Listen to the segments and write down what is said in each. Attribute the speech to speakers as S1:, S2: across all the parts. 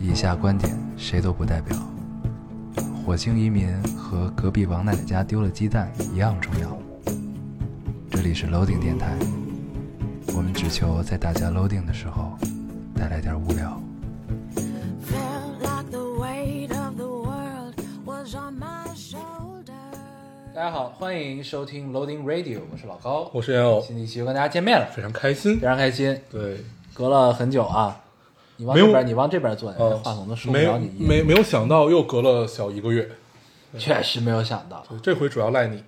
S1: 以下观点谁都不代表。火星移民和隔壁王奶奶家丢了鸡蛋一样重要。这里是 Loading 电台，我们只求在大家 Loading 的时候带来点无聊。
S2: Felt like the weight of the world was on my shoulders.
S1: 大家好，欢迎收听 Loading Radio，我是老高，
S3: 我是烟偶，
S1: 新的一期又跟大家见面了，
S3: 非常开心
S1: 非。常开心，
S3: 对，
S1: 隔了很久啊。你往
S3: 没
S1: 这
S3: 有
S1: 边，你往这边坐，你这
S3: 呃，
S1: 话筒都收不
S3: 没
S1: 着
S3: 有
S1: 你音。
S3: 没没有想到又隔了小一个月，
S1: 确实没有想到，
S3: 对这回主要赖你。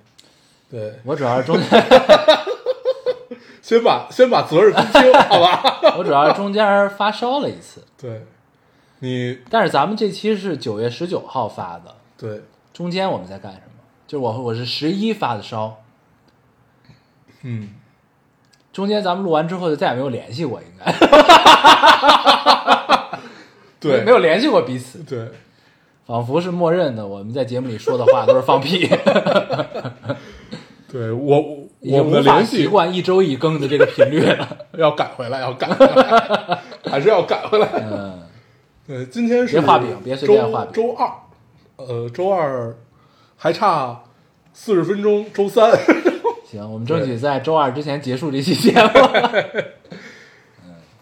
S3: 对，
S1: 我主要是中间，
S3: 先把先把责任分清，好吧？
S1: 我主要是中间发烧了一次。
S3: 对，你
S1: 但是咱们这期是九月十九号发的，
S3: 对
S1: 中间我们在干什么？就是我我是十一发的烧，
S3: 嗯，
S1: 中间咱们录完之后就再也没有联系过，应该
S3: 对，
S1: 没有联系过彼此，
S3: 对，
S1: 仿佛是默认的我们在节目里说的话都是放屁，
S3: 对我我
S1: 已经
S3: 我们的
S1: 无法
S3: 联
S1: 习
S3: 系
S1: 惯一周一更的这个频率了。
S3: 要改回来，要改回来， 还是要改回来。
S1: 嗯，
S3: 对，今天是
S1: 别画饼别随便画饼
S3: 周周二，呃，周二还差四十分钟，周三。
S1: 行，我们争取在周二之前结束这期节 目。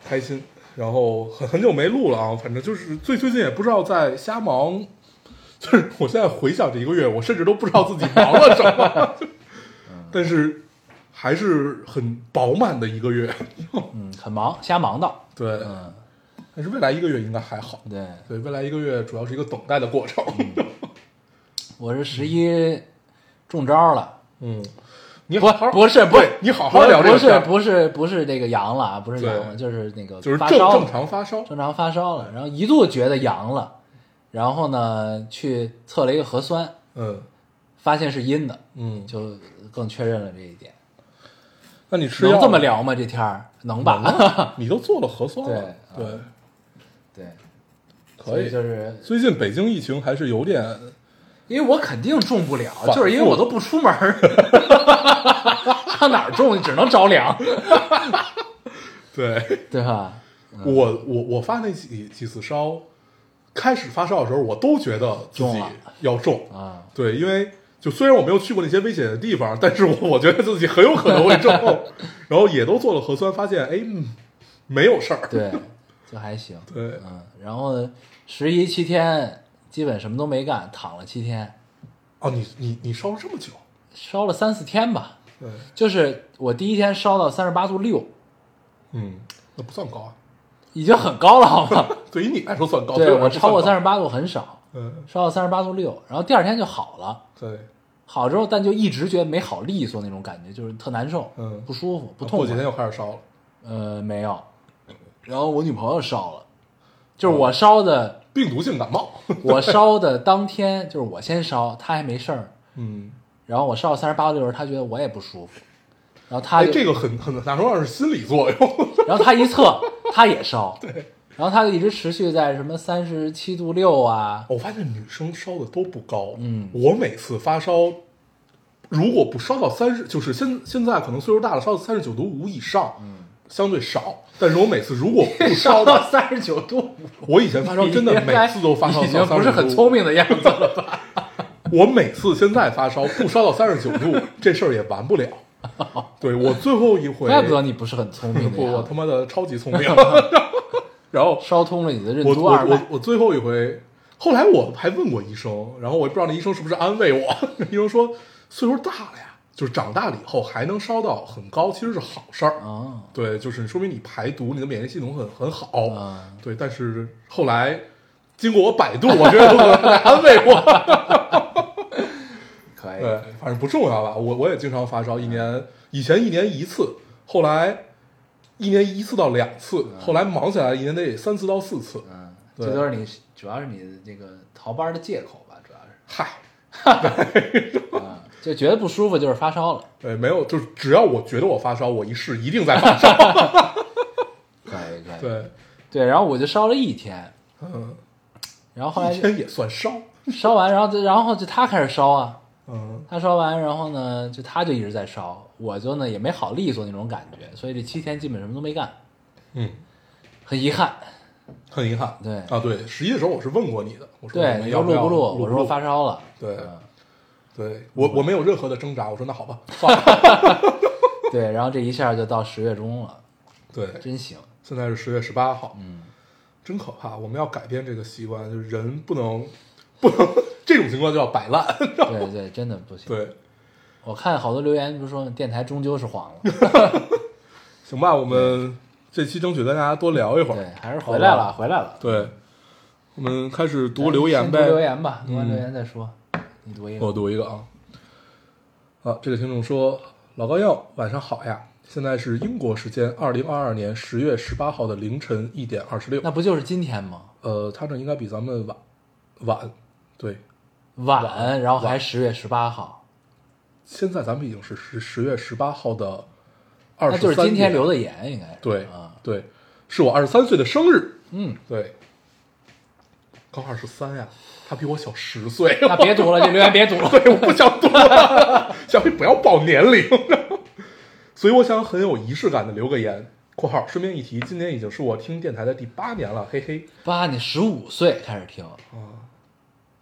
S3: 开心。然后很很久没录了啊，反正就是最最近也不知道在瞎忙， 就是我现在回想这一个月，我甚至都不知道自己忙了什么， 但是还是很饱满的一个月。
S1: 嗯，很忙，瞎忙到。
S3: 对，
S1: 嗯，
S3: 但是未来一个月应该还好。
S1: 对，
S3: 对，未来一个月主要是一个等待的过程。
S1: 嗯我是十一中招了。
S3: 嗯，你
S1: 不
S3: 好好
S1: 不是不是
S3: 对哦你好好聊这
S1: 不
S3: 个事
S1: 是
S3: 儿，
S1: 不是不是这个阳了啊，不是阳了，
S3: 对
S1: 就是那个
S3: 就是
S1: 发
S3: 正
S1: 烧了
S3: 正常发烧。
S1: 正常发烧了，然后一度觉得阳了，然后呢去测了一个核酸，
S3: 嗯
S1: 发现是阴的，
S3: 嗯，
S1: 就更确认了这一点。
S3: 那你吃药啊
S1: 能这么
S3: 吗？
S1: 聊吗？这天儿能吧？
S3: 你都做了核酸了？
S1: 对啊
S3: 对，
S1: 对，所
S3: 可
S1: 以
S3: 以
S1: 就。是
S3: 最近北京疫情还是有点
S1: 因为我肯定中不了，
S3: 复
S1: 就是因为我都不出门 儿，上哪儿种只能着凉，
S3: 对。
S1: 对吧？嗯
S3: 我我我发那几几次烧，开始发烧的时候，我都觉得自
S1: 中
S3: 己
S1: 了
S3: 要中。
S1: 啊，
S3: 对，因为就虽然我没有去过那些危险的地方，但是我我觉得自己很有可 能会中，然后也都做了核酸，发现哎、嗯没有事儿。
S1: 对，就还行。
S3: 对
S1: 嗯，然后十一七天基本什么都没干，躺了七天，
S3: 哦，你你你烧了这么久，
S1: 烧了三四天吧。
S3: 对，
S1: 就是我第一天烧到三十八度六，
S3: 嗯，那不算高啊，
S1: 已经很高了，好 吗？
S3: 对于你来说算高，
S1: 对
S3: 我
S1: 我
S3: 来说
S1: 超过
S3: 算
S1: 三十八度很少，
S3: 高，嗯，
S1: 烧到三十八度六，然后第二天就好了。
S3: 对，
S1: 好之后，但就一直觉得没好利索那种感觉，就是特难受，
S3: 嗯
S1: 不舒服，不痛
S3: 过几天
S1: 快。
S3: 又开始烧了，
S1: 呃，没有。然后我女朋友烧了，
S3: 哦
S1: 就是我烧的，
S3: 病毒性感冒，
S1: 我烧的当天就是我先烧，她还没事儿。
S3: 嗯，
S1: 然后我烧到三十八度六，她觉得我也不舒服，然后她
S3: 哎，
S1: 就
S3: 这个很很难说，是心理作用，
S1: 然后他一测， 他也烧，对，然后他就一直持续在什么三十七度六啊，
S3: 我发现女生烧的都不高。
S1: 嗯
S3: 我每次发烧，如果不烧到三十，就是现现在可能岁数大了，烧到三十九度五以上，嗯，相对少。但是我每次如果 不
S1: 烧
S3: 烧到，
S1: 到三十九度五，
S3: 我以前发烧真的每次都发烧
S1: 已
S3: 到
S1: 经
S3: 三
S1: 不是很聪。明的样子了吧？
S3: 我每次现在发烧不烧到三十九度，这事儿也 完不了。 对我最后一回，
S1: 怪不得你啊不是很聪明的
S3: 我我
S1: 样子
S3: 他，妈的超 级聪明。然后
S1: 烧通了你的任
S3: 我
S1: 督
S3: 我
S1: 二
S3: 我
S1: 脉，
S3: 我最后一回，后来我还问过医生，然后我也不知道那医生是不是安慰我， 医生说岁数大了呀，就是长大了以后还能烧到很高，其实是好事儿。
S1: 啊，
S3: 对，就是说明你排毒，你的免疫系统很很好。
S1: 啊
S3: 对，但是后来经过我百度，我觉得有可能在 安慰我。
S1: 可以，
S3: 对，反正不重要吧。我我也经常发烧，一年以前一年一次，后来一年一次到两次，
S1: 啊
S3: 后来忙起来一年得三次到四次。
S1: 嗯，
S3: 对
S1: 这都是你，主要是你的这个逃班的借口吧，主要是
S3: 嗨，
S1: 啊，就觉得不舒服就是发烧了，
S3: 对，呃没有，就是只要我觉得我发烧，我一试一定在发 烧。
S1: 可以可以，
S3: 对，
S1: 对，然后我就烧了一天，
S3: 嗯，
S1: 然后后来
S3: 一天也算烧。
S1: 烧完，然后就然后就他开始烧啊，
S3: 嗯，
S1: 他烧完，然后呢，就他就一直在烧，我就呢也没好利索那种感觉，所以这七天基本什么都没干，
S3: 嗯，
S1: 很遗憾。
S3: 很遗憾。
S1: 对
S3: 啊，对，十一的时候我是问过你的，我说我
S1: 对，
S3: 们
S1: 你
S3: 要
S1: 说录
S3: 要
S1: 不
S3: 录？
S1: 我说
S3: 不
S1: 发烧了，
S3: 对
S1: 嗯
S3: 对我我没有任何的挣扎，我说那好吧，算了。
S1: 对，然后这一下就到十月中了，
S3: 对，
S1: 真行，
S3: 现在是十月十八号，嗯，真可怕。我们要改变这个习惯，就是人不能不能这种情况就要摆烂。
S1: 对对，真的不行。
S3: 对，
S1: 我看好多留言不是说电台终究是 黄了，
S3: 行吧，我们这期争取跟大家多聊一会
S1: 对
S3: 儿。，
S1: 还是回来了，回来了。
S3: 对，我们开始读
S1: 咱
S3: 留言
S1: 先
S3: 呗。
S1: 读留言吧，读完
S3: 嗯
S1: 留言再说。你读一个，
S3: 我读一个啊。啊，这个听众说：“老高要晚上好呀，现在是英国时间二零二二年十月十八号的凌晨一点二十六
S1: 那。不就是今天吗？
S3: 呃，他这应该比咱们晚晚，对。
S1: 晚，然后还十月十八号，
S3: 现在咱们已经是十十月十八号的二
S1: 那
S3: 十
S1: 就是
S3: 三
S1: 今天
S3: 点
S1: 留的言，应该是
S3: 对
S1: 啊，
S3: 对，是我二十三岁的生日，
S1: 嗯，
S3: 对，刚二十三呀，他比我小十岁，
S1: 那别读了，这留言别读了。
S3: 对，我不想读了，小黑不要报年龄。所以我想很有仪式感的留个言。（括号顺便一提，今年已经是我听电台的第八年了，嘿嘿。
S1: 八，你十五岁开始听，）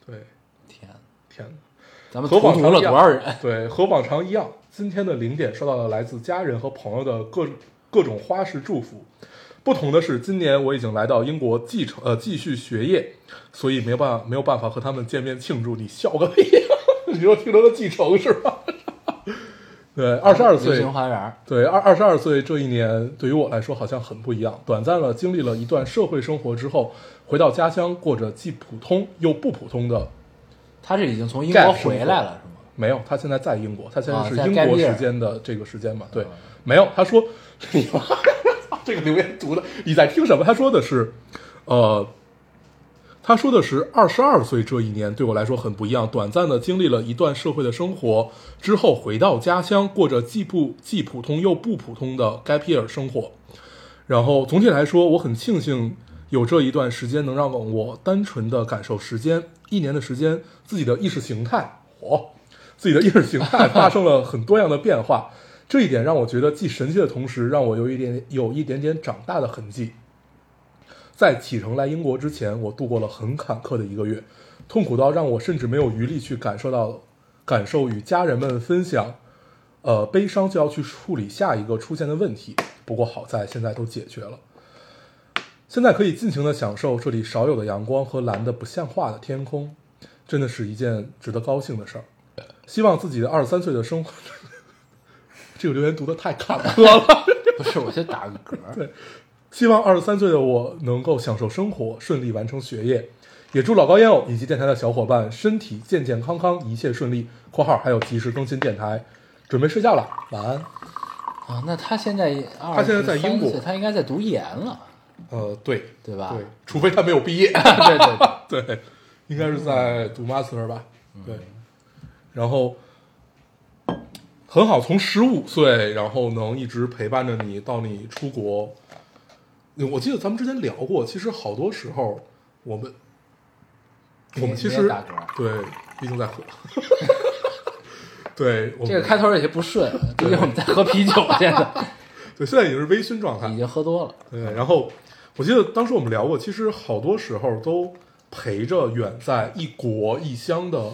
S3: 对，
S1: 天哪，
S3: 天哪，
S1: 咱们
S3: 和
S1: 荼
S3: 往
S1: 毒
S3: 常
S1: 了
S3: 一样
S1: 多少人？
S3: 对，和往常一样，今天的零点收到了来自家人和朋友的各各种花式祝福。不同的是，今年我已经来到英国继承呃继续学业，所以没办没有办法和他们见面庆祝。你笑个屁！啊 你说听成了继承是吧？ 对，二 十二
S1: 流
S3: 岁
S1: 星，花园，
S3: 对，二二十二岁这一年对于我来说好像很不一样。短暂了经历了一段社会生活之后，回到家乡，过着既普通又不普通的。
S1: 他是已经从英国回来了是吗？
S3: 没有，他现在在英国，他现在
S1: 啊
S3: 是
S1: 在
S3: 英国
S1: Gap year
S3: 时间的这个时间嘛？对
S1: 嗯，
S3: 没有。他说， 你妈这个留言读的，你在听什么？他说的是，呃，他说的是二十二岁这一年对我来说很不一样，短暂的经历了一段社会的生活之后，回到家乡，过着既不既普通又不普通的 gap year 生活。然后总体来说，我很庆幸有这一段时间能让我单纯的感受时间，一年的时间，自己的意识形态，哦，自己的意识形态发生了很多样的变化。 这一点让我觉得既神奇的同时，让我有一点有一点点长大的痕迹。在启程来英国之前，我度过了很坎坷的一个月，痛苦到让我甚至没有余力去感受到感受与家人们分享。呃，悲伤就要去处理下一个出现的问题。不过好在现在都解决了，现在可以尽情的享受这里少有的阳光和蓝的不像话的天空，真的是一件值得高兴的事儿。希望自己的二十三岁的生活，这个留言读的太坎坷了。
S1: 不是，我就打个 嗝。
S3: 希望二十三岁的我能够享受生活，顺利完成学业。也祝老高烟友以及电台的小伙伴身体健健康康，一切顺利。（括号还有及时更新电台，准备睡觉了，晚安。
S1: 啊，那他现在
S3: 他现在在英国
S1: 23岁他应该在读研了，）
S3: 呃，对
S1: 对吧？
S3: 对，除非他没有毕 业，
S1: 对对对，
S3: 对，应该是在读 master 吧？
S1: 嗯
S3: 对，然后很好，从十五岁，然后能一直陪伴着你到你出国。我记得咱们之前聊过，其实好多时候我们 我们其
S1: 你
S3: 实
S1: 也打嗝啊
S3: 对，毕竟在 喝，对，我们
S1: 这个开头有些不顺，毕竟我们在喝啤酒，现在
S3: 对，现在已经是微醺状态
S1: 已，经喝多了。
S3: 对，然后我记得当时我们聊过，其实好多时候都陪着远在异国异乡的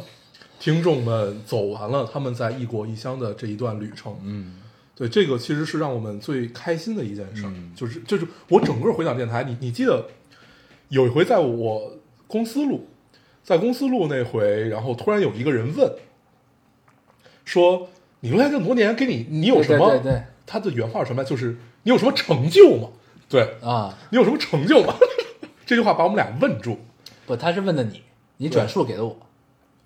S3: 听众们走完了他们在异国异乡的这一段旅程。
S1: 嗯，
S3: 对，这个其实是让我们最开心的一件事儿，
S1: 嗯
S3: 就是就是我整个回港电台，你你记得有一回在我公司录，在公司录那回，然后突然有一个人问说：“你来这么多年，给你你有
S1: 对
S3: 什
S1: 对
S3: 么？”
S1: 对对
S3: 他的原话是什么呀？就是你有什么成就吗？对，
S1: 啊，
S3: 你有什么成就吗？ 这句话把我们俩问住
S1: 不，他是问的你，你转述给的我。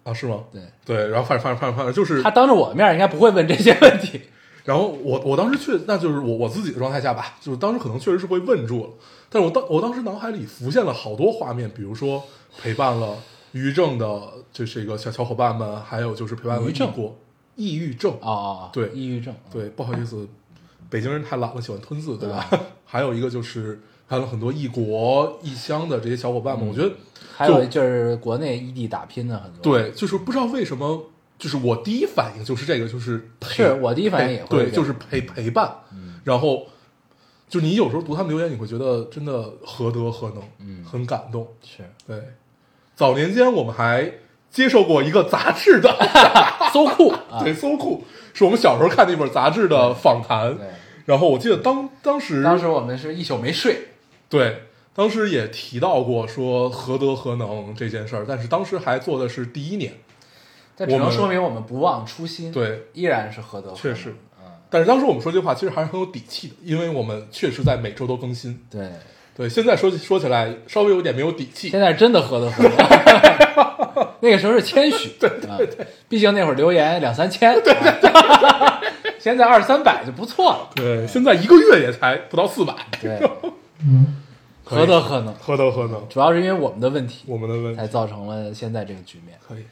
S3: 啊，是吗？
S1: 对
S3: 对，然后反正反正反正反正就是
S1: 他，当着我的面儿应该不会问这些问题。
S3: 然后我我当时确那就是我我自己的状态下吧，就是当时可能确实是会问住了，但是我当我当时脑海里浮现了好多画面，比如说陪伴了抑郁症的这这个小小伙伴们，还有就是陪伴了
S1: 抑郁
S3: 异
S1: 症
S3: 国抑郁症
S1: 哦哦，哦
S3: 对
S1: 抑郁症。
S3: 对，不好意思，北京人太懒了，喜欢吞字，对吧？
S1: 啊
S3: 还有一个就是还有很多异国异乡的这些小伙
S1: 嗯
S3: 伴们，我觉得
S1: 还有
S3: 就
S1: 就是国内异地打拼的很多。，
S3: 对，就是不知道为什么，就是我第一反应就是这个，就是陪，
S1: 是我第一反应也会嗯
S3: 对，
S1: 这样
S3: 就是陪陪伴，然后就你有时候读他们留言，你会觉得真的何德何能，嗯，很感动。
S1: 是
S3: 对，早年间我们还接受过一个杂志的，
S1: 搜 酷啊，
S3: 对，搜酷是我们小时候看那本杂志的访谈。
S1: 对，
S3: 然后我记得当当时
S1: 当时我们是一宿没睡，
S3: 对，当时也提到过说何德何能这件事儿，但是当时还做的是第一年，
S1: 这只
S3: 我
S1: 能
S3: 们
S1: 说明我们不忘初心，，
S3: 对，
S1: 依然是何德何能
S3: 确实，
S1: 嗯，
S3: 但是当时我们说这话其实还是很有底气的，因为我们确实在每周都更新。
S1: 对，
S3: 对，现在说起说起来稍微有点没有底气
S1: 现，在真的何德何能， 那个时候是谦虚， 对对对，毕竟那会儿留言两三千，对对， 现在二三百就不错了，
S3: 对，现在一个月也才不到四百，
S1: 对，
S3: 可以
S1: 何德何能，
S3: 何德何能？
S1: 主要是因为我们的问题
S3: 我们的问
S1: 才
S3: 题
S1: 造成了现在这个局面，
S3: 可以，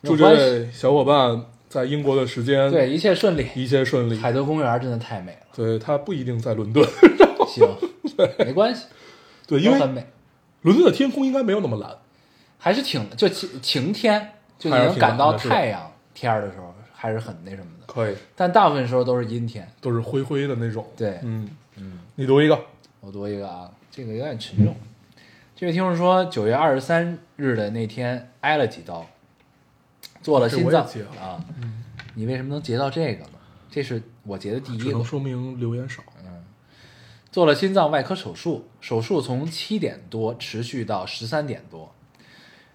S1: 没有
S3: 祝这
S1: 关系
S3: 位小伙伴在英国的时间
S1: 对，一切顺利，
S3: 一切嗯顺利。
S1: 海德公园真的太美了，
S3: 对他不一定 在伦敦，
S1: 行， 没关系，
S3: 对，因
S1: 都
S3: 为
S1: 很美，
S3: 伦敦的天空应该没有那么蓝。
S1: 还是挺就晴晴天，就你
S3: 还是
S1: 能
S3: 挺
S1: 感到
S3: 蓝的是
S1: 太阳天儿的时候，还是很那什么的，
S3: 可以，
S1: 但大部分时候都是阴天。
S3: 都是灰灰的那种。
S1: 对
S3: 嗯嗯，你读一个，
S1: 我读一个啊，这个有点沉重。这位听众说，九月二十三日的那天挨了几刀，做了心脏
S3: 这我也截了嗯
S1: 啊。你为什么能截到这个呢？这是我截的第
S3: 只
S1: 一个
S3: 能。说明留言少。
S1: 做了心脏外科手术，手术从七点多持续到十三点多，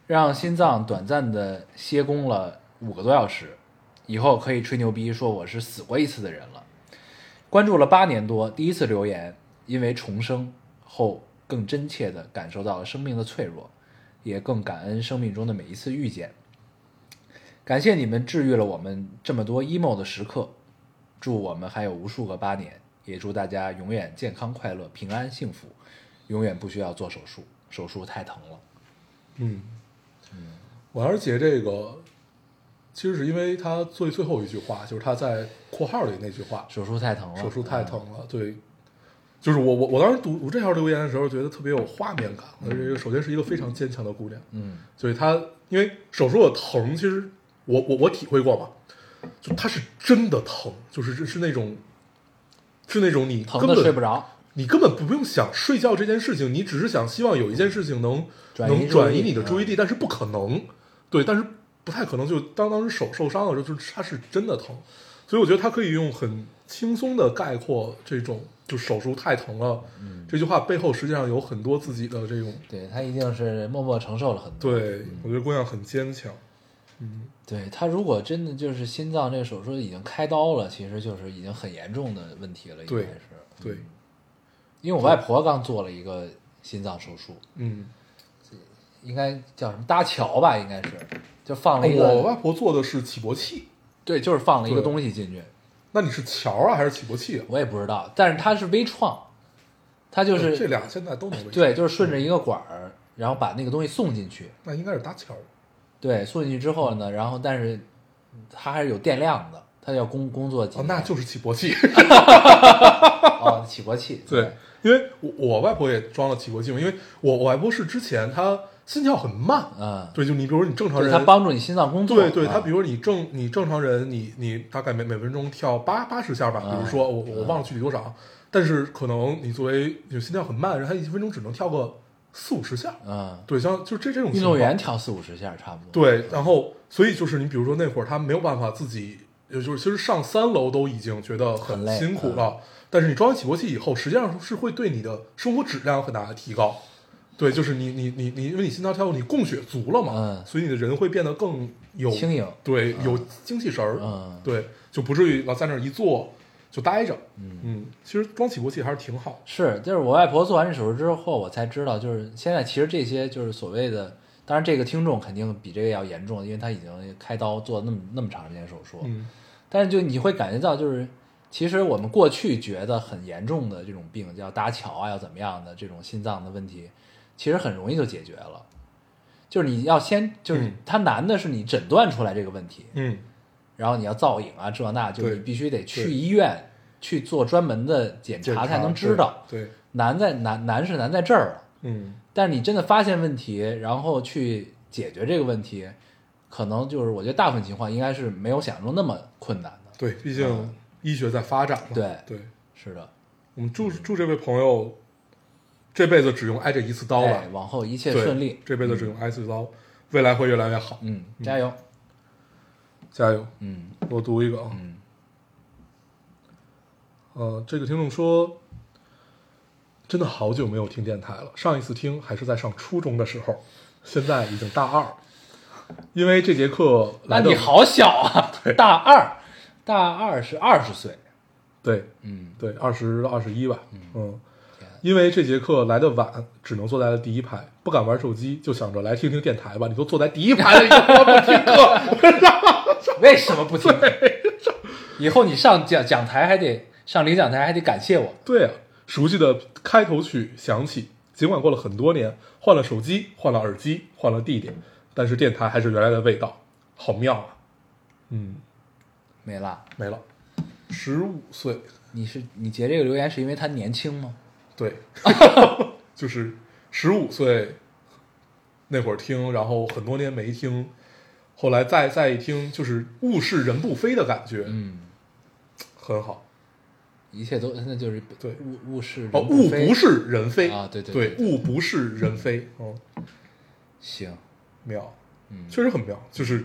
S1: 让心脏短暂的歇工了五个多小时。以后可以吹牛逼说我是死过一次的人了。关注了八年多，第一次留言，因为重生后更真切地感受到了生命的脆弱，也更感恩生命中的每一次遇见。感谢你们治愈了我们这么多 emo 的时刻，祝我们还有无数个八年，也祝大家永远健康、快乐、平安、幸福，永远不需要做手术，手术太疼了。
S3: 嗯，我要是截这个，其实是因为他最最后一句话，就是他在括号里那句话，
S1: 手术太疼了，
S3: 手术太疼了。对，就是我我我当时读读这条留言的时候，觉得特别有画面感。这个首先是一个非常坚强的姑娘，
S1: 嗯。
S3: 所以她因为手术的疼，其实我我我体会过嘛，就她是真的疼，就是是是那种。是那种你
S1: 嗯，疼
S3: 根
S1: 的
S3: 本
S1: 睡不着，
S3: 你根本不用想睡觉这件事情，你只是想希望有一件事情能
S1: 转移注意
S3: 能
S1: 嗯
S3: 转移你的注意力，但是不可能，对，但是不太可能。就当当时手受伤了之后，就是它是真的疼，所以我觉得他可以用很轻松的概括这种就手术太疼了、
S1: 嗯
S3: 这句话背后，实际上有很多自己的这种。
S1: 对他一定是默默承受了很多。
S3: 对，我觉得姑娘很坚强，
S1: 对他如果真的就是心脏这个手术已经开刀了，其实就是已经很严重的问题了，应该
S3: 对
S1: 是。嗯
S3: 对，
S1: 因为我外婆刚做了一个心脏手术，
S3: 嗯，
S1: 应该叫什么搭桥吧，应该是就放了一
S3: 哦
S1: 个
S3: 我外婆做的是起搏器，
S1: 对，就是放了一个
S3: 对
S1: 东西进去，
S3: 那你是桥啊还是起搏器啊？
S1: 我也不知道，但是它是微创，它就
S3: 哦这
S1: 是
S3: 俩现在都能为，
S1: 对，就是顺着一个管儿，然后把那个东西送进去，
S3: 那应该是搭桥，
S1: 对，送进去之后呢，然后但是它还是有电量的，它要工工作几
S3: 哦
S1: 年，，
S3: 那就是起搏器。
S1: 哦起搏器，
S3: 对，因为我我外婆也装了起搏器嘛，因为我我外婆是之前她心跳很慢，
S1: 嗯，
S3: 对，就你比如说你正常
S1: 就是
S3: 人，
S1: 它帮助你心脏工作，
S3: 对对，
S1: 啊
S3: 她比如你正你正常人，你你大概每每分钟跳八八十下吧，
S1: 啊
S3: 比如说我我忘了具体多少，但是可能你作为你心跳很慢的人，她一分钟只能跳个四五十下，
S1: 嗯，
S3: 对，像就这这种
S1: 运
S3: 情
S1: 动
S3: 况
S1: 员跳四五十下差不多，
S3: 对，然后所以就是你比如说那会儿他没有办法自己，也就是其实上三楼都已经觉得
S1: 很
S3: 很
S1: 累嗯
S3: 辛苦了，但是你装上起搏器以后，实际上是会对你的生活质量有很大的提高。对，就是你你你你，因为你心跳跳动，你供血足了嘛，
S1: 嗯
S3: 所以你的人会变得更有
S1: 轻盈
S3: 对，有精气神儿，
S1: 嗯
S3: 对，就不至于老在那儿一坐就待着，嗯其实装起搏器还是挺好
S1: 是，就是我外婆做完这手术之后，我才知道，就是现在其实这些就是所谓的，当然这个听众肯定比这个要严重，因为他已经开刀做那么那么长时间手术，
S3: 的，嗯，
S1: 但是就你会感觉到，就是其实我们过去觉得很严重的这种病，叫搭桥啊，要怎么样的这种心脏的问题，其实很容易就解决了。就是你要先，就是
S3: 嗯
S1: 它难的是你诊断出来这个问题，
S3: 嗯，
S1: 然后你要造影啊，这那，就是
S3: 对
S1: 你必须得去
S3: 对
S1: 医院去做专门的检
S3: 检
S1: 查才
S3: 查
S1: 能知道。，
S3: 对，对
S1: 难在难难是难在这儿了，
S3: 嗯，
S1: 但是你真的发现问题，然后去解决这个问题，可能就是我觉得大部分情况应该是没有想象中那么困难的。
S3: 对，毕竟医学在发展嘛，
S1: 嗯对
S3: 对，
S1: 是的，
S3: 我们祝祝这位朋友这辈子只用挨这一次刀吧
S1: 哎，，往后一切
S3: 对，
S1: 顺利，
S3: 这辈子只用挨一次刀，未来会越来越好，
S1: 嗯，加油，
S3: 加油！
S1: 嗯
S3: 我读一个啊，
S1: 嗯
S3: 呃，这个听众说，真的好久没有听电台了，上一次听还是在上初中的时候，现在已经大二，因为这节课
S1: 那
S3: 来的
S1: 你好小 啊，大二，大二是二十岁，
S3: 对
S1: 嗯，
S3: 对，二十到二十一吧，嗯，因为这节课来的晚，只能坐在了第一排，不敢玩手机，就想着来听听电台吧。你都坐在第一 排了，你他妈哎不听课？
S1: 为什么不听？以后你上讲讲台还得上领奖台还得感谢我，
S3: 对啊，熟悉的开头曲响起，尽管过了很多年，换了手机，换了耳机，换了地点，但是电台还是原来的味道，好妙啊！嗯，
S1: 没啦。
S3: 没了，十五岁，
S1: 你是你截这个留言是因为他年轻吗？
S3: 对，就是十五岁那会儿听，然后很多年没听，后来再再一听，就是物是人不非的感觉，
S1: 嗯，
S3: 很好。
S1: 一切都那就是
S3: 对
S1: 物物是人
S3: 哦，物
S1: 非
S3: 不是人非
S1: 啊对对
S3: 对
S1: 对对
S3: 物不是人非，嗯，
S1: 行，
S3: 妙，
S1: 嗯
S3: 确实很妙，就是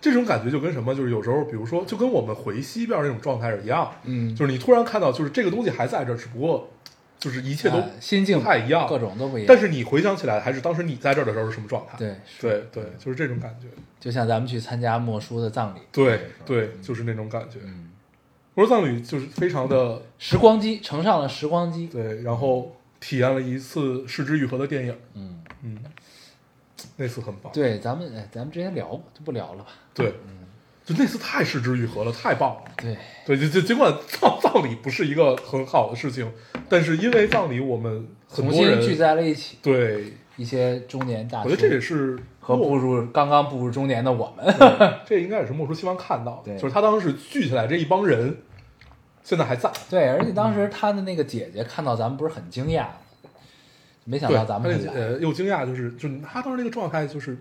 S3: 这种感觉就跟什么，就是有时候，比如说，就跟我们回西边那种状态是一样，
S1: 嗯，
S3: 就是你突然看到，就是这个东西还在这儿，只不过就是一切都
S1: 啊心境
S3: 不太一样，
S1: 各种都不一样。
S3: 但是你回想起来，还是当时你在这儿的时候是什么状态？
S1: 对
S3: 对对，
S1: 嗯
S3: 就是这种感觉。
S1: 就像咱们去参加莫叔的葬礼，
S3: 对对，就是那种感觉。
S1: 嗯，
S3: 我说葬礼就是非常的
S1: 时光机乘上了时光机，
S3: 对，然后体验了一次失之愈合的电影，
S1: 嗯，
S3: 嗯，那次很棒。
S1: 对，咱们哎，咱们之前聊过，就不聊了吧？
S3: 对，
S1: 嗯
S3: 就那次太失之愈合了，太棒了。
S1: 对，
S3: 对，就就尽管葬葬礼不是一个很好的事情，但是因为葬礼，我们
S1: 重
S3: 很多
S1: 新聚
S3: 人
S1: 在了一起，
S3: 对，
S1: 一些中年大
S3: 我
S1: 叔
S3: 觉得这也是
S1: 和步入刚刚步入中年的我们，
S3: 这应该也是莫叔希望看到的，
S1: 对
S3: 就是他当时聚起来这一帮人，现在还在。
S1: 对，而且当时他的那个姐姐看到咱们不是很惊讶，没想
S3: 对，
S1: 到咱们
S3: 他
S1: 会
S3: 那
S1: 来
S3: 呃又惊讶，就是就是他当时那个状态，就是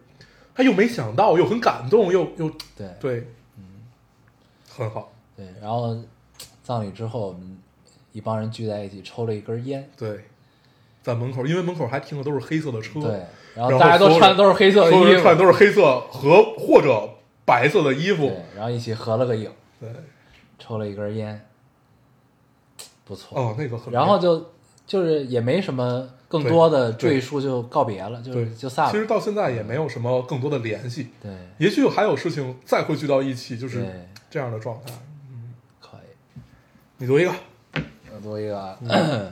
S3: 他又没想到，又很感动，又又
S1: 对
S3: 对，嗯，很好，
S1: 对，然后葬礼之后，我们一帮人聚在一起抽了一根烟，
S3: 对，在门口，因为门口还停的都是黑色的车，
S1: 对，然
S3: 然后
S1: 大家都
S3: 所有
S1: 穿的
S3: 人
S1: 都是黑色的
S3: 所有
S1: 衣
S3: 人穿
S1: 服，
S3: 的都是黑色和或者白色的衣服
S1: 对，，然后一起合了个影，
S3: 对，
S1: 抽了一根烟，不错。
S3: 哦，那个很，
S1: 然后就就是也没什么更多的赘述，就告别了，就
S3: 对
S1: 就散
S3: 其实
S1: 了。
S3: 到现在也没有什么更多的联系，
S1: 对，
S3: 也许还有事情再会聚到一起，就是
S1: 对
S3: 这样的状态。
S1: 可以。
S3: 你读一个，
S1: 我读一个啊，
S3: 嗯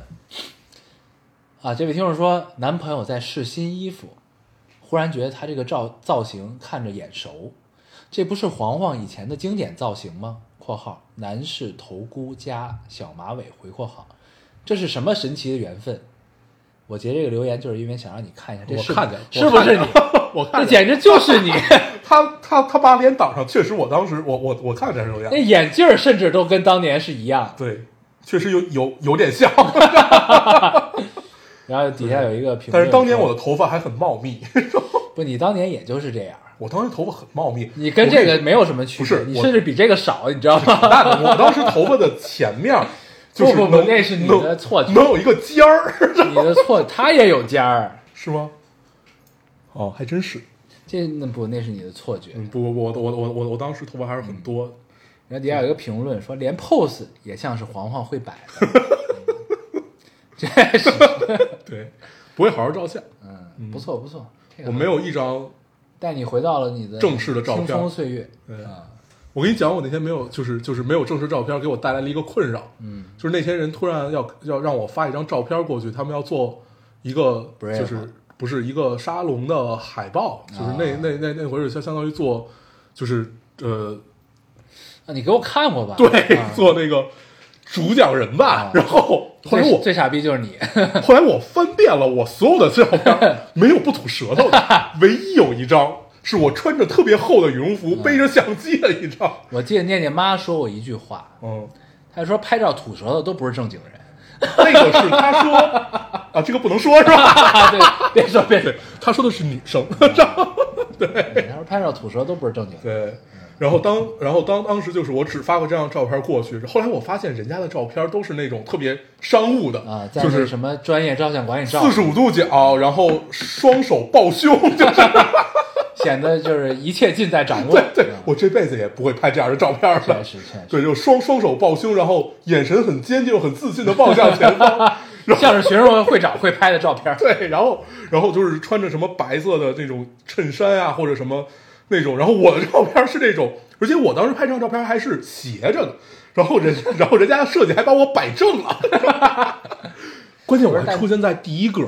S1: 啊，这位听众说，男朋友在试新衣服，忽然觉得他这个造造型看着眼熟，这不是黄黄以前的经典造型吗？（括号男士头箍加小马尾回括号）这是什么神奇的缘分？我截这个留言就是因为想让你看一下，这
S3: 我
S1: 是
S3: 看见了
S1: 是不是你？
S3: 我看
S1: 这
S3: 见
S1: 简直就是 你，
S3: 他他他八连档上，确实我当时我我我看着这留言
S1: 那，眼镜儿甚至都跟当年是一样。
S3: 对，确实有有有点像，
S1: 然后底下有一个评论说，
S3: 但是当年我的头发还很茂密，
S1: 不，你当年也就是这样。
S3: 我当时头发很茂密。
S1: 你跟这个没有什么区别，
S3: 不是
S1: 你
S3: 我
S1: 甚至比这个少，你知道吗？
S3: 那我当时头发的前面儿就是
S1: 不
S3: 能
S1: 不不，那是你的
S3: 能
S1: 错觉，
S3: 能有一个尖儿，
S1: 你的错，他也有尖儿，
S3: 是吗？哦，还真是。
S1: 这那不那是你的错觉。
S3: 嗯，不不不，我我我我我当时头发还是很多，
S1: 然后底下有一个评论说，连 pose 也像是黄黄会摆的，这 是
S3: 对，不会好好照相。
S1: 嗯不错不错，这个
S3: 我没有一张，
S1: 带你回到了你的
S3: 正式的照片
S1: 青葱岁月，
S3: 对
S1: 啊，
S3: 我跟你讲，我那天没有，就是就是没有正式照片，给我带来了一个困扰。嗯，就是那天人突然要要让我发一张照片过去，他们要做一个
S1: Brave
S3: 就是不是一个沙龙的海报，就是那、
S1: 啊
S3: 那那那回是相相当于做就是呃
S1: 啊那你给我看过吧？
S3: 对、
S1: 啊
S3: 做那个主讲人吧，
S1: 啊
S3: 然后后来
S1: 最
S3: 我
S1: 最傻逼就是你，
S3: 后来我翻遍了我所有的照片， 没有不吐舌头的，唯一有一张是我穿着特别厚的羽绒
S1: 啊
S3: 服，背着相机的一张。
S1: 我记得念念妈说过一句话，
S3: 嗯，
S1: 她说拍照吐舌头都不是正经 人，
S3: 那个是 他说啊，这个不能说是吧？
S1: 啊，对， 别 说别说
S3: 对，他说的是女生。
S1: 对，他说拍照吐舌都不是正经的。
S3: 对，然后当然后当当时就是我只发过这张照片过去，后来我发现人家的照片都是那种特别商务的
S1: 啊，在
S3: 就
S1: 那
S3: 是
S1: 什么专业照相馆里照
S3: 四，十五度角，然后双手抱胸， 就是
S1: 显得就是一切尽在掌握。
S3: 对对
S1: 嗯，
S3: 我这辈子也不会拍这样的照片了
S1: 确。实确
S3: 对，就双双手抱胸，然后眼神很坚定、很自信的望向前方。
S1: 实，像是学生会会长会拍的照 片。
S3: 对，然后然后就是穿着什么白色的那种衬衫啊，或者什么那种。然后我的照片是那种，而且我当时拍这张照片还是斜着的。然后人，然后人家的设计还把我摆正了。 关键我还出现在第一个，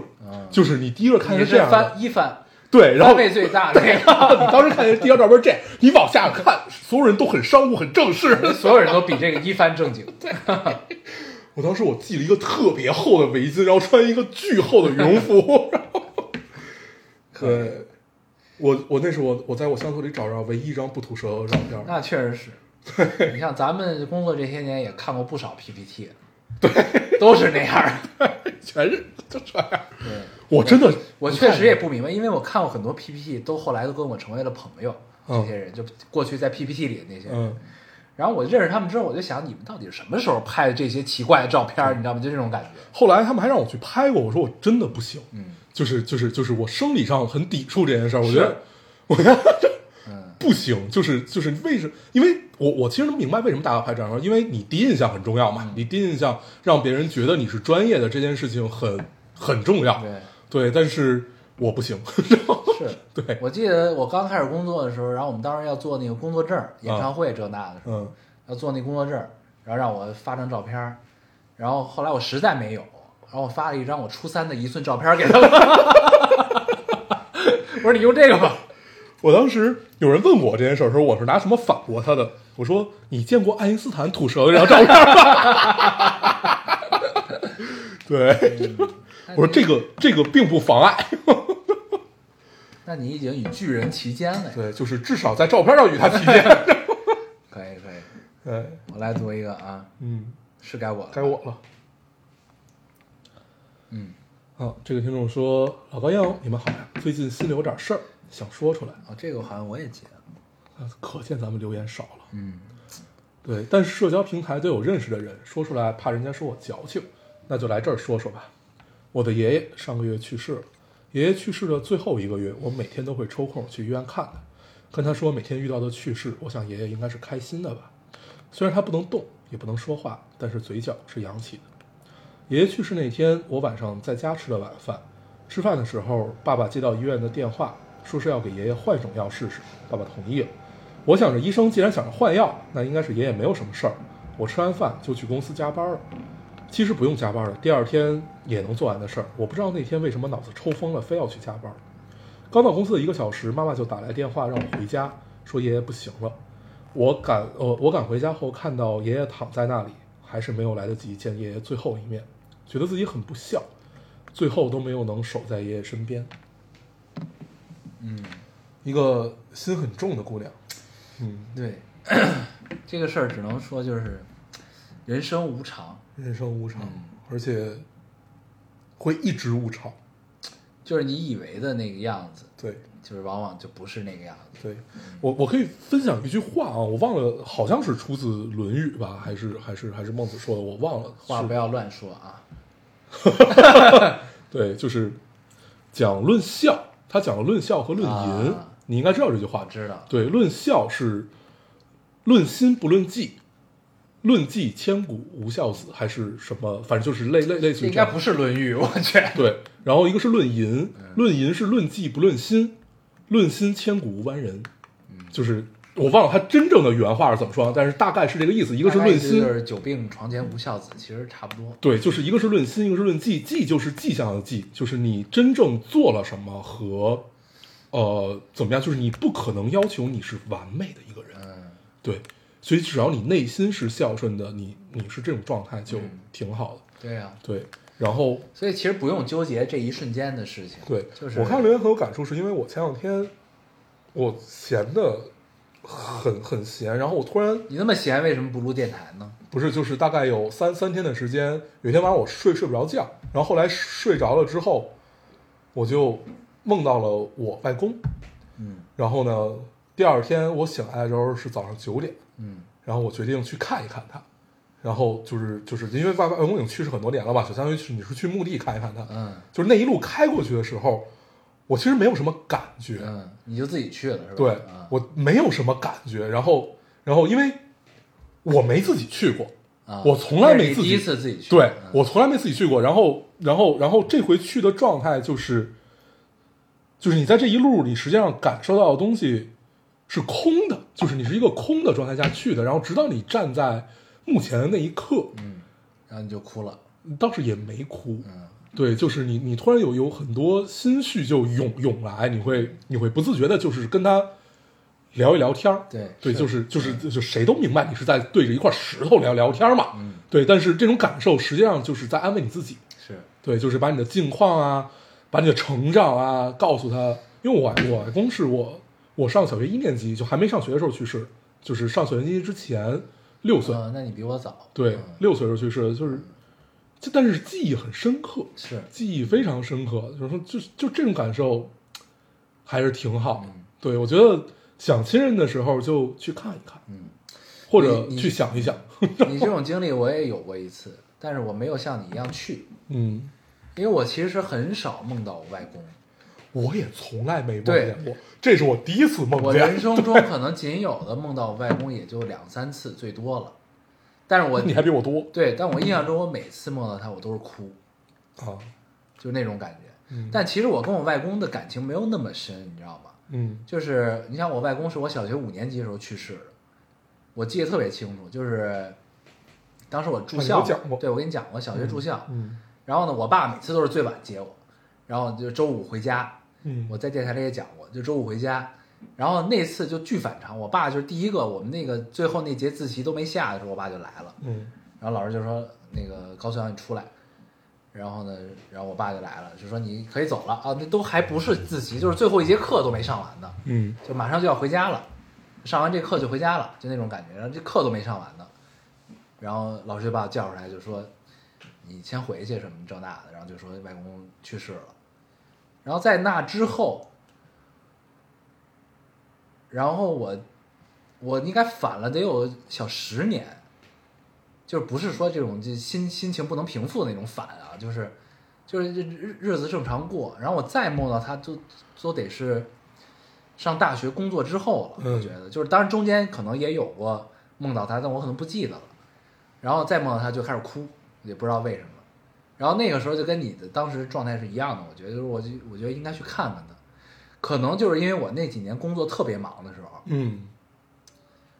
S3: 就是你第一个看
S1: 你
S3: 是这
S1: 是
S3: 样的，
S1: 翻一翻，
S3: 对，然后
S1: 翻倍最大的那个，
S3: 你当时看人第一张照片这样，你往下看，所有人都很商务、很正 式。
S1: 所有人都比这个一翻正经。
S3: 我当时我系了一个特别厚的围巾，然后穿一个巨厚的羽绒服，然后，对，我我那是我我在我相册里找着唯一一张不吐舌头的照片，
S1: 那确实是。你像咱们工作这些年也看过不少 PPT，对，都是那样儿。
S3: 全是就这样。
S1: 对，
S3: 我真的，
S1: 我确实也不明白，因为我看过很多 PPT，都后来都跟我成为了朋友。
S3: 嗯
S1: 这些人就过去在 PPT 里的那些人，
S3: 嗯，
S1: 然后我认识他们之后，我就想你们到底是什么时候拍的这些奇怪的照片儿？
S3: 嗯
S1: 你知道吗？就这种感觉。
S3: 后来他们还让我去拍过，我说我真的不行，
S1: 嗯，
S3: 就是就是就是我生理上很抵触这件事儿，我觉
S1: 是
S3: 得我觉得这
S1: 嗯
S3: 不行，就是就是为什么？因为我我其实能明白为什么大家拍这样的照片，因为你第一印象很重要
S1: 嗯
S3: 嘛，你第一印象让别人觉得你是专业的这件事情很很重要，
S1: 对，
S3: 对，但是我不行，
S1: 是。
S3: 对，
S1: 我记得我刚开始工作的时候，然后我们当时要做那个工作证儿、演唱会这那的时候，
S3: 嗯
S1: 要做那工作证儿，然后让我发张照片儿，然后后来我实在没有，然后我发了一张我初三的一寸照片儿给他们， 我说你用这个吧，
S3: 我当时有人问我这件事儿的时候，我是拿什么反驳他的？我说你见过爱因斯坦吐舌头这张照片吗？ 对，我说这个这个并不妨碍，
S1: 那你已经与巨人齐肩了呀，
S3: 对，就是至少在照片上与他体现。
S1: 可以可以，
S3: 对，
S1: 我来读一个啊，
S3: 嗯，
S1: 是该我了，
S3: 该我了。
S1: 嗯，
S3: 啊，这个听众说：“老高要你们好呀，最近心里有点事儿，想说出来。
S1: 哦，这个好像我也接了，
S3: 啊可见咱们留言少了。
S1: 嗯，
S3: 对，但是社交平台都有认识的人，说出来怕人家说我矫情，那就来这儿说说吧。我的爷爷上个月去世了，爷爷去世的最后一个月，我每天都会抽空去医院看他，跟他说每天遇到的趣事，我想爷爷应该是开心的吧。虽然他不能动，也不能说话，但是嘴角是扬起的。爷爷去世那天，我晚上在家吃了晚饭。吃饭的时候，爸爸接到医院的电话，说是要给爷爷换一种药试试。爸爸同意了。我想着医生既然想着换药，那应该是爷爷没有什么事儿。我吃完饭就去公司加班了。其实不用加班了，第二天也能做完的事儿。我不知道那天为什么脑子抽风了，非要去加班。刚到公司的一个小时，妈妈就打来电话让我回家，说爷爷不行了。我赶呃，我赶回家后看到爷爷躺在那里，还是没有来得及见爷爷最后一面，觉得自己很不孝，最后都没有能守在爷爷身边。嗯，一个心很重的姑娘。嗯，
S1: 对， 这个事儿只能说就是人生无常，
S3: 人生无常，而且会一直无常。
S1: 就是你以为的那个样子，
S3: 对，
S1: 就是往往就不是那个样子。
S3: 对我我可以分享一句话啊，我忘了，好像是出自《论语》吧，还是还是还是孟子说的，我忘了。
S1: 话
S3: 是
S1: 不要乱说啊，
S3: 对，就是讲论孝，他讲了论孝和论淫，
S1: 啊
S3: 你应该知道这句话
S1: 我。知道。
S3: 对，论孝是论心不论迹，论迹千古无孝子，还是什么？反正就是类类类似
S1: 这
S3: 于
S1: 应
S3: 这
S1: 该
S3: 样。
S1: 不是《论语》，我去。
S3: 对，然后一个是论淫，论淫是论迹不论心，论心千古无完人，就是我忘了他真正的原话是怎么说，啊但是大概是这个意思。一
S1: 一
S3: 个是论心
S1: 就，是久病床前无孝子，其实差不多。
S3: 对，就是一个是论心，一个是论迹。迹就是迹象的迹，就是你真正做了什么和呃怎么样，就是你不可能要求你是完美的一个人。
S1: 嗯，
S3: 对，所以只要你内心是孝顺的，你你是这种状态就挺好的。
S1: 对呀、
S3: 对，然后
S1: 所以其实不用纠结这一瞬间的事情。
S3: 对，
S1: 就是
S3: 我看留言很有感触，是因为我前两天我闲的很很闲，然后我突然
S1: 你那么闲，为什么不录电台呢？
S3: 不是就是大概有三三天的时间，有一天晚上我睡睡不着觉，然后后来睡着了之后，我就梦到了我外公，
S1: 嗯，
S3: 然后呢，第二天我醒来的时候是早上九点，
S1: 嗯
S3: 然后我决定去看一看它。然后就是就是因为外外公已经去世很多年了吧，就相当于是你是去墓地看一看它。
S1: 嗯
S3: 就是那一路开过去的时候，我其实没有什么感觉，
S1: 嗯，你就自己去了是吧？
S3: 对
S1: 啊
S3: 我没有什么感觉。然后然后因为我没自己去过，
S1: 啊
S3: 我从来没
S1: 那是
S3: 自
S1: 你
S3: 己
S1: 第一次自己去，
S3: 对
S1: 嗯
S3: 我从来没自己去过。然后，然后，然后这回去的状态就是，就是你在这一路你实际上感受到的东西是空的，就是你是一个空的状态下去的。然后，直到你站在目前的那一刻，
S1: 然后你就哭了，
S3: 倒是也没哭。
S1: 嗯
S3: 对，就是你，你突然有有很多心绪就涌涌来，你会你会不自觉的，就是跟他聊一聊天儿。
S1: 对
S3: 对，
S1: 是
S3: 就是就是就谁都明白你是在对着一块石头聊聊天儿嘛。
S1: 嗯
S3: 对，但是这种感受实际上就是在安慰你自己。
S1: 是
S3: 对，就是把你的近况啊，把你的成长啊告诉他。因为我我外公是我我上小学一年级就还没上学的时候去世，就是上小学一年级之前六岁，
S1: 啊，那你比我早，
S3: 对
S1: 嗯，
S3: 六岁时候去世的，就是就但是记忆很深刻，
S1: 是
S3: 记忆非常深刻，就是说就就这种感受还是挺好的。对我觉得想亲人的时候就去看一看，
S1: 嗯，
S3: 或者
S1: 你你
S3: 去想一想，
S1: 你这种经历我也有过一次，但是我没有像你一样去，
S3: 嗯，
S1: 因为我其实很少梦到我外公，
S3: 我也从来没梦
S1: 对
S3: 见过，哦这是我第一次梦
S1: 我人
S3: 见。
S1: 生中可能仅有的梦到我外公也就两三次，最多了。但是我
S3: 你还比我多
S1: 对，但我印象中我每次梦到他，我都是哭，
S3: 啊，
S1: 就那种感觉。
S3: 嗯
S1: 但其实我跟我外公的感情没有那么深，你知道吗？
S3: 嗯
S1: 就是你像我外公是我小学五年级的时候去世的，我记得特别清楚，就是当时我住
S3: 啊你
S1: 校
S3: 给我讲过
S1: 嘛，对我跟你讲过，小学住校。
S3: 嗯
S1: 然后呢，我爸每次都是最晚接我，然后就周五回家，
S3: 嗯，
S1: 我在电台里也讲过，就周五回家，然后那次就巨反常，我爸就是第一个，我们那个最后那节自习都没下的时候，我爸就来了，
S3: 嗯
S1: 然后老师就说那个高璇让你出来，然后呢，然后我爸就来了，就说你可以走了啊，那都还不是自习，就是最后一节课都没上完呢，
S3: 嗯
S1: 就马上就要回家了，上完这课就回家了，就那种感觉，然后这课都没上完呢，然后老师就把我叫出来，就说你先回去什么这那的，然后就说外公去世了，然后在那之后，然后我我应该反了得有小十年，就是不是说这种就心心情不能平复的那种反啊，就是就是日日日子正常过，然后我再梦到他就都得是上大学工作之后了，我
S3: 嗯
S1: 觉得就是当然中间可能也有过梦到他，但我可能不记得了，然后再梦到他就开始哭，也不知道为什么。然后那个时候就跟你的当时状态是一样的，我觉得就是我就我觉得应该去看看他，可能就是因为我那几年工作特别忙的时候，
S3: 嗯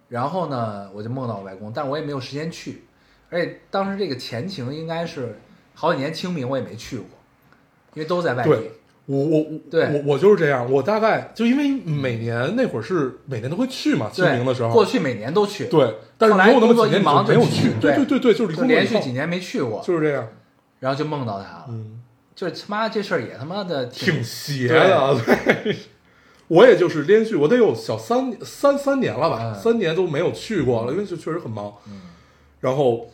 S1: 然后呢，我就梦到我外公，但是我也没有时间去，而且当时这个前情应该是好几年清明我也没去过，因为都在外地
S3: 对。我我我
S1: 对
S3: 我我就是这样，我大概就因为每年那会儿是每年都会去嘛，清
S1: 对
S3: 明的时候，
S1: 过去每年都去，，
S3: 对，但是
S1: 后来
S3: 没有那么
S1: 工作
S3: 几年
S1: 一忙
S3: 你就没有
S1: 就去
S3: 对
S1: 对
S3: 对对，就是你
S1: 就
S3: 工作以
S1: 连
S3: 后
S1: 续几年没去过，
S3: 就是这样，
S1: 然后就梦到他了，
S3: 嗯，
S1: 就是他妈这事儿也他妈的
S3: 挺邪的啊，对。 我也就是连续，我得有小三三三年了吧，
S1: 嗯
S3: 三年都没有去过了，因为就确实很忙。
S1: 嗯，
S3: 然后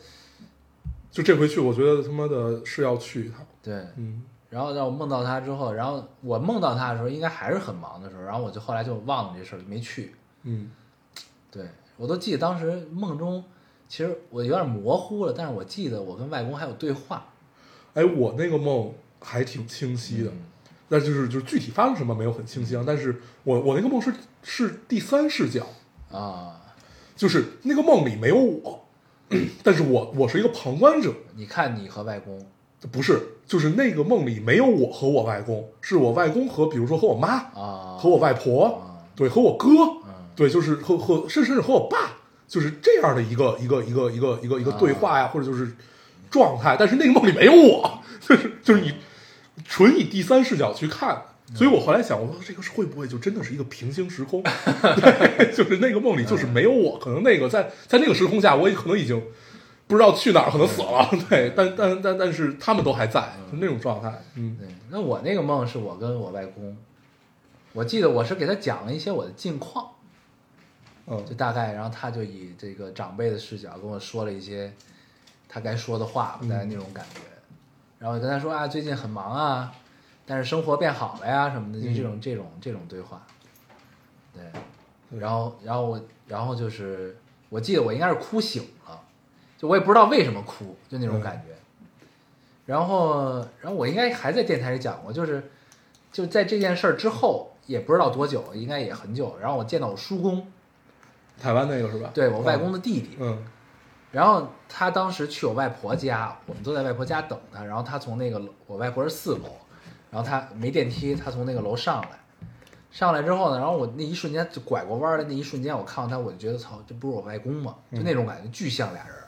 S3: 就这回去，我觉得他妈的是要去一趟。
S1: 对，
S3: 嗯
S1: 然后让我梦到他之后，然后我梦到他的时候，应该还是很忙的时候，然后我就后来就忘了这事儿，就没去。
S3: 嗯
S1: 对我都记得当时梦中，其实我有点模糊了，但是我记得我跟外公还有对话。
S3: 哎，我那个梦还挺清晰的，但就是就是具体发生什么没有很清晰啊。但是我我那个梦是是第三视角，
S1: 啊，
S3: 就是那个梦里没有我， 但是我我是一个旁观者，
S1: 你看你和外公，
S3: 不是，就是那个梦里没有我和我外公，是我外公和比如说和我妈
S1: 啊
S3: 和我外婆
S1: 啊，
S3: 对，和我哥
S1: 嗯，
S3: 对，就是和和甚至是和我爸，就是这样的一个一个一个一个一个一个对话
S1: 啊
S3: 呀，或者就是状态，但是那个梦里没有我，就是就是你纯以第三视角去看。所以我后来想，我说这个是会不会就真的是一个平行时空？ 对就是那个梦里就是没有我，可能那个在在那个时空下，我也可能已经不知道去哪儿，可能死了。 对，但但但但是他们都还在，就那种状态。嗯
S1: 对，那我那个梦是我跟我外公，我记得我是给他讲了一些我的近况，
S3: 嗯
S1: 就大概，然后他就以这个长辈的视角跟我说了一些他该说的话，大概那种感觉。然后我跟他说啊，最近很忙啊，但是生活变好了呀什么的，就这种、这种这种对话。对，然后然后我然后就是我记得我应该是哭醒了，就我也不知道为什么哭，就那种感觉。然后然后我应该还在电台里讲过，就是就在这件事儿之后也不知道多久，应该也很久。然后我见到我叔公，
S3: 台湾那个是吧？
S1: 对我外公的弟弟，
S3: 嗯，
S1: 然后他当时去我外婆家，我们都在外婆家等他。然后他从那个楼我外婆是四楼，然后他没电梯，他从那个楼上来，上来之后呢，然后我那一瞬间就拐过弯儿的那一瞬间，我看到他，我就觉得操，这不是我外公吗？
S3: 嗯
S1: 就那种感觉，巨像俩人儿。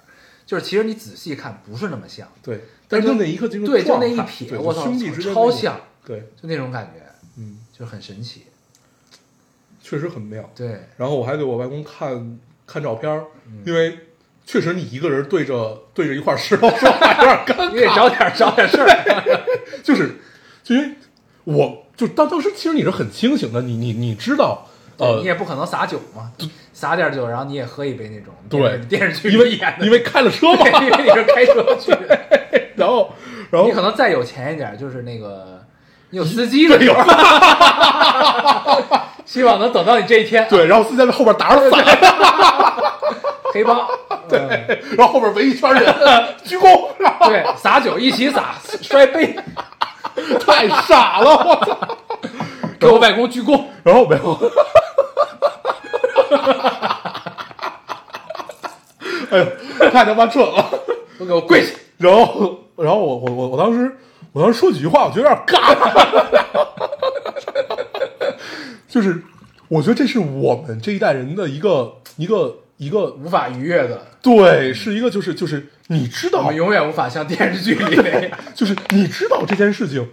S1: 就是其实你仔细看，不是那么像，
S3: 对，
S1: 但
S3: 但
S1: 是
S3: 就那一刻，就是
S1: 对就
S3: 状态
S1: 那一瞥
S3: 对
S1: 我
S3: 就
S1: 操
S3: 兄弟之间
S1: 超
S3: 那种
S1: 像，
S3: 对，
S1: 就那种感觉，
S3: 嗯，
S1: 就很神奇。
S3: 确实很妙。
S1: 对，
S3: 然后我还给我外公看看照片儿，
S1: 嗯
S3: 因为确实你一个人对着对着一块石头说话有点尴尬，
S1: 你得找点儿找点儿事儿。
S3: 就是，就因为我就当当时其实你是很清醒的，你你你知道，
S1: 对
S3: 呃
S1: 你，也不可能撒酒嘛，撒点儿酒，然后你也喝一杯那种。
S3: 对
S1: 电视剧
S3: 因为
S1: 里演的，
S3: 因为开了车嘛，
S1: 对因为你是开车去的。
S3: 然后然后
S1: 你可能再有钱一点，就是那个你有司机的
S3: 哎
S1: 时候，希望能等到你这一天。，
S3: 对，然后司机在后边打着伞，
S1: 黑 帮，嗯对
S3: 然后后边围一圈人 鞠躬，然后
S1: 对，撒酒一起撒，摔 杯，
S3: 太傻了，我操！
S1: 给我外公鞠躬。
S3: 然后 没有，哎呦，太他妈蠢了。
S1: 都给我跪下！
S3: 然后，然后我我我我当时，我当时说几句话，我觉得有点尬， 就是我觉得这是我们这一代人的一个一个一个，
S1: 无法逾越的，
S3: 对，是一个就是就是你知
S1: 我
S3: 道
S1: 们，永远无法像电视剧里那样。
S3: 就是你知道这件事情，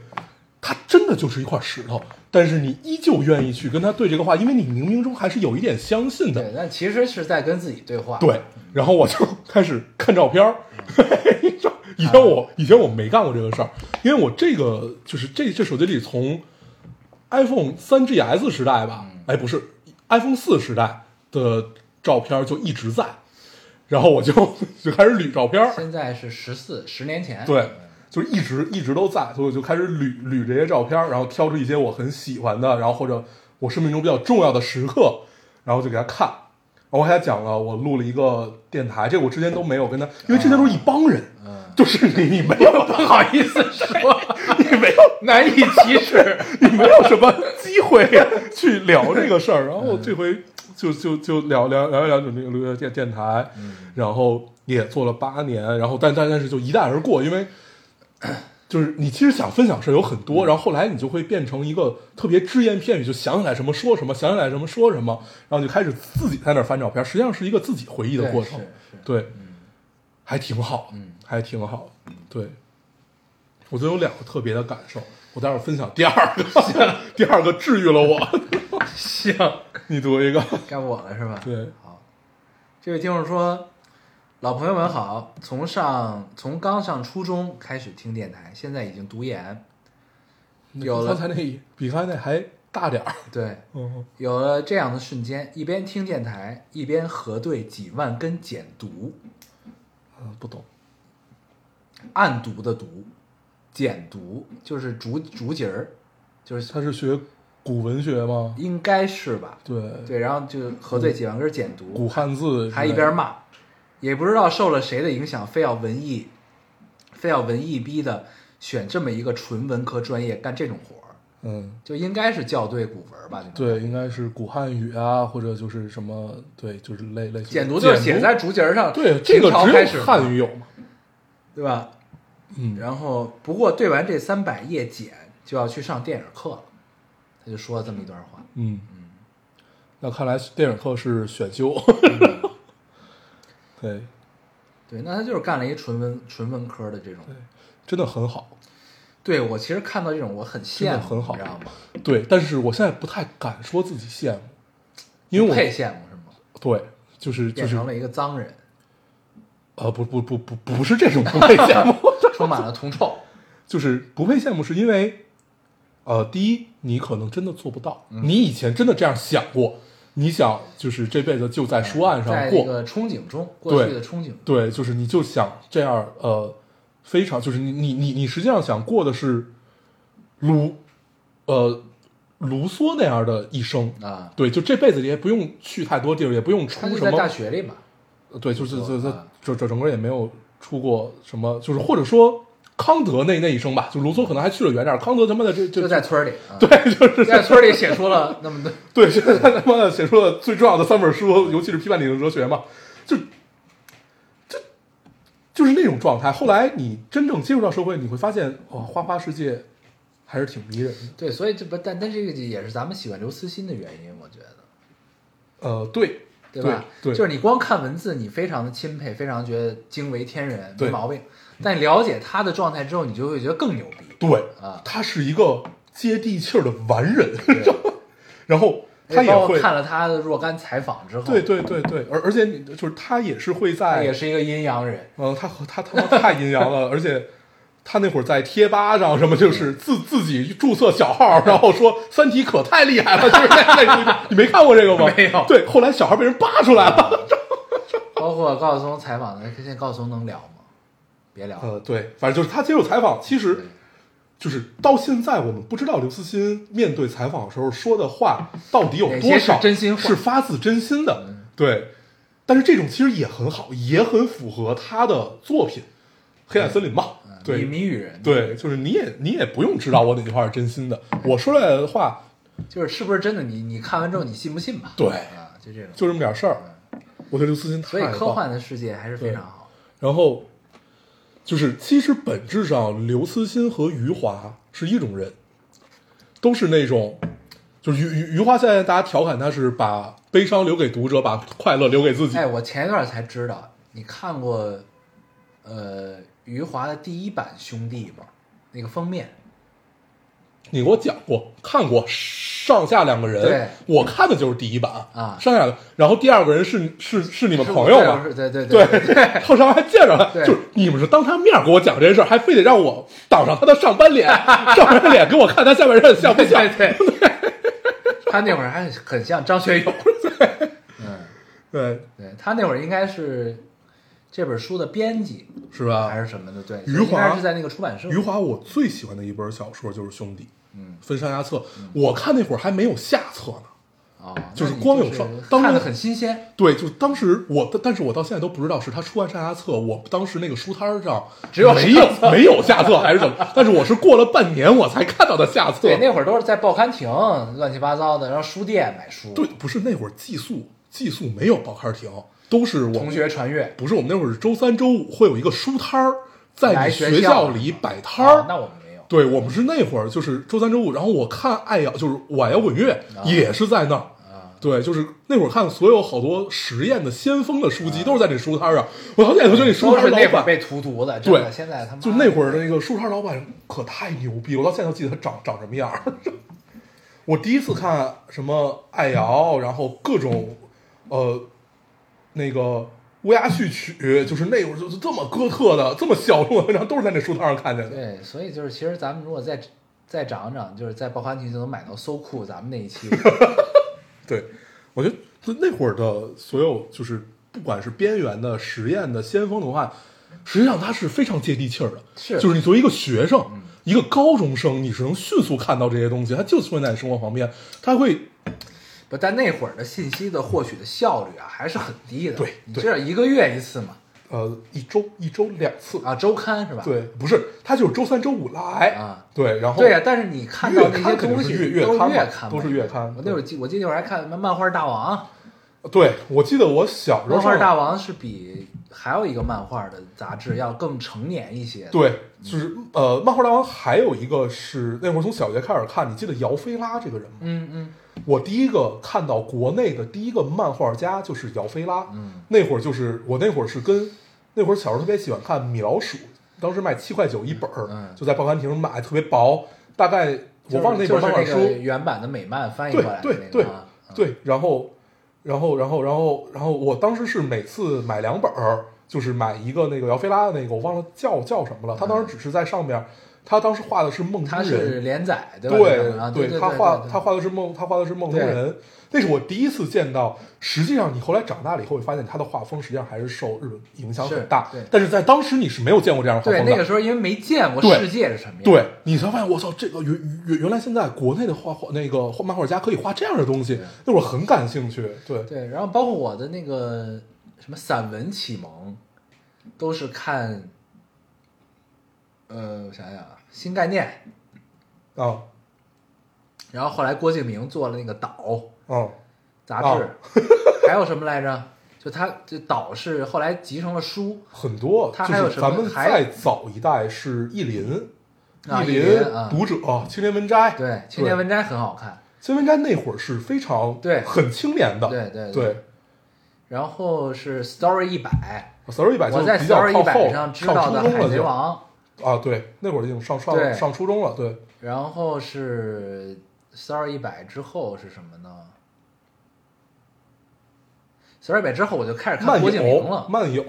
S3: 它真的就是一块石头，但是你依旧愿意去跟他对这个话，因为你冥冥中还是有一点相信的
S1: 对，，但其实是在跟自己对话。
S3: 对，然后我就 开始看照片儿。 以前我以前我没干过这个事儿，因为我这个就是这这手机里从 iPhone 三 GS 时代吧，哎不是 iPhone 四时代的照片儿就一直在，然后我就 就开始捋照片儿，
S1: 现在是十四十年前。
S3: 对，就是一直一直都在，所以我就开始捋捋这些照片儿，然后挑出一些我很喜欢的，然后或者我生命中比较重要的时刻，然后就给他看。然后我还讲了，我录了一个电台，这个我之前都没有跟他，因为之前都是一帮人，就是你你没 有嗯不好意思说，你没有
S1: 难以启齿。
S3: 你没有什么机会去聊这个事儿。然后这回
S1: 嗯
S3: 就就就聊聊聊一聊就那个留学电电台，
S1: 嗯
S3: 然后也做了八年，然后但但但是就一带而过，因为 就是你其实想分享事儿有很
S1: 嗯
S3: 多，然后后来你就会变成一个特别只言片语，就想起来什么说什么，想起来什么说什么，然后就开始自己在那儿翻照片，实际上是一个自己回忆的
S1: 对
S3: 过程
S1: 是，
S3: 对，
S1: 嗯
S3: 还挺好，嗯，还挺好，对。我都有两个特别的感受，我待会儿分享第二个， 第二个治愈了我。
S1: 行，
S3: 你读一个，
S1: 该我了是吧？
S3: 对，
S1: 好，这位听众说：“老朋友们好，从上从刚上初中开始听电台，现在已经读研，有
S3: 刚才
S1: 了
S3: 那比刚才那还大点儿。
S1: 对，
S3: 嗯，
S1: 有了这样的瞬间，一边听电台，一边核对几万根简读，
S3: 啊不懂。
S1: 暗读的读，简读就是竹竹节儿，就是
S3: 他是学古文学吗？
S1: 应该是吧？
S3: 对，
S1: 对，然后就核对几万根简读，
S3: 古汉字之类的。
S1: 还一边骂，也不知道受了谁的影响，非要文艺，非要文艺逼的选这么一个纯文科专业干这种活儿，
S3: 嗯，
S1: 就应该是校对古文吧？那种，
S3: 对，应该是古汉语啊，或者就是什么，对，就是类类似
S1: 简读就是写在竹节儿上，
S3: 对这
S1: 清
S3: 个
S1: 朝开
S3: 只
S1: 始
S3: 有
S1: 嘛
S3: 汉语有嘛。
S1: 对吧？
S3: 嗯，
S1: 然后不过对完这三百页简就要去上电影课了，他就说了这么一段 话。
S3: 嗯那看来电影课是 选修。对，
S1: 对，那他就是干了一纯文纯文科的这种。
S3: 真的很好。
S1: 对我其实看到这种我很羡
S3: 真
S1: 慕，
S3: 的很好
S1: 你知道吗？
S3: 对，但是我现在不太敢说自己羡慕，因为
S1: 不
S3: 我
S1: 配羡慕是吗？
S3: 对，就是就
S1: 变
S3: 是
S1: 成了一个脏人，
S3: 呃，不不不不不是这种不配羡 慕，
S1: 充满了铜臭。
S3: 就是不配羡慕是因为，呃，第一，你可能真的做不到，
S1: 嗯
S3: 你以前真的这样想过，你想就是这辈子就在书案上
S1: 哎在
S3: 过，
S1: 那个憧憬中，过去
S3: 对
S1: 的憧憬，
S3: 对，就是你就想这样，呃，非常就是你你你你实际上想过的是鲁，呃，卢梭那样的一生。
S1: 啊，
S3: 对，就这辈子也不用去太多地儿，也不用
S1: 他
S3: 出
S1: 就
S3: 什
S1: 在
S3: 么
S1: 大学里嘛，
S3: 对，就是
S1: 说
S3: 这这
S1: 啊
S3: 这这整个也没有出过什么，就是或者说康德那那一生吧，就卢梭可能还去了远点儿，康德他妈的这这
S1: 就在村里， 啊、
S3: 对，就是
S1: 在村里写出了那么多，
S3: 对，这是他他妈的写出了最重要的三本书，尤其是批判理论哲学嘛，就这就是那种状态。后来你真正接触到社会，你会发现，哦，花花世界还是挺迷人的。
S1: 对，所以这不，但但这个也是咱们喜欢刘慈欣的原因，我觉得，
S3: 呃，对，
S1: 对吧？
S3: 对，对
S1: 就是你光看文字，你非常的钦佩，非常觉得惊为天人，没
S3: 对
S1: 毛病。但了解他的状态之后，你就会觉得更牛逼。
S3: 对
S1: 啊
S3: 他是一个接地气儿的完人，
S1: 对
S3: 然后他也
S1: 哎包括
S3: 会。
S1: 看了他的若干采访之后，
S3: 对，对对对，而而且你就是他也是会
S1: 他
S3: 在，
S1: 也是一个阴阳人，
S3: 嗯，他和他他妈太阴阳了，而且他那会儿在贴吧上什么，就是自自己注册小号，然后说《三体》可太厉害了，就是那那你你没看过这个吗？
S1: 没有
S3: 对，后来小孩被人扒出来了。
S1: 包括高晓松采访的，现在高晓松能聊吗？别聊了，
S3: 呃，对，反正就是他接受采访，其
S1: 对
S3: 实就是到现在我们不知道刘慈欣面对采访的时候说的话到底有
S1: 哪些
S3: 多
S1: 是
S3: 少
S1: 真心话嗯
S3: 是发自真心的，对。但是这种其实也很好，也很符合他的作品《黑暗森林》嘛，
S1: 嗯
S3: 对，
S1: 你谜语人，，
S3: 对，就是你也你也不用知道我哪句话是真心的，我说出来的话
S1: 就是是不是真的你？你看完之后你信不信吧？
S3: 对
S1: 啊，就这种，
S3: 就这么点事儿。我觉得刘慈欣太
S1: 所以
S3: 棒了
S1: 科幻的世界还是非常好。
S3: 然后就是其实本质上，刘慈欣和余华是一种人，都是那种就是余余余华现在大家调侃他是把悲伤留给读者，把快乐留给自己。
S1: 哎，我前一段才知道，你看过呃余华的第一版《兄弟》吗？那个封面，
S3: 你给我讲过看过上下两个
S1: 对
S3: 人，我看的就是第一版
S1: 啊
S3: 上下两个，然后第二个人是是是你们
S1: 是我
S3: 朋友吗？
S1: 对对对
S3: 对， 后上还见着了，
S1: 对
S3: 就是你们是当他面给我讲这事儿，还非得让我挡上他的上 半脸，上半脸给我看他下半身像不像？
S1: 对对 他那会儿还很像张学友，嗯，
S3: 对，
S1: 对他那会儿应该是这本书的编辑
S3: 是吧
S1: 还？是什么的，对，
S3: 余
S1: 应该
S3: 华
S1: 是在那个出版社，
S3: 余华我最喜欢的一本小说就是《兄弟》，
S1: 嗯，
S3: 分上下册，我看那会儿还没有下册呢。
S1: 啊，
S3: 就是
S1: 那你
S3: 光有
S1: 是
S3: 上当
S1: 看的
S3: 然
S1: 很新鲜，
S3: 对，就当时我，但但是我到现在都不知道是他出完上下册，我当时那个书摊儿上
S1: 只有
S3: 没
S1: 上
S3: 有没有下册还是怎么？但是我是过了半年我才看到的下册
S1: 对，，那会儿都是在报刊亭乱七八糟的，然后书店买书，
S3: 对，，不是那会儿寄宿，寄宿没有报刊亭，都是我们
S1: 同学传阅，
S3: 不是我们那会儿是周三、周五会有一个书摊儿，在
S1: 来
S3: 你
S1: 学
S3: 学
S1: 校
S3: 校里摆摊
S1: 啊
S3: 儿。
S1: 那我们没有，
S3: 对我们是那会儿就是周三、周五，然后我看爱摇就是我爱摇滚乐、
S1: 啊
S3: 也是在那儿。对，就是那会儿看所有好多实验的先锋的书籍都是在那书摊儿上。我好像就觉得那书
S1: 啊都
S3: 摊儿
S1: 是那会
S3: 老
S1: 儿
S3: 板，
S1: 被荼毒的，真
S3: 对
S1: 的，现在他妈
S3: 就那
S1: 儿
S3: 会儿那个书摊儿老板可太牛逼了，我到现在都记得他长长什么样儿。 我第一次看什么爱瑶，然后各种呃那个乌鸦序曲，就是那会儿就是这么哥特的、这么小众的文章，都是在那书摊上看见的。
S1: 对，所以就是其实咱们如果再再涨涨，就是在报刊亭就能买到搜酷咱们那一 期
S3: 对，我觉得就那会儿的所有就是不管是边缘的、实验的、先锋的文案，实际上它是非常接地气儿的。
S1: 是嗯
S3: 就是你作为一个学生、一个高中生，你是能迅速看到这些东西，它就出现在你生活旁边，它会
S1: 不，但那会儿的信息的获取的效率啊还是很低的。
S3: 对
S1: 你
S3: 对
S1: 至少一个月一次嘛，
S3: 呃一周一周两次。
S1: 啊，周刊是吧？
S3: 对，不是，它就是周三、周五来
S1: 啊。
S3: 对，然后
S1: 对呀、但是你看到那些
S3: 月刊肯定
S1: 东
S3: 是
S1: 西
S3: 月月
S1: 都
S3: 刊嘛
S1: 月刊嘛，
S3: 都是月刊
S1: 我那会儿记，我记得那会儿还看什么《漫画大王》，
S3: 对，我记得我小
S1: 《
S3: 时候
S1: 漫画
S3: 上
S1: 大王》是比还有一个漫画的杂志要更成年一些的。
S3: 对，就是呃，漫画大王还有一个是那会儿从小学开始看，你记得姚菲拉这个人吗？
S1: 嗯嗯，
S3: 我第一个看到国内的第一个漫画家就是姚菲拉，
S1: 嗯，
S3: 那会儿就是我那会儿是跟那会儿小时候特别喜欢看米老鼠，当时卖七块九一本儿，
S1: 嗯
S3: 就在报刊亭买，特别薄，大概我忘了
S1: 就是
S3: 本漫画
S1: 就是那个
S3: 书，
S1: 原版的美漫翻译过
S3: 对
S1: 来的
S3: 对
S1: 那
S3: 对
S1: 个啊。
S3: 对，然后然后然后然后然后我当时是每次买两本儿，就是买一个那个姚菲拉的那个，我忘了叫叫什么了，他当时只是在上面他当时画的是梦中
S1: 他
S3: 人，
S1: 是连载对吧？
S3: 对
S1: 啊，对对
S3: 他画
S1: 画
S3: 他画的是梦，他画的是梦中人。那是我第一次见到，实际上你后来长大了以后会发现，他的画风实际上还是受日本影响很大
S1: 是对。
S3: 但是在当时你是没有见过这样的画
S1: 对
S3: 风
S1: 那个
S3: 的。
S1: 时候因为没见过
S3: 对
S1: 世界是什么样，
S3: 对，你才发现，我操，这个原原原来现在国内的画画那个画漫画家可以画这样的东西，那会儿很感兴趣。对，
S1: 对，然后包括我的那个什么散文启蒙，都是看，呃，我想想啊，新概念，
S3: 啊
S1: 然后后来郭敬明做了那个岛
S3: 啊
S1: 杂
S3: 哦
S1: 志， 还有什么来着？就他这岛是后来集成了书
S3: 很多，
S1: 他
S3: 就
S1: 还有
S3: 是
S1: 什么
S3: 咱们
S1: 还
S3: 再早一代是意林，
S1: 啊，
S3: 意
S1: 意林啊，
S3: 读者、青年文摘，
S1: 对，青年文摘很好看。
S3: 青年文摘那会儿是非常
S1: 对
S3: 很清廉的，
S1: 对对对
S3: 对。
S1: 然后是 Story 一百，
S3: Story 一百
S1: 我
S3: 就
S1: 在
S3: 比较
S1: Story
S3: 靠
S1: 一百
S3: 后，
S1: 上知
S3: 上
S1: 道
S3: 初
S1: 的
S3: 中
S1: 海
S3: 了
S1: 贼
S3: 就
S1: 王，
S3: 啊，对，那会儿已经上
S1: 对
S3: 上上初中了，对，
S1: 然后是 Story 一百之后是什么呢？Story 一百之后我就开始看
S3: 漫
S1: 郭敬明
S3: 游
S1: 了，
S3: 漫游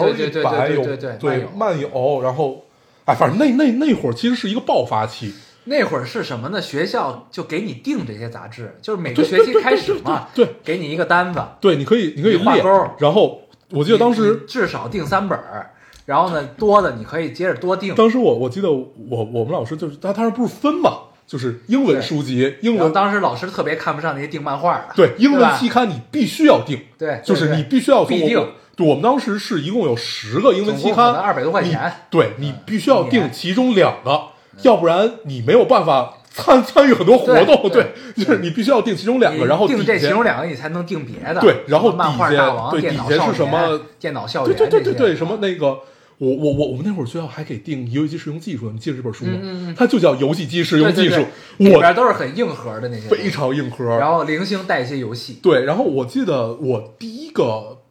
S1: 对对
S3: ，Story
S1: 对
S3: 一百
S1: 对
S3: 有
S1: 对对对
S3: 对
S1: 漫
S3: 漫游，然后哎，反正那那那会儿其实是一个爆发期，
S1: 那会儿是什么呢？学校就给你定这些杂志，就是每个
S3: 对
S1: 学期开始嘛，
S3: 对对对
S1: 给你一个单子，
S3: 对，你可以你可以
S1: 你画
S3: 列
S1: 勾儿，
S3: 然后我记得当
S1: 你
S3: 时
S1: 至少定三本儿，然后呢多的你可以接着多定，
S3: 当时我我记得我我们老师就是他他不是分嘛，就是英文
S1: 对
S3: 书籍，英
S1: 然后
S3: 文
S1: 当时老师特别看不上那些订漫画的，
S3: 对英
S1: 吧
S3: 文期刊你必须要定，
S1: 对，
S3: 就是
S1: 哎对
S3: 你必须要从
S1: 必
S3: 我
S1: 定
S3: 对，我们当时是一共有十个英文期
S1: 总共可
S3: 刊，
S1: 能200块钱嗯
S3: 你对你必须要
S1: 一
S3: 定
S1: 年嗯
S3: 其中两个，要不然你没有办法参参与很多活
S1: 对
S3: 动。对，就是你必须要定其中两
S1: 你
S3: 个，然后
S1: 定
S3: 底
S1: 这其
S3: 下
S1: 中两个，你才能定别的。
S3: 对然后
S1: 什么漫画
S3: 底
S1: 大
S3: 下
S1: 王、
S3: 对
S1: 电
S3: 底
S1: 脑
S3: 下
S1: 少
S3: 是什么
S1: 年电脑校
S3: 对
S1: 园，
S3: 对对对
S1: 这
S3: 对，
S1: 些嗯
S3: 什么那个。我我我我们那会儿学校还给定游戏机使用技术，你记得这本书吗？
S1: 嗯嗯嗯
S3: 它就叫游戏机使
S1: 对
S3: 用
S1: 对
S3: 技术
S1: 对，里
S3: 我
S1: 边都是很硬核的那些东西，
S3: 非常硬核。
S1: 然后零星带一些游戏，
S3: 对，然后我记得我第一个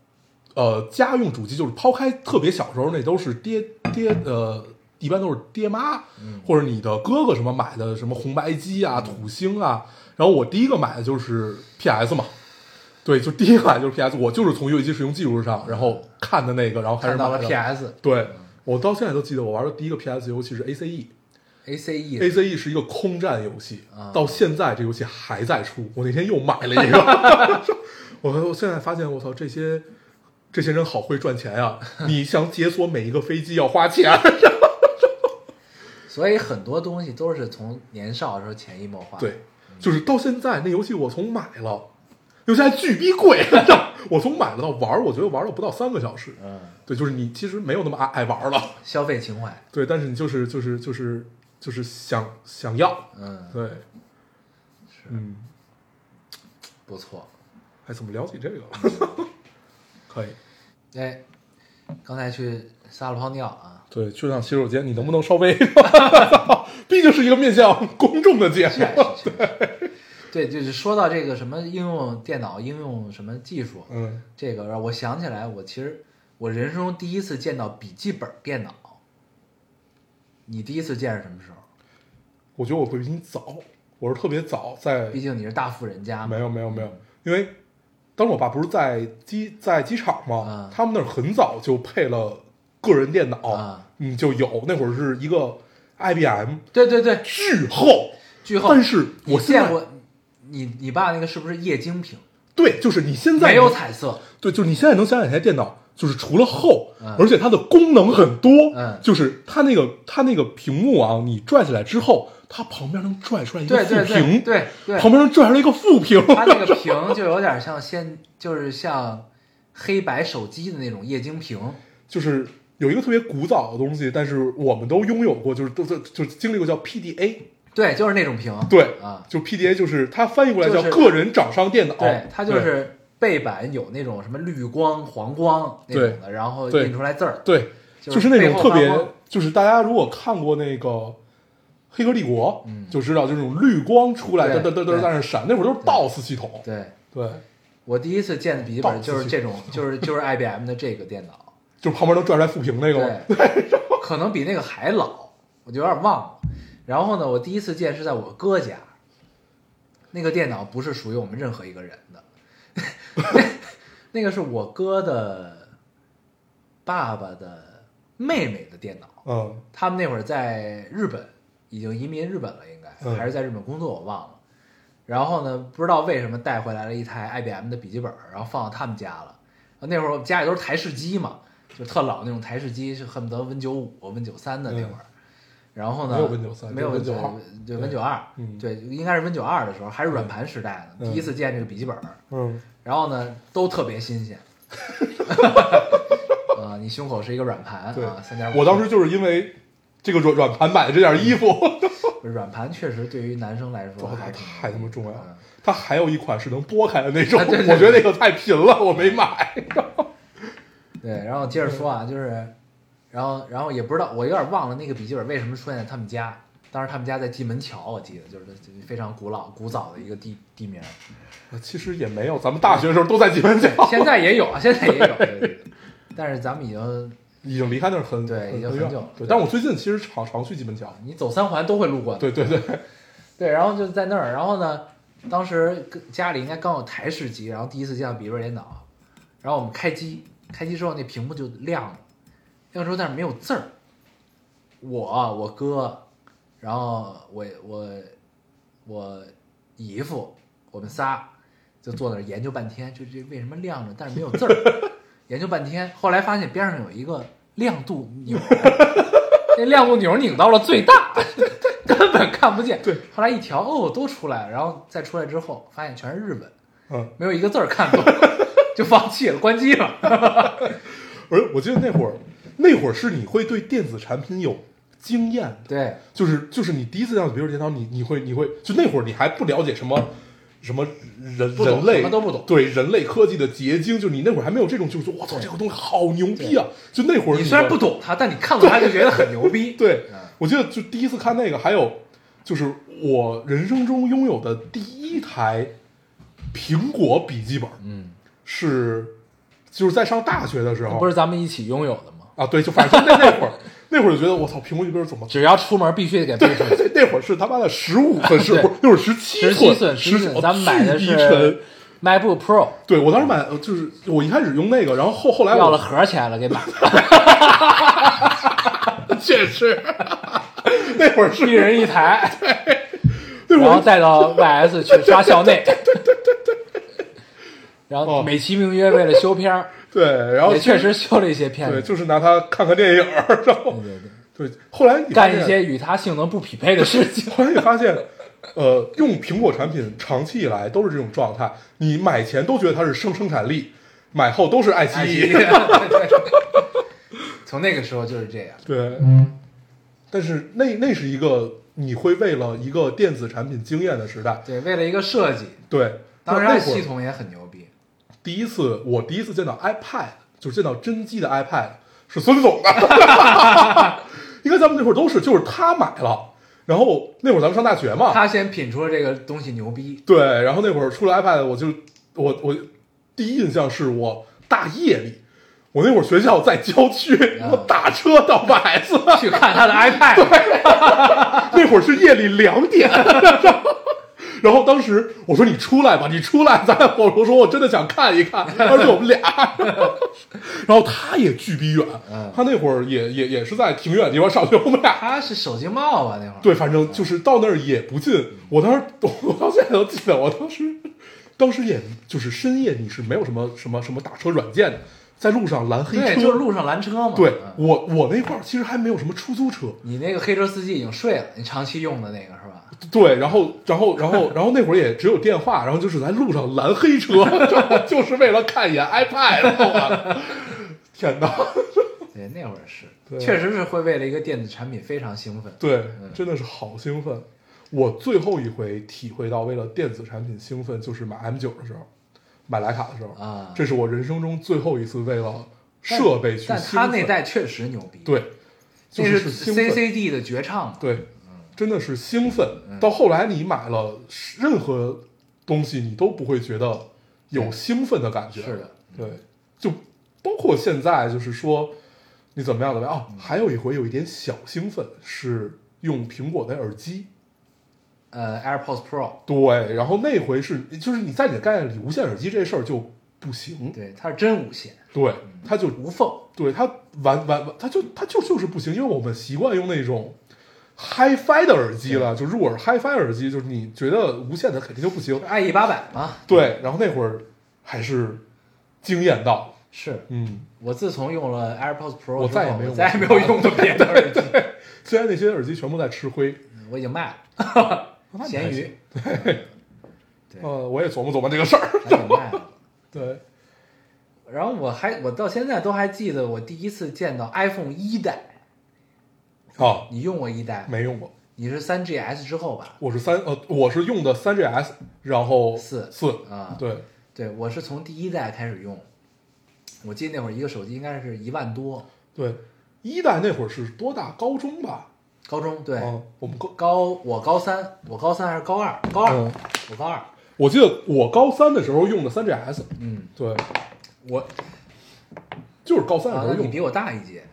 S3: 呃家用主机，就是抛开特别小时候那都是爹爹呃，一般都是爹妈、
S1: 嗯
S3: 或者你的哥哥什么买的什么红白机啊、土星啊，然后我第一个买的就是 PS 嘛。对，就第一个买的就是 PS，我就是从游戏机使用技术上，然后看的那个，然后开
S1: 看
S3: 始
S1: 到了
S3: 买的
S1: PS、
S3: 对，我到现在都记得，我玩的第一个 PS 游戏是 ACE，A E
S1: ACE，
S3: C E 是一个空战游戏
S1: 啊，
S3: 到现在这游戏还在出。我那天又买了一个，我我现在发现，我操，这些这些人好会赚钱呀、你想解锁每一个飞机要花钱，
S1: 所以很多东西都是从年少的时候潜移默化。
S3: 对，就是到现在那游戏我从买了，游戏还巨逼贵， 你知道我从买了到玩儿，我觉得玩了不到三个小时。
S1: 嗯，
S3: 对，就是你其实没有那么爱爱玩儿了，
S1: 消费情怀，
S3: 对，但是你就是就是就是就是想想要，
S1: 嗯，
S3: 对，嗯，
S1: 不错。
S3: 还怎么聊起这个了？ 可以。
S1: 哎，刚才去撒了泡尿 啊，
S3: 对，去趟洗手间，你能不能稍微？ 毕竟是一个面向公众的节
S1: 确
S3: 目。
S1: 实确实。对，就是说到这个什么应用电脑应用什么技术，
S3: 嗯，
S1: 这个让我想起来，我其实我人生中第一次见到笔记本电脑。你第一次见是什么时候？
S3: 我觉得我会比你早，我是特别早在，
S1: 毕竟你是大富人家嘛
S3: 没。有没有没有，因为当时我爸不是在机在机场嘛
S1: 啊，
S3: 他们那儿很早就配了个人电脑
S1: 啊，
S3: 嗯，就有那会儿是一个 IBM
S1: 对对对，
S3: 巨厚，
S1: 巨厚。
S3: 但是
S1: 你
S3: 我现
S1: 见
S3: 在
S1: 过你你爸那个是不是液晶屏？
S3: 对，就是你现在
S1: 没有彩色，
S3: 对，就是你现在能想起来电脑，就是除了厚，
S1: 嗯
S3: 而且它的功能很多，
S1: 嗯
S3: 就是它那个它那个屏幕啊，你拽起来之后，它旁边能拽出来一个
S1: 对
S3: 副
S1: 对对
S3: 屏，
S1: 对对，
S3: 旁边能拽出来一个副屏，
S1: 它那个屏就有点像现，就是像黑白手机的那种液晶屏。
S3: 就是有一个特别古早的东西，但是我们都拥有过，就是都都就是经历过叫 PDA，
S1: 对，就是那种屏。
S3: 对
S1: 啊，
S3: 就 PDA 就是它翻译过来
S1: 就
S3: 叫
S1: 是
S3: 个人掌上电脑，
S1: 对，它就是背板有那种什么绿光、黄光那种的，然后
S3: 对
S1: 印出来字儿。
S3: 对对
S1: 就是
S3: 那种
S1: 背后
S3: 特
S1: 发
S3: 别
S1: 光，
S3: 就是大家如果看过那个《黑客帝国》，
S1: 嗯
S3: 就知道就是那种绿光出来，
S1: 对
S3: 噔噔噔
S1: 对
S3: 噔在那闪，那会儿都是 DOS 系统，
S1: 对，
S3: 对，
S1: 我第一次见的笔记本就是
S3: 棒
S1: 这种，就是就是 IBM 的这个电脑，
S3: 就旁边能拽出来副屏那个吗，
S1: 对，可能比那个还老，我就有点忘了。然后呢，我第一次见是在我哥家，那个电脑不是属于我们任何一个人的， 那那个是我哥的爸爸的妹妹的电脑，
S3: 嗯
S1: 他们那会儿在日本已经移民日本了，应该、
S3: 嗯
S1: 还是在日本工作，我忘了。然后呢，不知道为什么带回来了一台 IBM 的笔记本，然后放到他们家了。那会儿我们家里都是台式机嘛，就特老那种台式机，是恨不得 Win 九五、Win 九三的那会儿。然后呢，
S3: 嗯没有 Win 93
S1: 没有
S3: 就是
S1: Win
S3: 92
S1: 对 Win 九二，
S3: 嗯
S1: 对，应该是 Win 九二的时候，还是软盘时代呢，
S3: 嗯
S1: 第一次见这个笔记本。
S3: 嗯
S1: 然后呢，都特别新鲜。 呃，你胸口是一个软盘
S3: 对
S1: 啊，三点五。
S3: 我当时就是因为这个软软盘买的这件衣服，
S1: 软盘确实对于男生来说
S3: 哇
S1: 还挺
S3: 太他妈重要了
S1: 嗯。
S3: 它还有一款是能剥开的那种，
S1: 啊对对
S3: 我觉得那个太贫了，我没买。
S1: 对，然后接着说啊，就是，然后然后也不知道，我有点忘了那个笔记本为什么出现在他们家。当时他们家在蓟门桥，我记得就是就是非常古老古早的一个地地名。
S3: 其实也没有，咱们大学的时候都在几分角，
S1: 现在也有，啊，现在也有，对对对 但是咱们已经，
S3: 已经离开那儿很
S1: 对已经很
S3: 很远
S1: 久了
S3: 对，
S1: 对
S3: 但我最近其实常常去金门桥。
S1: 你走三环都会路过的。
S3: 对对对，
S1: 对，然后就在那儿，然后呢，当时跟家里应该刚有台式机，然后第一次见到笔记本电脑，然后我们开机，开机之后那屏幕就亮了，亮之后但是没有字儿，我我哥，然后我我我姨父，我们仨就坐那儿研究半天，就这为什么亮着但是没有字儿，研究半天，后来发现边上有一个亮度钮，那亮度钮拧到了最大， 根本看不见。
S3: 对，
S1: 后来一调哦都出来了，然后再出来之后发现全是日文，
S3: 嗯，
S1: 没有一个字儿看懂， 就放弃了，关机 了。
S3: 而我记得那会儿，那会儿是你会对电子产品有经验的，
S1: 对，
S3: 就是就是你第一次见到比如电脑，你你会你会就那会儿你还不了解什么什么人
S1: 不懂
S3: 人类
S1: 什么都不懂
S3: 对人类科技的结晶，就你那会儿还没有这种，就是我操这个东西好牛逼啊！就那会儿
S1: 你虽然
S3: 的
S1: 不懂它，但你看到它就觉得很牛 逼。
S3: 对
S1: 嗯，
S3: 我记得就第一次看那个，还有就是我人生中拥有的第一台苹果笔记本
S1: 嗯，啊
S3: 是就是在上大学的时候，
S1: 不是咱们一起拥有的吗？
S3: 啊，对，就反正就那那会儿那会儿就觉得我操苹果笔记本怎么
S1: 只要出门必须得给背出来。
S3: 对，那会儿是他妈的十五寸，是不是？那会儿十七
S1: 十七寸，
S3: 寸，十
S1: 十七寸，哦咱们买的
S3: 巨低沉
S1: 是 MacBook Pro，
S3: 对我当时买，呃就是我一开始用那个，然后后后来
S1: 要
S3: 我
S1: 了盒儿钱了， 给买了，
S3: 确实， 那会儿
S1: 一
S3: 是
S1: 人一台，
S3: 那会
S1: 然后
S3: 儿
S1: 带到 YS 去刷校内，对哦对对然后美其名曰为了修片儿，
S3: 对，然后
S1: 也确实修了一些片
S3: 对，
S1: 子，
S3: 就是拿它看看电影儿，然后
S1: 对对
S3: 对，后来你
S1: 干
S3: 发
S1: 一
S3: 现
S1: 些与它性能不匹配的事 情。
S3: 后来你发现，呃，用苹果产品长期以来都是这种状态，你买前都觉得它是生生产力，买后都是爱奇艺。
S1: 对对 从那个时候就是这样，
S3: 对，但是那那是一个你会为了一个电子产品惊艳的时代。
S1: 对，为了一个设计，
S3: 对，
S1: 当
S3: 那
S1: 然
S3: 那会儿
S1: 系统也很牛逼，
S3: 第一次我第一次见到 iPad，就是见到真机的 iPad 是孙总 的，应该咱们那会儿都是，就是他买了，然后那会儿咱们上大学嘛，
S1: 他先品出了这个东西牛逼，
S3: 对，然后那会儿出了 iPad，我就我我第一印象是我大夜里，我那会儿学校在郊区，
S1: 啊
S3: 我打车到 YS，
S1: 去看他的 iPad，
S3: 那会儿是夜里两点。然后当时我说你出来吧，你出来，咱俩我我说我真的想看一看，而且我们俩，然后他也距离远
S1: 嗯，
S3: 他那会儿也也也是在挺远的地方上学，我们俩
S1: 他是手机帽吧那会儿，
S3: 对，反正就是到那儿也不近。我当时，我到现在都记得，我当时，当时也就是深夜，你是没有什么什么什么打车软件的，在路上拦黑
S1: 对，
S3: 车。
S1: 就是路上拦车嘛。
S3: 对
S1: 嗯
S3: 我我那块儿其实还没有什么出租车。
S1: 你那个黑车司机已经睡了，你长期用的那个是吧？
S3: 对，然后然后然后然后那会儿也只有电话，然后就是在路上拦黑车， 就就是为了看一眼 iPad 我。天哪！
S1: 对，那会儿是，
S3: 对
S1: 确实是会为了一个电子产品非常兴奋。
S3: 对，真的是好兴奋。我最后一回体会到为了电子产品兴奋，就是买 M 九的时候，买徕卡的时候
S1: 啊
S3: 这是我人生中最后一次为了
S1: 但
S3: 设备去
S1: 但
S3: 兴
S1: 他
S3: 奋。
S1: 那代确实牛逼，，
S3: 对，就
S1: 那
S3: 是兴奋，
S1: CCD 的绝唱嘛。
S3: 对，真的是兴
S1: 嗯
S3: 奋。到后来你买了任何东西，你都不会觉得有兴奋的感觉。
S1: 是的，嗯
S3: 对，就包括现在，就是说你怎么样怎么样
S1: 嗯
S3: 哦。还有一回有一点小兴奋，是用苹果的耳机。
S1: 呃，AirPods Pro，
S3: 对，然后那回是就是你在你的概念里，无线耳机这事儿就不行，
S1: 对，它是真无线，
S3: 对，他就
S1: 无缝，
S3: 对他完完完，他就他就就是不行，因为我们习惯用那种 HiFi 的耳机了，就入耳 HiFi 耳机，就是你觉得无线的肯定就不行。
S1: 爱意八百嘛。
S3: 对，然后那会儿还是惊艳到，
S1: 是
S3: 嗯，
S1: 我自从用了 AirPods Pro，
S3: 我
S1: 之
S3: 再也
S1: 后
S3: 没用过
S1: 再也没有用过别的耳机，
S3: 虽然那些耳机全部在吃灰，
S1: 我已经卖
S3: 那
S1: 了，
S3: 你
S1: 闲
S3: 还
S1: 鱼
S3: 行，
S1: 对
S3: 呃，我也琢磨琢磨这个事儿。
S1: 还给卖了。
S3: 对，
S1: 然后我还我到现在都还记得我第一次见到 iPhone 一代，
S3: 啊，
S1: 你用过一代？
S3: 没用过，
S1: 你是三 GS 之后吧？
S3: 我是三呃，我是用的三 GS，然后
S1: 四
S3: 四
S1: 啊
S3: 对，
S1: 对，我是从第一代开始用。我记得那会儿一个手机应该是一万多，
S3: 对，一代那会儿是多大？高中吧？
S1: 高中对，
S3: 嗯，我们高，
S1: 高我高三，我高三还是高二？高二，
S3: 嗯
S1: 我高二。
S3: 我记得我高三的时候用的三 GS，
S1: 嗯，
S3: 对，
S1: 我
S3: 就是高三的
S1: 啊
S3: 时，
S1: 那
S3: 候
S1: 你
S3: 用
S1: 比
S3: 的，
S1: 我大一届，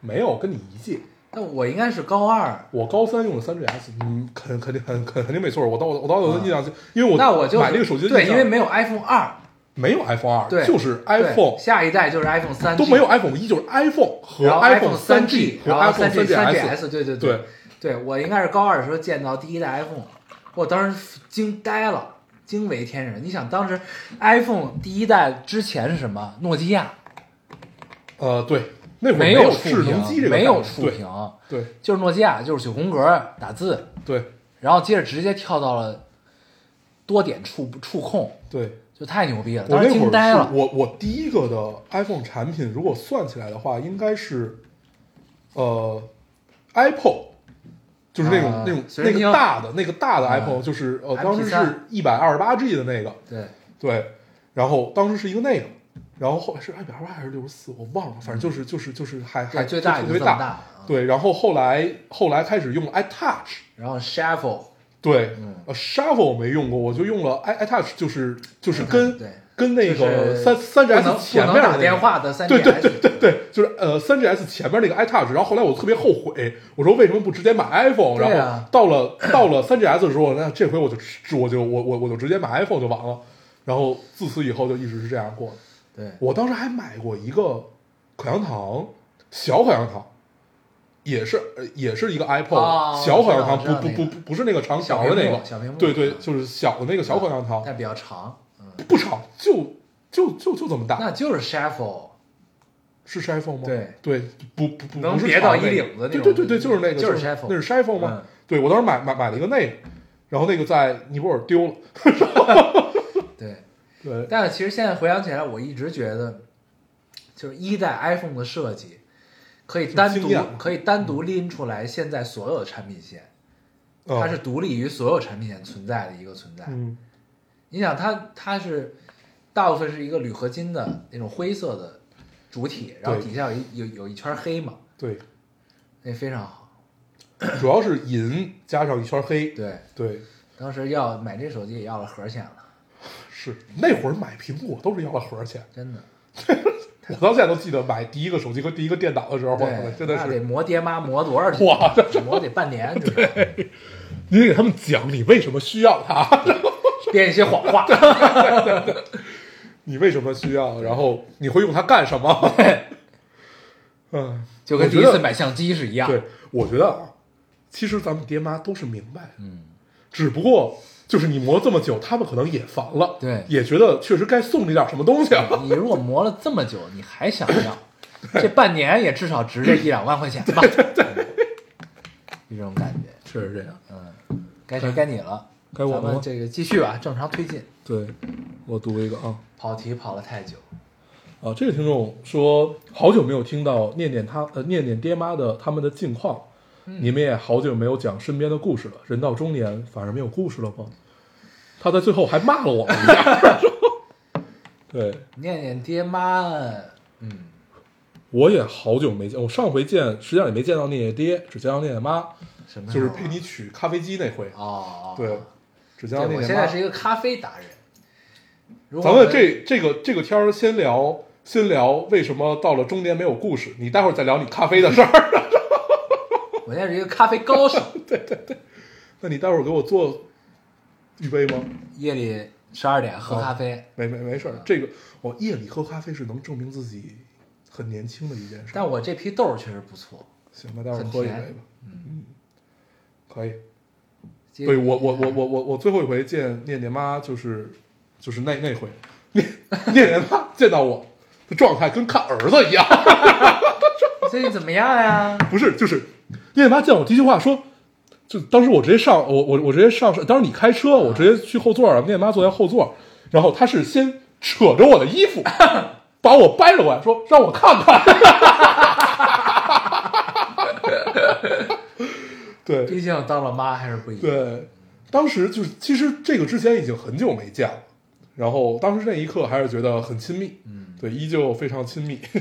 S3: 没有跟你一届。
S1: 那我应该是高二。
S3: 我高三用的三 GS，嗯，肯肯定很肯肯定没错。我到我到我的印象，因为我
S1: 啊那我就
S3: 买这个手机的
S1: 对，
S3: 印象
S1: 因为没有 iPhone 二，
S3: 没有 iPhone 二，
S1: 对，
S3: 就是
S1: 对
S3: iPhone
S1: 下一代就是 iPhone 三
S3: 都没有 iPhone 一，就是 iPhone 和
S1: 然后
S3: iPhone
S1: 三
S3: G 和
S1: 然后
S3: iPhone
S1: 3G
S3: 三
S1: 3GS，对对
S3: 对，
S1: 对我应该是高二的时候见到第一代 iPhone，我当时惊呆了，惊为天人。你想当时 iPhone 第一代之前是什么？诺基亚
S3: 呃，对，那会儿
S1: 没
S3: 有
S1: 触
S3: 智能机
S1: 屏，
S3: 这个概念，
S1: 没有触屏，
S3: 对，
S1: 就是诺基亚就是九宫格打字，
S3: 对
S1: 然后接着直接跳到了多点触触控，
S3: 对对。
S1: 就太牛逼了，
S3: 我
S1: 当
S3: 那
S1: 时
S3: 会
S1: 惊呆
S3: 儿是
S1: 了。
S3: 我我第一个的 iPhone 产品，如果算起来的话，应该是呃 Apple，就是那种、
S1: 啊
S3: 那种
S1: 随
S3: 那
S1: 身
S3: 个
S1: 听
S3: 大的那个大的
S1: 啊
S3: iPhone，、就是呃
S1: MP3
S3: 当时是一百二十八 G 的那个，
S1: 对，
S3: 对，然后当时是一个那个，然后后来是一百二十八还是六十四，我忘了，反正就是就是就是还还
S1: 对，最大
S3: 就
S1: 也
S3: 特
S1: 就
S3: 别
S1: 这么
S3: 大，
S1: 大。嗯，
S3: 对，然后后来后来开始用 iTouch，
S1: 然后 Shuffle，
S3: 对，
S1: 嗯
S3: 呃，Shuffle 我没用过，我就用了 i iTouch，就是就是跟
S1: 嗯对
S3: 跟那
S1: 就
S3: 个
S1: 是
S3: 三三
S1: 不能
S3: GS 前面
S1: 不能
S3: 的那
S1: 打
S3: 个
S1: 电话的三 G
S3: 对
S1: S，
S3: 对对对对，就是呃三 GS 前面那个 iTouch，然后后来我特别后悔，我说为什么不直接买 iPhone？、
S1: 对啊
S3: 然后到了到了三 GS 的时候，那这回我就直我就我我我就直接买 iPhone 就完了。然后自此以后就一直是这样过的。
S1: 对
S3: 我当时还买过一个口香糖，小口香糖，也是呃也是一个 iPod，、
S1: 哦
S3: 小口香糖，
S1: 我知道
S3: 不
S1: 我知道
S3: 不
S1: 那个
S3: 不不是那个长
S1: 小
S3: 条的那
S1: 屏幕
S3: 个，
S1: 小屏幕
S3: 对对
S1: 嗯，
S3: 就是小的那个小口香糖，
S1: 但比较长，嗯，
S3: 不长，就就就就这么大，
S1: 那就是 shuffle，
S3: 是 s h i p h o n e 吗？
S1: 对
S3: 对，不不不
S1: 能
S3: 不是
S1: 别到
S3: 长的
S1: 衣
S3: 那个
S1: 领子那
S3: 对
S1: 种
S3: 对对对，就是那个，
S1: 就是
S3: 是
S1: Sheffle
S3: 那是 s h i p h o n e 吗
S1: 嗯？
S3: 对我当时买买买了一个那个，然后那个在尼泊尔丢了，
S1: 对。
S3: 对，
S1: 但是其实现在回想起来，我一直觉得，就是一代 iPhone 的设计可以单
S3: 惊嗯
S1: 独
S3: 艳
S1: 可以单独拎出来现在所有的产品线，
S3: 嗯
S1: 它是独立于所有产品线存在的一个存在。
S3: 嗯
S1: 你想它它是大部分是一个铝合金的那种灰色的主体，然后
S3: 对
S1: 底下有一有有一圈黑嘛，
S3: 对，
S1: 那非常好。
S3: 主要是银加上一圈黑，
S1: 对，
S3: 对，
S1: 当时要买这手机也要了盒钱了，
S3: 是那会儿买苹果都是要了盒儿钱，
S1: 真的。
S3: 我到现在都记得买第一个手机和第一个电脑的时候，
S1: 对，
S3: 真的
S1: 那得
S3: 是
S1: 磨爹妈磨 多少天？
S3: 哇，
S1: 磨得半年，知道吗
S3: 你得给他们讲你为什么需要它，
S1: 编一些谎话。
S3: 你为什么需要，然后你会用它干什么？嗯，
S1: 就跟
S3: 我
S1: 第
S3: 觉
S1: 一
S3: 得
S1: 次买相机是一样。
S3: 对，我觉得啊，其实咱们爹妈都是明白，嗯，只不过就是你磨这么久，他们可能也烦了，
S1: 对
S3: 也觉得确实该送你点什么东西啊了。
S1: 你如果磨了这么久，你还想要，这半年也至少值这一两万块钱吧？ 嗯就这种感觉。
S3: 确实这样，
S1: 嗯，该谁该你了，
S3: 该我
S1: 咱
S3: 了吗
S1: 们这个继续啊，正常推进。
S3: 对，我读一个啊
S1: 跑题跑了太久，
S3: 啊，这个听众说，好久没有听到念念他呃念念爹妈的他们的近况。
S1: 嗯
S3: 你们也好久没有讲身边的故事了，人到中年反而没有故事了吗？他在最后还骂了我们一下， 对，
S1: 念念爹妈，嗯，
S3: 我也好久没见，我上回见实际上也没见到念念爹，只见到念念妈，
S1: 什么时
S3: 就
S1: 候
S3: 是
S1: 啊
S3: 陪你取咖啡机那回，啊
S1: 哦，哦
S3: 对，只见
S1: 对
S3: 到念
S1: 我
S3: 念
S1: 现
S3: 妈
S1: 在。是一个咖啡达人。如果
S3: 咱
S1: 我们
S3: 们这这个这个天儿先聊，先聊为什么到了中年没有故事，你待会儿再聊你咖啡的事儿。
S1: 我现在是一个咖啡 高手，
S3: 那你待会儿给我做预备吗？
S1: 夜里十二点
S3: 哦
S1: 喝咖啡。
S3: 没没没事儿，这个我夜里喝咖啡是能证明自己很年轻的一件事。
S1: 但我这批豆儿确实不错。
S3: 行吧，待会儿喝一杯
S1: 很甜
S3: 吧。嗯，可以。
S1: 接
S3: 对我我我我我我最后一回见念念妈就是就是那那回，念念念妈见到我的状态跟看儿子一样，
S1: 最近怎么样呀？
S3: 不是就是念念妈见我第一句话说。就当时我直接上我我我直接上，当时你开车，我直接去后座，念念妈坐在后座，然后她是先扯着我的衣服，把我掰了过来，说让我看看。 对，
S1: 毕竟当了妈还是不一样。
S3: 对，当时就是其实这个之前已经很久没见了，然后当时那一刻还是觉得很亲密，
S1: 嗯，
S3: 对，依旧非常亲密。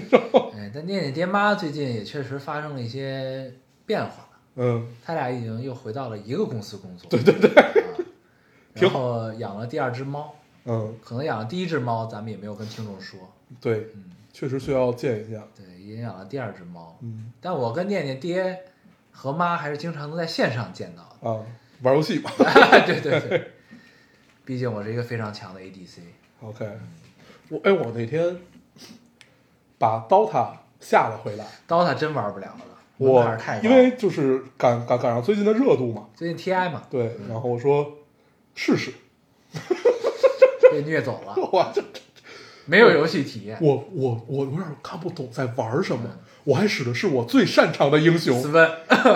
S1: 哎，但念念爹妈最近也确实发生了一些变化，
S3: 嗯，
S1: 他俩已经又回到了一个公司工作。对对对。
S3: 挺
S1: 然后养了第二只猫，
S3: 嗯，
S1: 可能养了第一只猫，咱们也没有跟听众说。
S3: 对，确实需要见一下。
S1: 对，也养了第二只猫。
S3: 嗯
S1: 但我跟念念爹和妈还是经常能在线上见到
S3: 啊，玩游戏吧。
S1: 的。 对对对，毕竟我是一个非常强的 ADC。
S3: OK，我哎，我那天把 DOTA 下了回来，
S1: DOTA 真玩不了了，门
S3: 我
S1: 槛太高。
S3: 因为就是赶赶赶上最近的热度嘛，
S1: 最近 TI 嘛
S3: 对，然后我说试试，
S1: 被虐走了，
S3: 我就
S1: 没有游戏体验。
S3: 我我我有点看不懂在玩什么，我还使的是我最擅长的英 雄
S1: 斯，文，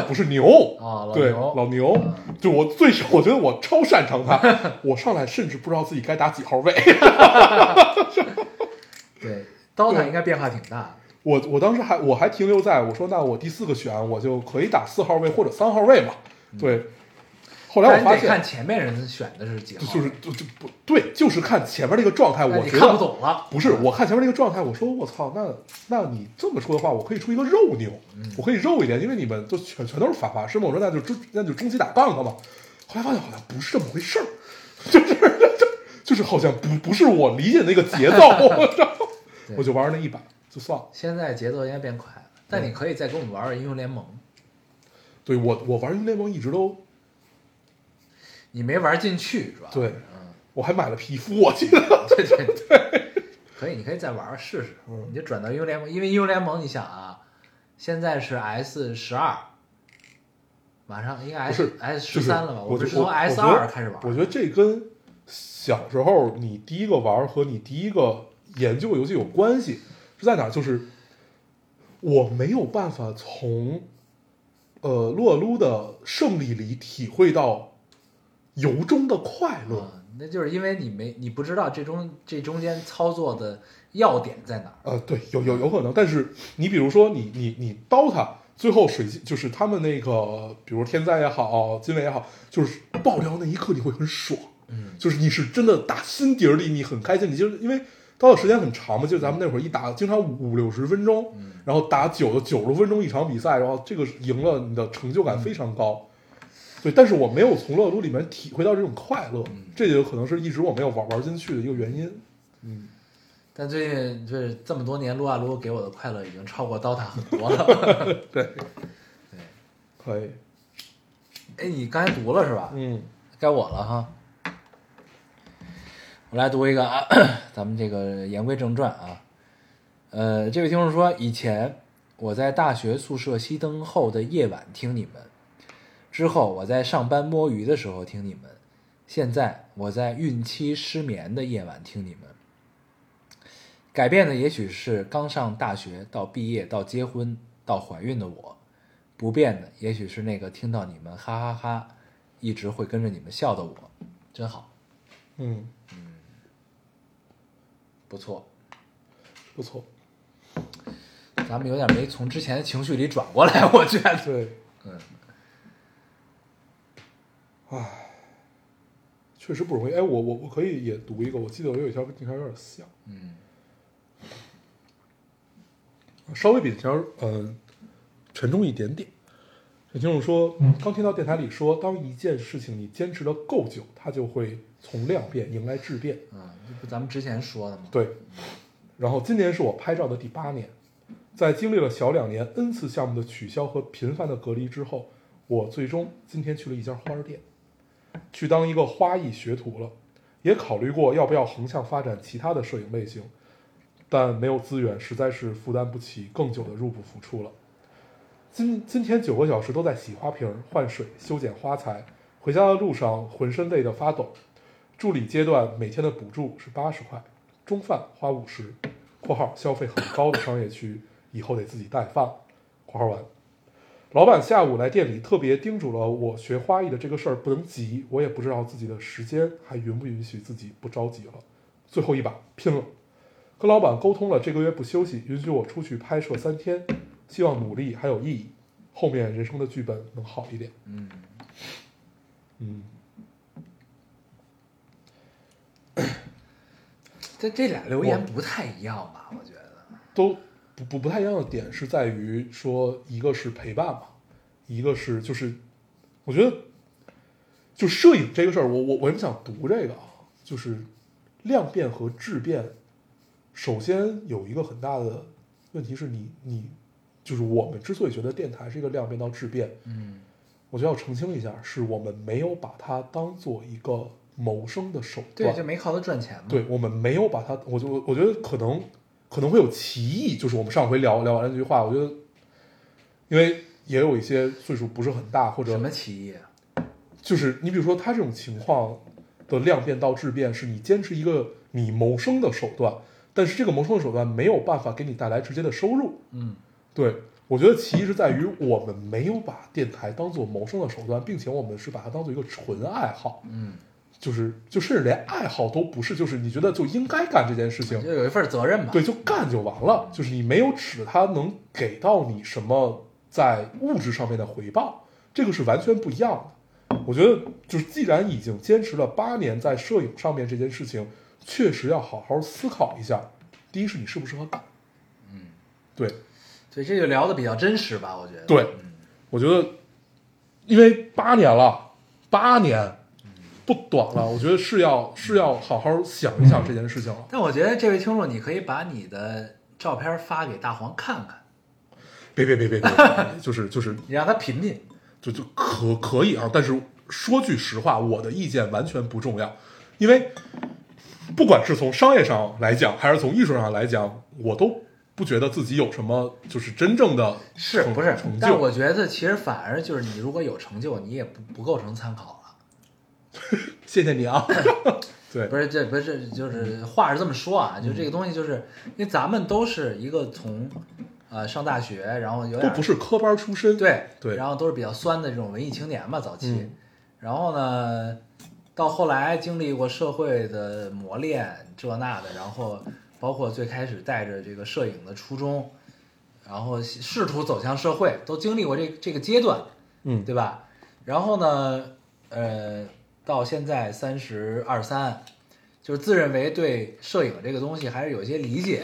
S3: 不是牛
S1: 哦老
S3: 对
S1: 牛
S3: 老牛，就我最 我觉得我超擅长他，我上来甚至不知道自己该打几号位，
S1: 对，DOTA
S3: 对
S1: 应该变化挺大的。
S3: 我我当时还我还停留在我说那我第四个选我就可以打四号位或者三号位嘛，对，后来
S1: 嗯但
S3: 我
S1: 你
S3: 发
S1: 得看
S3: 现
S1: 前面人选的是几号，
S3: 就是就就不对，就是看前面那个状态，
S1: 那
S3: 我
S1: 你
S3: 觉
S1: 看不
S3: 得。
S1: 懂了。
S3: 不是，我看前面那个状态，我说我操，那那你这么说的话，我可以出一个肉牛，
S1: 嗯
S3: 我可以肉一点，因为你们都全全都是反法师嘛。我说那就中那就中期打杠了嘛。后来发现好像不是这么回事儿，就是 就就是好像不不是我理解那个节 奏，然后
S1: 对
S3: 我就玩那一把就算了。
S1: 现在节奏应该变快了，但你可以再跟我们玩玩英雄联盟。
S3: 对我我玩英雄联盟一直都
S1: 你没玩进去是吧？
S3: 对
S1: 嗯，
S3: 我还买了皮肤，我记得
S1: 对 对对，可以，你可以再玩玩试试，
S3: 嗯
S1: 你就转到英雄联盟，因为英雄联盟，你想啊，现在是 S 十二，马上应该
S3: 不
S1: S
S3: 是
S1: S
S3: 就
S1: 十
S3: 是
S1: 三了吧？
S3: 我
S1: 们
S3: 觉
S1: 是
S3: 我
S1: 从
S3: 我
S1: S
S3: 觉得
S1: 二开始玩
S3: 我觉得这跟小时候你第一个玩和你第一个研究的游戏有关系，是在哪儿？就是我没有办法从呃撸啊撸的胜利里体会到由衷的快乐。
S1: 嗯，那就是因为你没你不知道这中这中间操作的要点在哪儿。
S3: 呃，对，有有有可能，但是你比如说你你你 DOTA 最后水晶就是他们那个，比如天灾也好，金尾也好，就是爆料那一刻你会很爽，
S1: 嗯，
S3: 就是你是真的打心底儿里你很开心，你就是因为 DOTA 时间很长嘛，就咱们那会儿一打经常五五六十分钟，然后打九九十分钟一场比赛，然后这个赢了你的成就感非常高。对，但是我没有从撸啊撸里面体会到这种快乐，这就可能是一直我没有玩玩进去的一个原因。
S1: 但最近就是这么多年撸啊撸给我的快乐已经超过 DOTA 很多了。
S3: 对，可以，
S1: 哎，你刚才读了是吧？
S3: 嗯。
S1: 该我了哈。我来读一个啊， 咱们这个言归正传啊。呃，这位听众说，以前我在大学宿舍熄灯后的夜晚听你们，之后我在上班摸鱼的时候听你们，现在我在孕期失眠的夜晚听你们。改变的也许是刚上大学到毕业到结婚到怀孕的我，不变的也许是那个听到你们哈哈哈一直会跟着你们笑的我，真好，
S3: 嗯，
S1: 不错。
S3: 不错，
S1: 咱们有点没从之前的情绪里转过来，我觉 得。
S3: 对，
S1: 嗯，
S3: 唉，确实不容易。哎，我我我可以也读一个，我记得我有一条跟这条有点像，
S1: 嗯，
S3: 稍微比这条嗯沉重一点点。沈听众说，刚听到电台里说，当一件事情你坚持的够久，它就会从量变迎来质变。
S1: 嗯，这不咱们之前说的吗？
S3: 对，然后今年是我拍照的第八年，在经历了小两年 N 次项目的取消和频繁的隔离之后，我最终今天去了一家花儿店，去当一个花艺学徒了。也考虑过要不要横向发展其他的摄影类型，但没有资源，实在是负担不起更久的入不敷出了。今今天九个小时都在洗花瓶、换水、修剪花材，回家的路上浑身累得发抖。助理阶段每天的补助是八十块，中饭花五十（括号消费很高的商业区，以后得自己带饭）。括号完。老板下午来店里特别叮嘱了我学花艺的这个事儿不能急，我也不知道自己的时间还允不允许自己不着急了。最后一把拼了，跟老板沟通了这个月不休息，允许我出去拍摄三天，希望努力还有意义，后面人生的剧本能好一点。嗯嗯，
S1: 这这俩留言不太一样吧？我觉得，
S3: 都不不不太一样的点是在于说，一个是陪伴嘛，一个是就是，我觉得就摄影这个事儿，我我我也不想读这个啊，就是量变和质变，首先有一个很大的问题是你你就是我们之所以觉得电台是一个量变到质变，
S1: 嗯
S3: 我觉得要澄清一下，是我们没有把它当做一个谋生的手段，
S1: 对，就没靠它赚钱嘛。
S3: 对我们没有把它，我就我觉得可能可能会有歧义，就是我们上回聊聊完了这句话，我觉得，因为也有一些岁数不是很大，或者
S1: 什么企业？
S3: 就是你比如说他这种情况的量变到质变，是你坚持一个你谋生的手段，但是这个谋生的手段没有办法给你带来直接的收入。
S1: 嗯，
S3: 对我觉得歧义是在于我们没有把电台当做谋生的手段，并且我们是把它当做一个纯爱好。
S1: 嗯，
S3: 就是就甚至连爱好都不是，就是你觉得就应该干这件事情
S1: 就，有一份责任嘛。
S3: 对，就干就完了，就是你没有指它能给到你什么在物质上面的回报，这个是完全不一样的。我觉得就是既然已经坚持了八年在摄影上面这件事情，确实要好好思考一下，第一是你适不适合干，嗯，对
S1: 所以这就聊的比较真实吧，我觉得。
S3: 对，我觉得因为八年了，八年不短了，我觉得是要是要好好想一想这件事情了。
S1: 但我觉得这位听众，你可以把你的照片发给大黄看看，
S3: 别别别别 别，就是就是
S1: 你让他品品。
S3: 就就可可以啊，但是说句实话，我的意见完全不重要，因为不管是从商业上来讲，还是从艺术上来讲，我都不觉得自己有什么就是真正的
S1: 是
S3: 成
S1: 不是
S3: 成？
S1: 但
S3: 就。
S1: 我觉得其实反而就是你如果有成就，你也不不构成参考了。
S3: 谢谢 你啊，对
S1: 不是这不是就是
S3: 嗯
S1: 话是这么说啊，就这个东西就是因为咱们都是一个从呃上大学，然后有
S3: 都
S1: 点
S3: 不是科班出身，
S1: 对
S3: 对
S1: 然后都是比较酸的这种文艺青年嘛，早期，
S3: 嗯
S1: 然后呢，到后来经历过社会的磨练这那的，然后包括最开始带着这个摄影的初衷，然后试图走向社会，都经历过这这个阶段，
S3: 嗯
S1: 对吧？然后呢，呃，到现在三十二三，就是自认为对摄影这个东西还是有一些理解，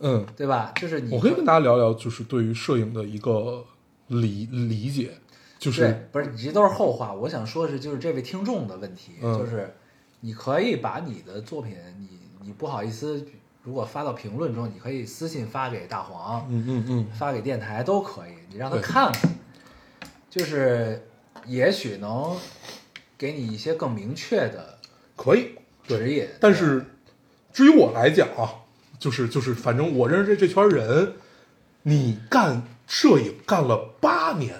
S3: 嗯，
S1: 对吧？就是你
S3: 我可以跟大家聊聊，就是对于摄影的一个理理解，就
S1: 对
S3: 是，
S1: 不是你这都是后话。我想说的是，就是这位听众的问题，
S3: 嗯
S1: 就是你可以把你的作品，你你不好意思，如果发到评论中，你可以私信发给大黄，
S3: 嗯嗯嗯，
S1: 发给电台都可以，你让他
S3: 对
S1: 看看，就是也许能给你一些更明确的
S3: 可以，
S1: 指引。
S3: 但是，至于我来讲啊，就是就是，反正我认识这这圈人，你干摄影干了八年，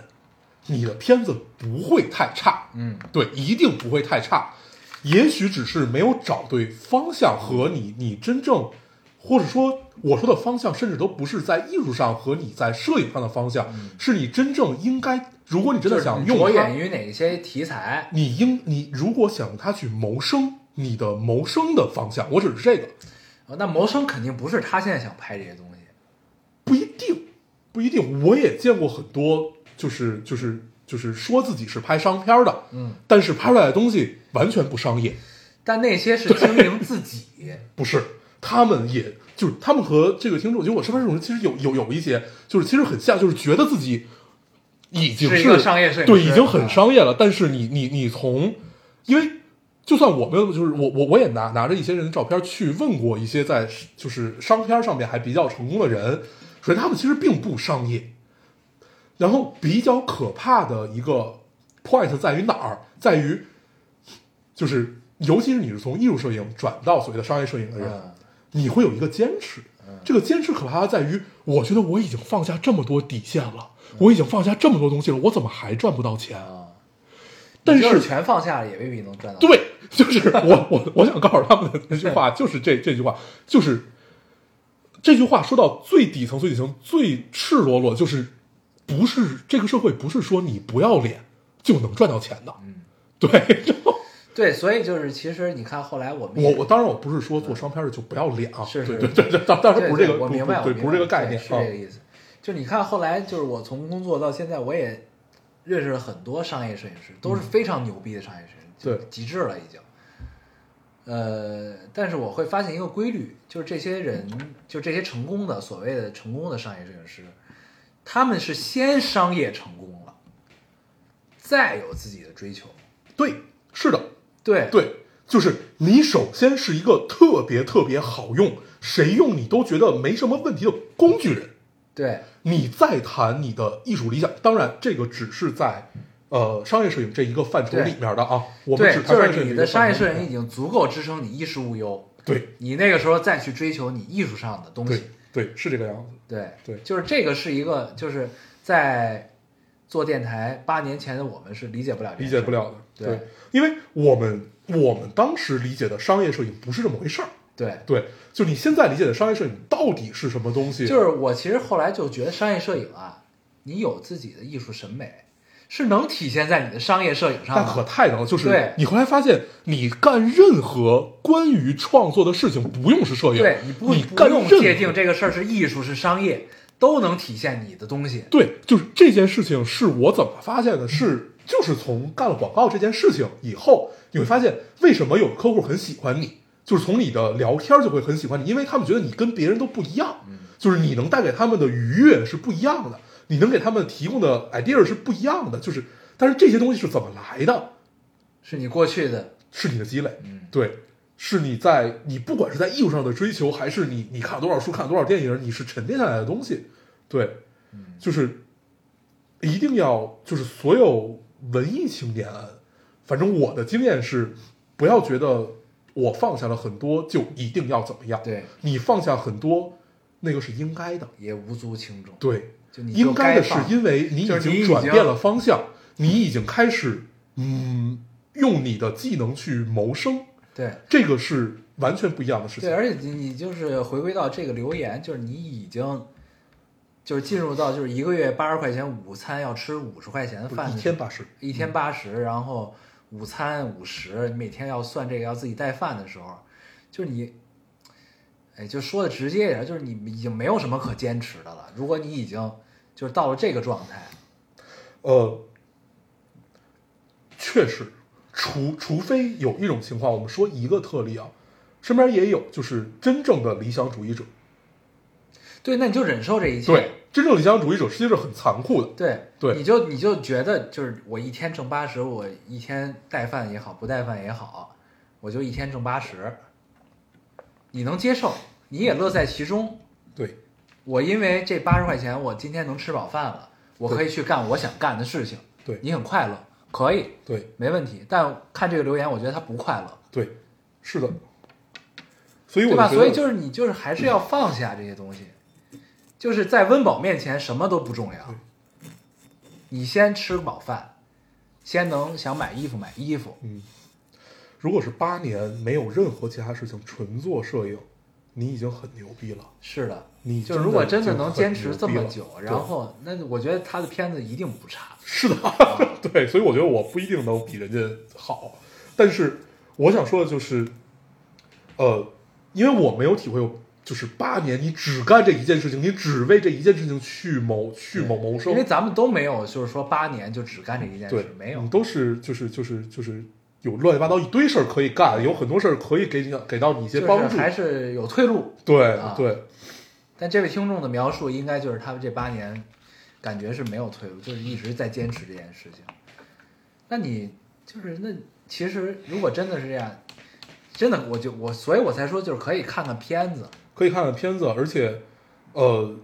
S3: 你的片子不会太差，
S1: 嗯，
S3: 对，一定不会太差。也许只是没有找对方向和你你真正，或者说我说的方向，甚至都不是在艺术上和你在摄影上的方向，是你真正应该。如果你真
S1: 嗯就
S3: 的
S1: 是
S3: 想
S1: 你
S3: 用
S1: 着
S3: 它
S1: 眼于哪些题材？
S3: 你应你如果想用它去谋生，你的谋生的方向，我只是这个，
S1: 哦那谋生肯定不是他现在想拍这些东西。
S3: 不一定，不一定。我也见过很多，就是就是就是说自己是拍商片的，
S1: 嗯，
S3: 但是拍出来的东西完全不商业，
S1: 但那些是经营自 己，
S3: 不是。他们也就是他们和这个听众，就我身边这种人，其实有有有一些，就是其实很像，就是觉得自己已经
S1: 是一个商业摄影师
S3: 对，已经很商业了。但是你你你从，因为就算我没有，就是我我我也拿拿着一些人的照片去问过一些在就是商片上面还比较成功的人，所以他们其实并不商业。然后比较可怕的一个 point 在于哪儿？在于就是尤其是你是从艺术摄影转到所谓的商业摄影的人，
S1: 嗯
S3: 你会有一个坚持。这个坚持可怕的在于，我觉得我已经放下这么多底线了，我已经放下这么多东西了，我怎么还赚不到钱？
S1: 啊，
S3: 但
S1: 你就是全放下了也未必能赚到。，
S3: 对， 就是我我我想告诉他们的那句话，就是这这句话，就是这句话说到最底层、最底层、最赤裸裸，就是不是这个社会不是说你不要脸就能赚到钱的，
S1: 嗯，
S3: 对。然后
S1: 对，所以就是其实你看后来我们
S3: 我
S1: 也
S3: 我当然我不是说做商片儿就不要脸啊，
S1: 嗯是是
S3: 对对对，当当
S1: 对
S3: 然不是
S1: 对
S3: 这个，
S1: 我
S3: 不
S1: 明
S3: 不
S1: 白，我
S3: 对，
S1: 明
S3: 不是这个
S1: 白
S3: 概念
S1: 对是
S3: 啊
S1: 这，个意思。就你看后来就是我从工作到现在，我也认识了很多商业摄影师，都是非常牛逼的商业摄影师，
S3: 对
S1: 就极致了已经。呃，但是我会发现一个规律，就是这些人，就这些成功的所谓的成功的商业摄影师，他们是先商业成功了，再有自己的追求。
S3: 对，是的，
S1: 对
S3: 对，就是你首先是一个特别特别好用，谁用你都觉得没什么问题的工具人，
S1: 对
S3: 你再谈你的艺术理想，当然这个只是在呃商业摄影这一个范畴
S1: 对
S3: 里面的啊，我们
S1: 对
S3: 只，
S1: 就
S3: 谈商业摄
S1: 是
S3: 影
S1: 你
S3: 这
S1: 的
S3: 个
S1: 商业
S3: 范畴
S1: 摄影已经足够支撑你衣食无忧，
S3: 对
S1: 你那个时候再去追求你艺术上的东
S3: 对
S1: 西，
S3: 对是这个样子，
S1: 对
S3: 对
S1: 就是这个是一个，就是在做电台八年前的我们是理解不了这
S3: 理
S1: 件
S3: 解
S1: 事儿，
S3: 不了的，
S1: 对
S3: 因为我们我们当时理解的商业摄影不是这么回事儿，
S1: 对，
S3: 对，就你现在理解的商业摄影到底是什么东西？
S1: 就是我其实后来就觉得商业摄影啊，你有自己的艺术审美，是能体现在你的商业摄影上
S3: 那
S1: 的，
S3: 可太能了，就是
S1: 对
S3: 你后来发现，你干任何关于创作的事情，不用是摄影，
S1: 对，你不
S3: 你
S1: 不
S3: 干
S1: 用
S3: 任
S1: 界
S3: 何
S1: 定这个事儿是艺术是商业，都能体现你的东西，
S3: 对，就是这件事情是我怎么发现的？
S1: 嗯
S3: 是就是从干了广告这件事情以后，你会发现为什么有客户很喜欢你，就是从你的聊天就会很喜欢你，因为他们觉得你跟别人都不一样，
S1: 嗯
S3: 就是你能带给他们的愉悦是不一样的，你能给他们提供的 idea 是不一样的，就是但是这些东西是怎么来的？
S1: 是你过去的，
S3: 是你的积累，
S1: 嗯，
S3: 对，是你在你不管是在艺术上的追求，还是你你看了多少书、看了多少电影，你是沉淀下来的东西。对，
S1: 嗯
S3: 就是一定要就是所有文艺青年，反正我的经验是，不要觉得我放下了很多就一定要怎么样，
S1: 对，
S3: 你放下很多，那个是应该的，
S1: 也无足轻重，
S3: 对，
S1: 就你就
S3: 应该的是
S1: 放
S3: 因为你
S1: 就
S3: 已
S1: 是你已
S3: 经转
S1: 经
S3: 变了方向，你已经开始嗯用你的技能去谋生。
S1: 对。
S3: 这个是完全不一样的事情。
S1: 对，而且你你就是回归到这个留言，就是你已经就是进入到就是一个月八十块钱午餐要吃五十块钱的
S3: 不是
S1: 饭
S3: 一
S1: 的，
S3: 天八十，嗯
S1: 一天八十，然后午餐五十，每天要算这个要自己带饭的时候，就是你，哎，就说的直接一点，就是你已经没有什么可坚持的了。如果你已经就是到了这个状态，
S3: 呃，确实，除除非有一种情况，我们说一个特例啊，身边也有，就是真正的理想主义者，
S1: 对，那你就忍受这一切。
S3: 对，真正理想主义者实际是很残酷的，
S1: 对
S3: 对
S1: 你就你就觉得就是我一天挣八十，我一天带饭也好，不带饭也好，我就一天挣八十，你能接受，你也乐在其中。
S3: 对，
S1: 我因为这八十块钱，我今天能吃饱饭了，我可以去干我想干的事情。
S3: 对
S1: 你很快乐，可以，
S3: 对，
S1: 没问题。但看这个留言，我觉得他不快乐，
S3: 对，是的，所以我
S1: 对吧？
S3: 觉
S1: 所以
S3: 得
S1: 就是你就是还是要放下这些东西，就是在温饱面前什么都不重要
S3: 对。
S1: 你先吃饱饭，先能想买衣服买衣服，
S3: 嗯，如果是八年没有任何其他事情，纯做摄影，你已经很牛逼了。
S1: 是的。
S3: 你
S1: 就是如果
S3: 真
S1: 真
S3: 的
S1: 的
S3: 已经
S1: 能坚
S3: 很
S1: 持
S3: 牛
S1: 这
S3: 逼
S1: 么
S3: 了
S1: 久，
S3: 对
S1: 然后那我觉得他的片子一定不差。
S3: 是的， 对，所以我觉得我不一定能比人家好，但是我想说的就是，呃，因为我没有体会过，就是八年你只干这一件事情，你只为这一件事情去谋去谋谋生
S1: 因为，咱们都没有，就是说八年就只干这一件
S3: 对
S1: 事，，没有
S3: 你。都是就是就是就是有乱七八糟一堆事儿可以干，有很多事儿可以给你给到你一些
S1: 就是
S3: 帮助，
S1: 还是有退路。
S3: 对
S1: 啊
S3: 对
S1: 但这位听众的描述应该就是他们这八年感觉是没有退路，就是一直在坚持这件事情。那你就是那其实如果真的是这样，真的我就我所以我才说就是可以看看片子，
S3: 可以看看片子，而且，呃，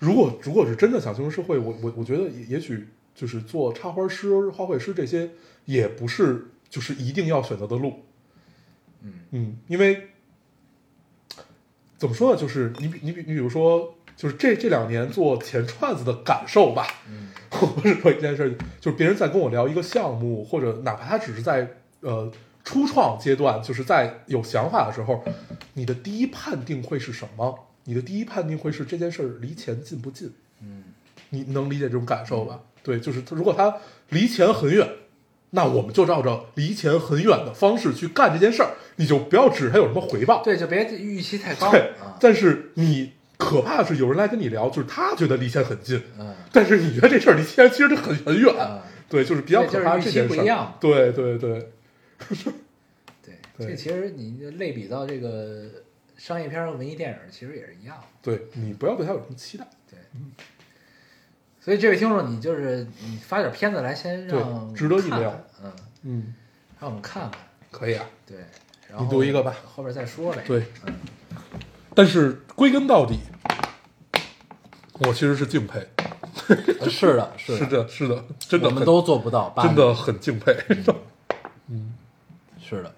S3: 如果如果是真的想进入社会，我我我觉得也也许就是做插花师、花卉师这些，也不是就是一定要选择的路。嗯嗯，因为怎么说呢，就是你比你比你比如说，就是这这两年做钱串子的感受吧，嗯， 我是说一件事儿，就是别人在跟我聊一个项目，或者哪怕他只是在呃初创阶段，就是在有想法的时候，你的第一判定会是什么？你的第一判定会是这件事儿离钱近不近？你能理解这种感受吧？对，就是他如果他离钱很远，那我们就照着离钱很远的方式去干这件事儿，你就不要指他有什么回报。
S1: 对，就别预期太高
S3: 对
S1: 啊，。
S3: 但是你可怕的是有人来跟你聊，就是他觉得离钱很近，
S1: 嗯，
S3: 但是你觉得这事儿离钱其实就很很远。
S1: 啊
S3: 对，就是比较
S1: 对就是
S3: 可怕
S1: 预
S3: 这
S1: 期
S3: 件
S1: 不
S3: 事
S1: 一
S3: 儿
S1: 样。
S3: 对对对，
S1: 对，
S3: 对
S1: 这其实你类比到这个商业片儿和文艺电影儿，其实也是一样的。
S3: 对你不要对他有什么期待。
S1: 对，所以这位听众，你就是你发点片子来，先
S3: 对
S1: 让
S3: 值得一
S1: 看看
S3: 聊，
S1: 嗯，
S3: 嗯，
S1: 让我们看看，
S3: 可以啊。
S1: 对，然后
S3: 你读一个吧
S1: 后边再说呗。
S3: 对
S1: 嗯，
S3: 但是归根到底，我其实是敬佩，
S1: 呃是的，是
S3: 是
S1: 的，
S3: 的，是的，真的
S1: 我们
S3: 很
S1: 都嗯做不到，八
S3: 真
S1: 个
S3: 的很敬佩。
S1: 是的，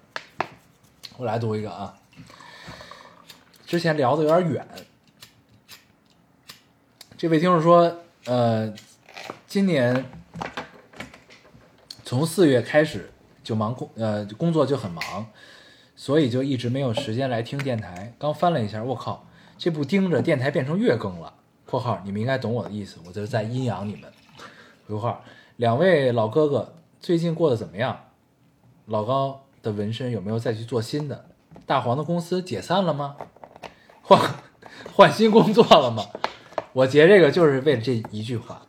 S1: 我来读一个啊。之前聊的有点远，这位听众说，呃，今年从四月开始就忙工，呃，工作就很忙，所以就一直没有时间来听电台。刚翻了一下，我靠，这不盯着电台变成月更了。（括号你们应该懂我的意思，我就是在阴阳你们。）括号两位老哥哥最近过得怎么样？老高的纹身有没有再去做新的？大黄的公司解散了吗？ 换换新工作了吗？ 我截这个就是为了这一句话，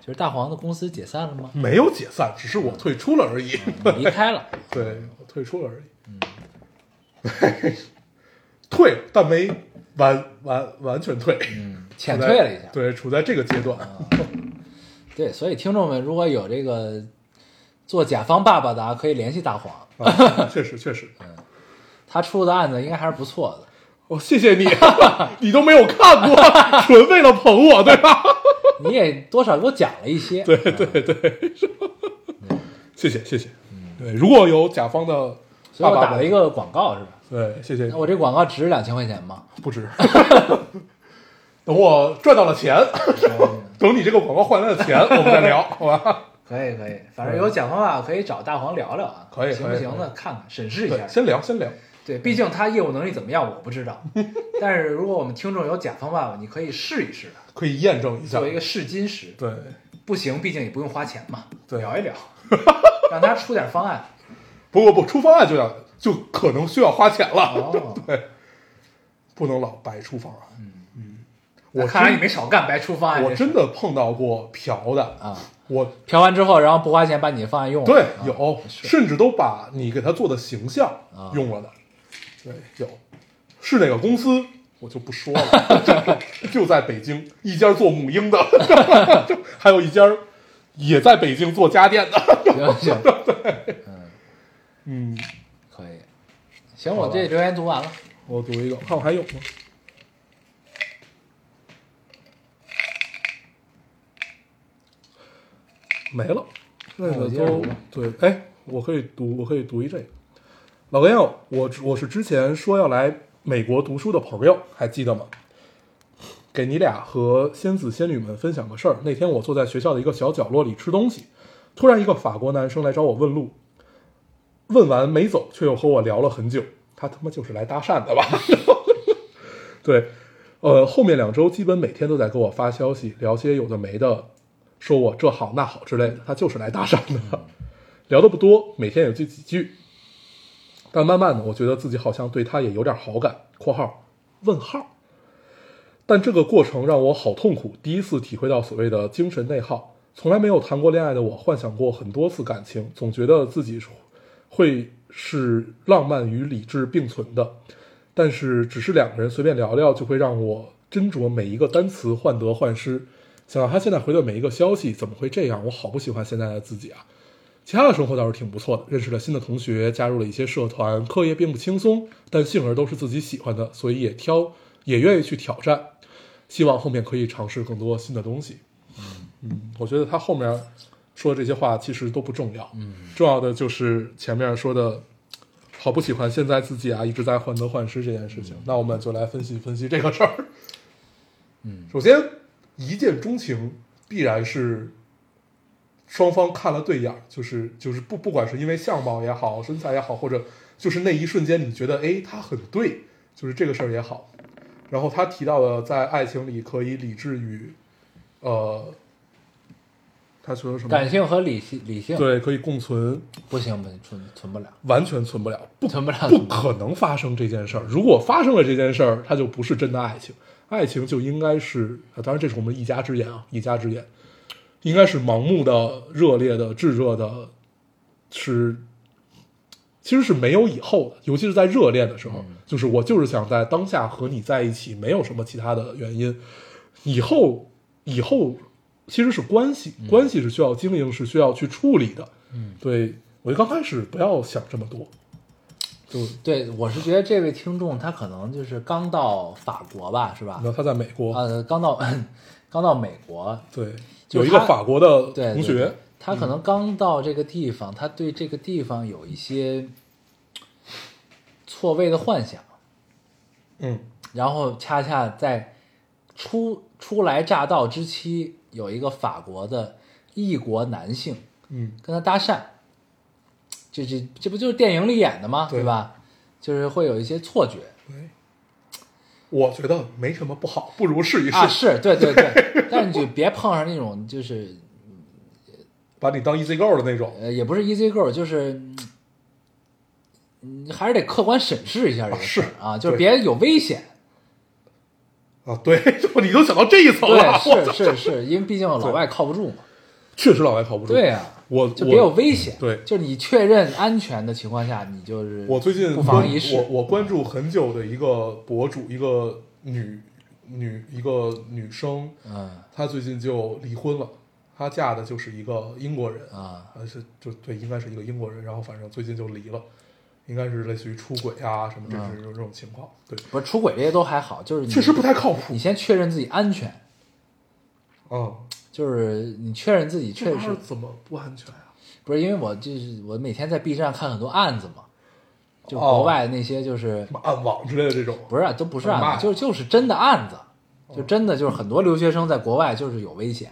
S1: 就是大黄的公司解散了吗？
S3: 没有解散，只是我退出了而已。
S1: 离开了，
S3: 对，我退出了而已。嗯，
S1: 嗯
S3: 退，但没完完完全退，
S1: 遣嗯退了一
S3: 处在
S1: 下。啊
S3: 对，处在这个阶段。
S1: 对，所以听众们如果有这个做甲方爸爸的啊，可以联系大黄，
S3: 啊，确实确实。
S1: 他出的案子应该还是不错的。
S3: 哦，谢谢你， 你都没有看过，纯为了捧我，对吧？
S1: 你也多少给我讲了一些，对对，
S3: 谢谢谢谢。对，如果有甲方的
S1: 嗯所
S3: 爸
S1: 以我
S3: 爸
S1: 打
S3: 们
S1: 了一，个广告是吧？
S3: 对，谢谢
S1: 那。我这广告值两千块钱吗？
S3: 不值。 等我赚到了钱，
S1: 哦
S3: 等你这个广告换来的钱，我们再聊，好吧？
S1: 可以可以，反正有甲方爸爸可以找大黄聊聊啊，
S3: 嗯可以
S1: 行
S3: 可
S1: 不
S3: 以
S1: 行的，看看审视一
S3: 对，
S1: 下。
S3: 先聊先聊。
S1: 对，毕竟他业务能力怎么样我不知 道，但是如果我们听众有甲方爸爸，你可以试一试的，
S3: 可以验证一下
S1: 做。一个试金石。
S3: 对，
S1: 不行，毕竟也不用花钱嘛，
S3: 对
S1: 聊一聊，让他出点方案。
S3: 不不不，出方案就要就可能需要花钱了，
S1: 哦，
S3: 对，不能老白出方案。嗯我
S1: 我看来你
S3: 真
S1: 没少干白出方案
S3: 我
S1: 这事儿，
S3: 真的碰到过嫖的，
S1: 啊，
S3: 我
S1: 嫖完之后，然后不花钱把你的方案用了，
S3: 对
S1: 啊
S3: 有，
S1: 是
S3: 甚至都把你给他做的形象
S1: 啊
S3: 用了的，对有，是哪个公司我就不 说了，就在北京一家做母婴的， 还有一家也在北京做家电的，
S1: 行 行，
S3: 嗯。
S1: 可以，行，我这留言读完了，
S3: 我读一个，看我还有吗？没了，那
S1: 那
S3: 个
S1: 我哦接着
S3: 都
S1: 读吧
S3: 对。哎，我可以读，我可以读一这个。老朋友，我我是之前说要来美国读书的朋友，还记得吗？给你俩和仙子仙女们分享个事儿。那天我坐在学校的一个小角落里吃东西，突然一个法国男生来找我问路，问完没走，却又和我聊了很久。他他妈就是来搭讪的吧？ 对，呃，后面两周基本每天都在给我发消息，聊些有的没的，说我这好那好之类的。他就是来搭讪的，聊的不多，每天也就几句。但慢慢的，我觉得自己好像对他也有点好感（括号问号）。但这个过程让我好痛苦，第一次体会到所谓的精神内耗。从来没有谈过恋爱的我，幻想过很多次感情，总觉得自己会是浪漫与理智并存的。但是只是两个人随便聊聊，就会让我斟酌每一个单词，患得患失。想到他现在回的每一个消息，怎么会这样？我好不喜欢现在的自己啊！其他的生活倒是挺不错的，认识了新的同学，加入了一些社团，课业并不轻松，但幸而都是自己喜欢的，所以也挑也愿意去挑战。希望后面可以尝试更多新的东西。嗯，我觉得他后面说这些话其实都不重要，嗯，重要的就是前面说的，好不喜欢现在自己啊一直在患得患失这件事
S1: 嗯
S3: 情。那我们就来分析分析这个事儿。嗯， 首先一见钟情必然是双方看了对眼儿，就是就是不不管是因为相貌也好，身材也好，或者就是那一瞬间你觉得哎他很对，就是这个事儿也好。然后他提到了在爱情里可以理智与，呃，他说什么？
S1: 感性和理性理性
S3: 对，可以共存，
S1: 不行，不行，存存不了，
S3: 完全存不了，不
S1: 存不了
S3: 不可能发生这件事儿。如果发生了这件事儿，它就不是真的爱情，爱情就应该是，啊当然这是我们一家之言啊，一家之言，应该是盲目的、热烈的、炙热的，是。其实是没有以后的，尤其是在热恋的时候，就是我就是想在当下和你在一起，没有什么其他的原因。以后，以后其实是关系，关系是需要经营，是需要去处理的。嗯，对我就刚开始不要想这么多，就
S1: 对，我是觉得这位听众他可能就是刚到法国吧，是吧
S3: 然？后他在美国，
S1: 呃，刚到 刚到美国，
S3: 对，
S1: 就
S3: 有
S1: 是
S3: 一个
S1: 他
S3: 法国的
S1: 对对
S3: 同学
S1: 对，
S3: 嗯
S1: 他可能刚到这个地方，他对这个地方有一些错位的幻想，
S3: 嗯，
S1: 然后恰恰在初初来乍到之期，有一个法国的异国男性
S3: 嗯，
S1: 跟他搭讪，这这这不就是电影里演的吗？
S3: 对
S1: 对吧？就是会有一些错觉，
S3: 我觉得没什么不好，不如试一试，
S1: 啊，是对对对，但是你就别碰上那种就是
S3: 把你当 E easy girl 的那种。
S1: 呃，也不是 easy girl，就是嗯你还是得客观审视一下这个事儿啊，就是别有危 险。
S3: 啊，对， 你都想到这一层了，我
S1: 对，是是是，因为毕竟老外靠不住嘛。
S3: 确实老外靠不住。
S1: 对呀、
S3: 我
S1: 就
S3: 我
S1: 别有危险。
S3: 对
S1: 就是你确认安全的情况下，你就是
S3: 我最近
S1: 不妨
S3: 关
S1: 一试。
S3: 我我关注很久的一个博主，一个女女一个女生，
S1: 嗯
S3: 她最近就离婚了，她嫁的就是一个英国人，
S1: 啊
S3: 呃是就对，应该是一个英国人，然后反正最近就离了，应该是类似于出轨啊什么，这
S1: 嗯
S3: 是有这种情况，对，
S1: 不是出轨这些都还好，就是你
S3: 确实不太靠谱
S1: 你，先确认自己安全，
S3: 嗯，
S1: 就是你确认自己确
S3: 这玩意
S1: 实
S3: 儿怎么不安全啊？
S1: 不是因为我就是我每天在 B 站看很多案子嘛，就
S3: 哦
S1: 国外那些就是
S3: 什么暗网之类的这种，
S1: 不是啊都不是案
S3: 骂
S1: 子，就就是真的案子，就真的就是很多留学生在国外就是有危险，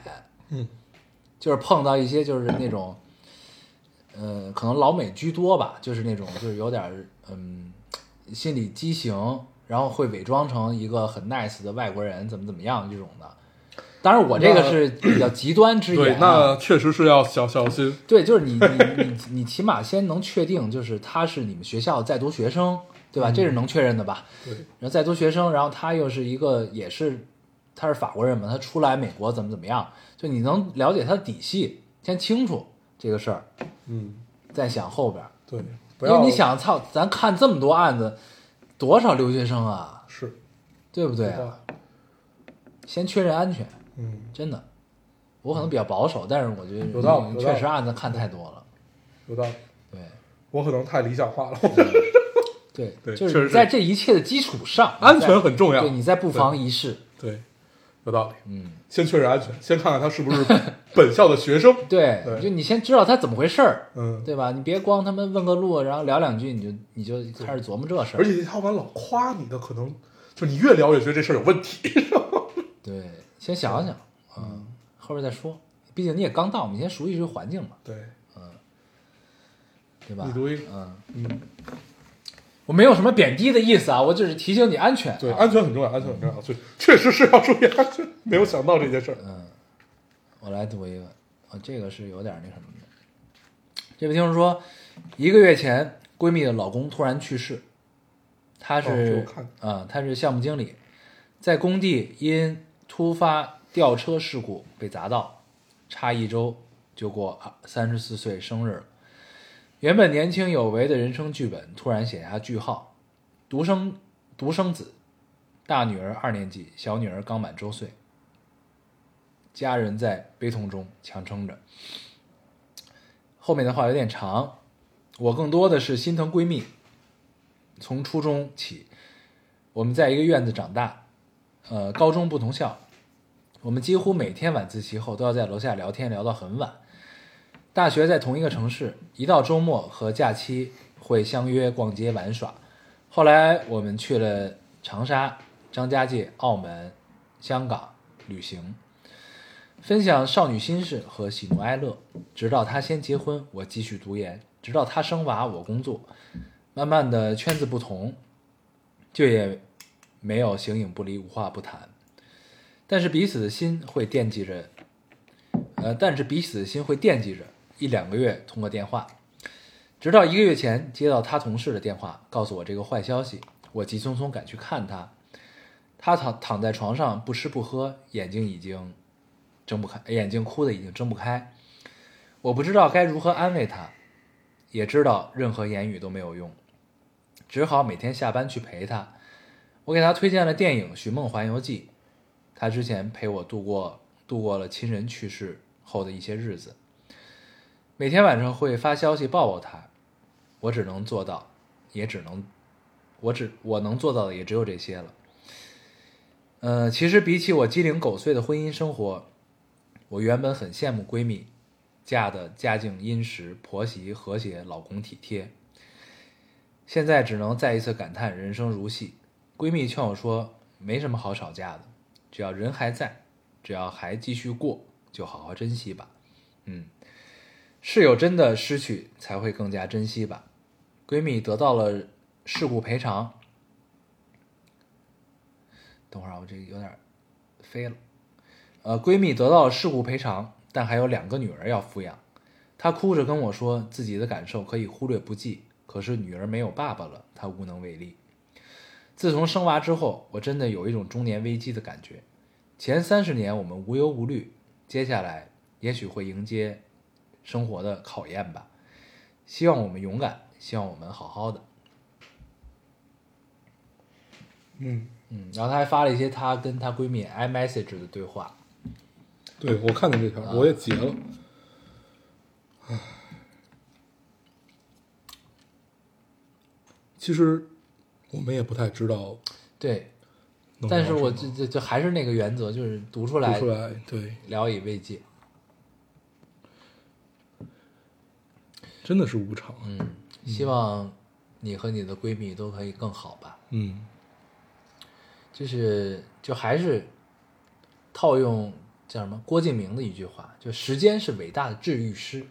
S3: 嗯，
S1: 就是碰到一些就是那种，呃，可能老美居多吧，就是那种就是有点儿嗯心理畸形，然后会伪装成一个很 nice 的外国人，怎么怎么样这种的。当然，我这个
S3: 那
S1: 是比较极端之
S3: 对
S1: 言，啊、
S3: 那确实是要小小心，
S1: 对，就是你你你你起码先能确定，就是他是你们学校在读学生，对吧？这
S3: 嗯
S1: 是能确认的吧？
S3: 对，
S1: 然后在读学生，然后他又是一个也是他是法国人嘛，他出来美国怎么怎么样，就你能了解他的底细，先清楚这个事儿，
S3: 嗯，
S1: 再想后边儿。
S3: 对，不
S1: 因
S3: 要
S1: 为你想，操，咱看这么多案子，多少留学生啊，
S3: 是，
S1: 对不对
S3: 对
S1: 啊？
S3: 吧
S1: 先确认安全，
S3: 嗯。
S1: 真的。我可能比较保守，但是我觉得
S3: 有道理
S1: 嗯
S3: 有道
S1: 确
S3: 理
S1: 实案子看太多了，
S3: 有道理，
S1: 对。
S3: 我可能太理想化了。
S1: 对，
S3: 对
S1: 就
S3: 确
S1: 是
S3: 实
S1: 你
S3: 是
S1: 在这一切的基础上，
S3: 安
S1: 你在
S3: 全很重要
S1: 对，你在不妨一试。
S3: 对，有道理。
S1: 嗯，
S3: 先确认安全，先看看他是不是 本校的学生。
S1: 对，
S3: 对
S1: 就你先知道他怎么回事儿，
S3: 嗯，
S1: 对吧？你别光他们问个路，然后聊两句，你就你就开始琢磨这事
S3: 而
S1: 儿。
S3: 且他们老夸你的，可能就你越聊越觉得这事儿有 问题。
S1: 对，先想想，嗯，后边再说。毕竟你也刚到，我们先熟悉熟悉环境嘛，
S3: 对，
S1: 对吧？
S3: 你读一
S1: 嗯
S3: 嗯，
S1: 我没有什么贬低的意思啊，我只是提醒你安全。
S3: 对，
S1: 啊
S3: 安全很重要，安全很重要，确确实是要注意安全。没有想到这件事儿，
S1: 我来读一个，啊，这个是有点那什么的。这位听众说，一个月前闺蜜的老公突然去世，他
S3: 哦这我
S1: 是
S3: 看
S1: 啊、他是项目经理，在工地因突发吊车事故被砸到，差一周就过三十四岁生日了。原本年轻有为的人生剧本突然写下句号，独生独生子，大女儿二年级，小女儿刚满周岁。家人在悲痛中强撑着。后面的话有点长，我更多的是心疼闺蜜。从初中起，我们在一个院子长大，呃，高中不同校，我们几乎每天晚自习后都要在楼下聊天，聊到很晚。大学在同一个城市，一到周末和假期会相约逛街玩耍。后来我们去了长沙、张家界、澳门、香港旅行，分享少女心事和喜怒哀乐。直到她先结婚，我继续读研；直到她生娃，我工作。慢慢的圈子不同，就也没有形影不离、无话不谈。但是彼此的心会惦记着，呃，但是彼此的心会惦记着。一两个月通过电话，直到一个月前接到他同事的电话，告诉我这个坏消息。我急匆匆赶去看他，他躺躺在床上不吃不喝，眼睛已经睁不开，眼睛哭的已经睁不开。我不知道该如何安慰他，也知道任何言语都没有用，只好每天下班去陪他。我给他推荐了电影《寻梦环游记》，他之前陪我度过度过了亲人去世后的一些日子，每天晚上会发消息抱抱他，我只能做到，也只能，我只我能做到的也只有这些了。呃，其实比起我鸡零狗碎的婚姻生活，我原本很羡慕闺蜜嫁的家境殷实、婆媳和谐、老公体贴。现在只能再一次感叹人生如戏。闺蜜劝我说，没什么好吵架的，只要人还在，只要还继续过，就好好珍惜吧。嗯，室友真的失去才会更加珍惜吧。闺蜜得到了事故赔偿。等会儿啊，我这有点儿飞了。呃，闺蜜得到了事故赔偿，但还有两个女儿要抚养。她哭着跟我说，自己的感受可以忽略不计，可是女儿没有爸爸了，她无能为力。自从生娃之后，我真的有一种中年危机的感觉。前三十年我们无忧无虑，接下来也许会迎接生活的考验吧。希望我们勇敢，希望我们好好的。
S3: 嗯，
S1: 嗯，然后她还发了一些她跟她闺蜜 iMessage 的对话。
S3: 对
S1: 嗯
S3: 我看见这
S1: 啊
S3: 条，我也截了。唉，其实我们也不太知道
S1: 对，
S3: 能聊
S1: 但
S3: 什么，
S1: 是我这这这还是那个原则，就是读出
S3: 读
S1: 来，
S3: 出来，对，
S1: 聊以慰藉。嗯
S3: 真的是无常。
S1: 嗯，希望你和你的闺蜜都可以更好吧。
S3: 嗯，
S1: 就是就还是套用叫什么郭敬明的一句话，就时间是伟大的治愈师。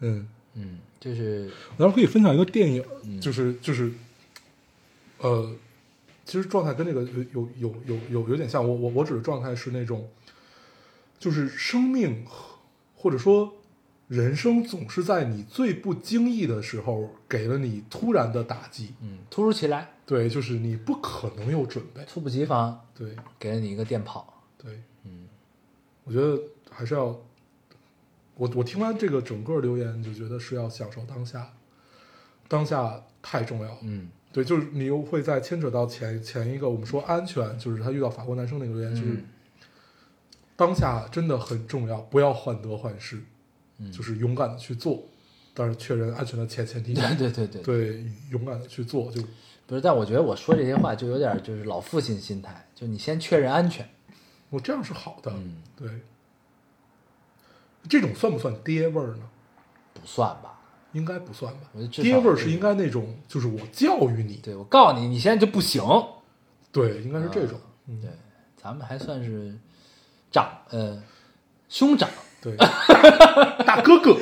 S3: 嗯，
S1: 嗯，就是
S3: 我待会儿可以分享一个电影，就是就是，呃，其实状态跟这个有有有有有有点像。我我我指的状态是那种，就是生命和或者说人生总是在你最不经意的时候给了你突然的打击。
S1: 嗯，突如其来，
S3: 对，就是你不可能有准备。
S1: 猝不及防，
S3: 对
S1: 给了你一个电炮。
S3: 对，
S1: 嗯，
S3: 我觉得还是要。我我听完这个整个留言，就觉得是要享受当下，当下太重要了。
S1: 嗯
S3: 对，就是你又会再牵扯到前前一个我们说安全，就是他遇到法国男生那个留言，就是
S1: 嗯
S3: 当下真的很重要，不要患得患失，
S1: 嗯，
S3: 就是勇敢的去做，但是确认安全的前前提下
S1: 对，对对对，
S3: 对，勇敢的去做，就
S1: 不是，但我觉得我说这些话就有点就是老父亲心态，就你先确认安全。
S3: 我这样是好的，
S1: 嗯，
S3: 对，这种算不算爹味儿呢？
S1: 不算吧？
S3: 应该不算吧
S1: 我觉得，至少
S3: 爹味儿是应该那种，就是我教育你，
S1: 对，我告诉你，你现在就不行。
S3: 对，应该是这种，
S1: 啊
S3: 嗯
S1: 对，咱们还算是长呃兄长，
S3: 对， 大哥 哥，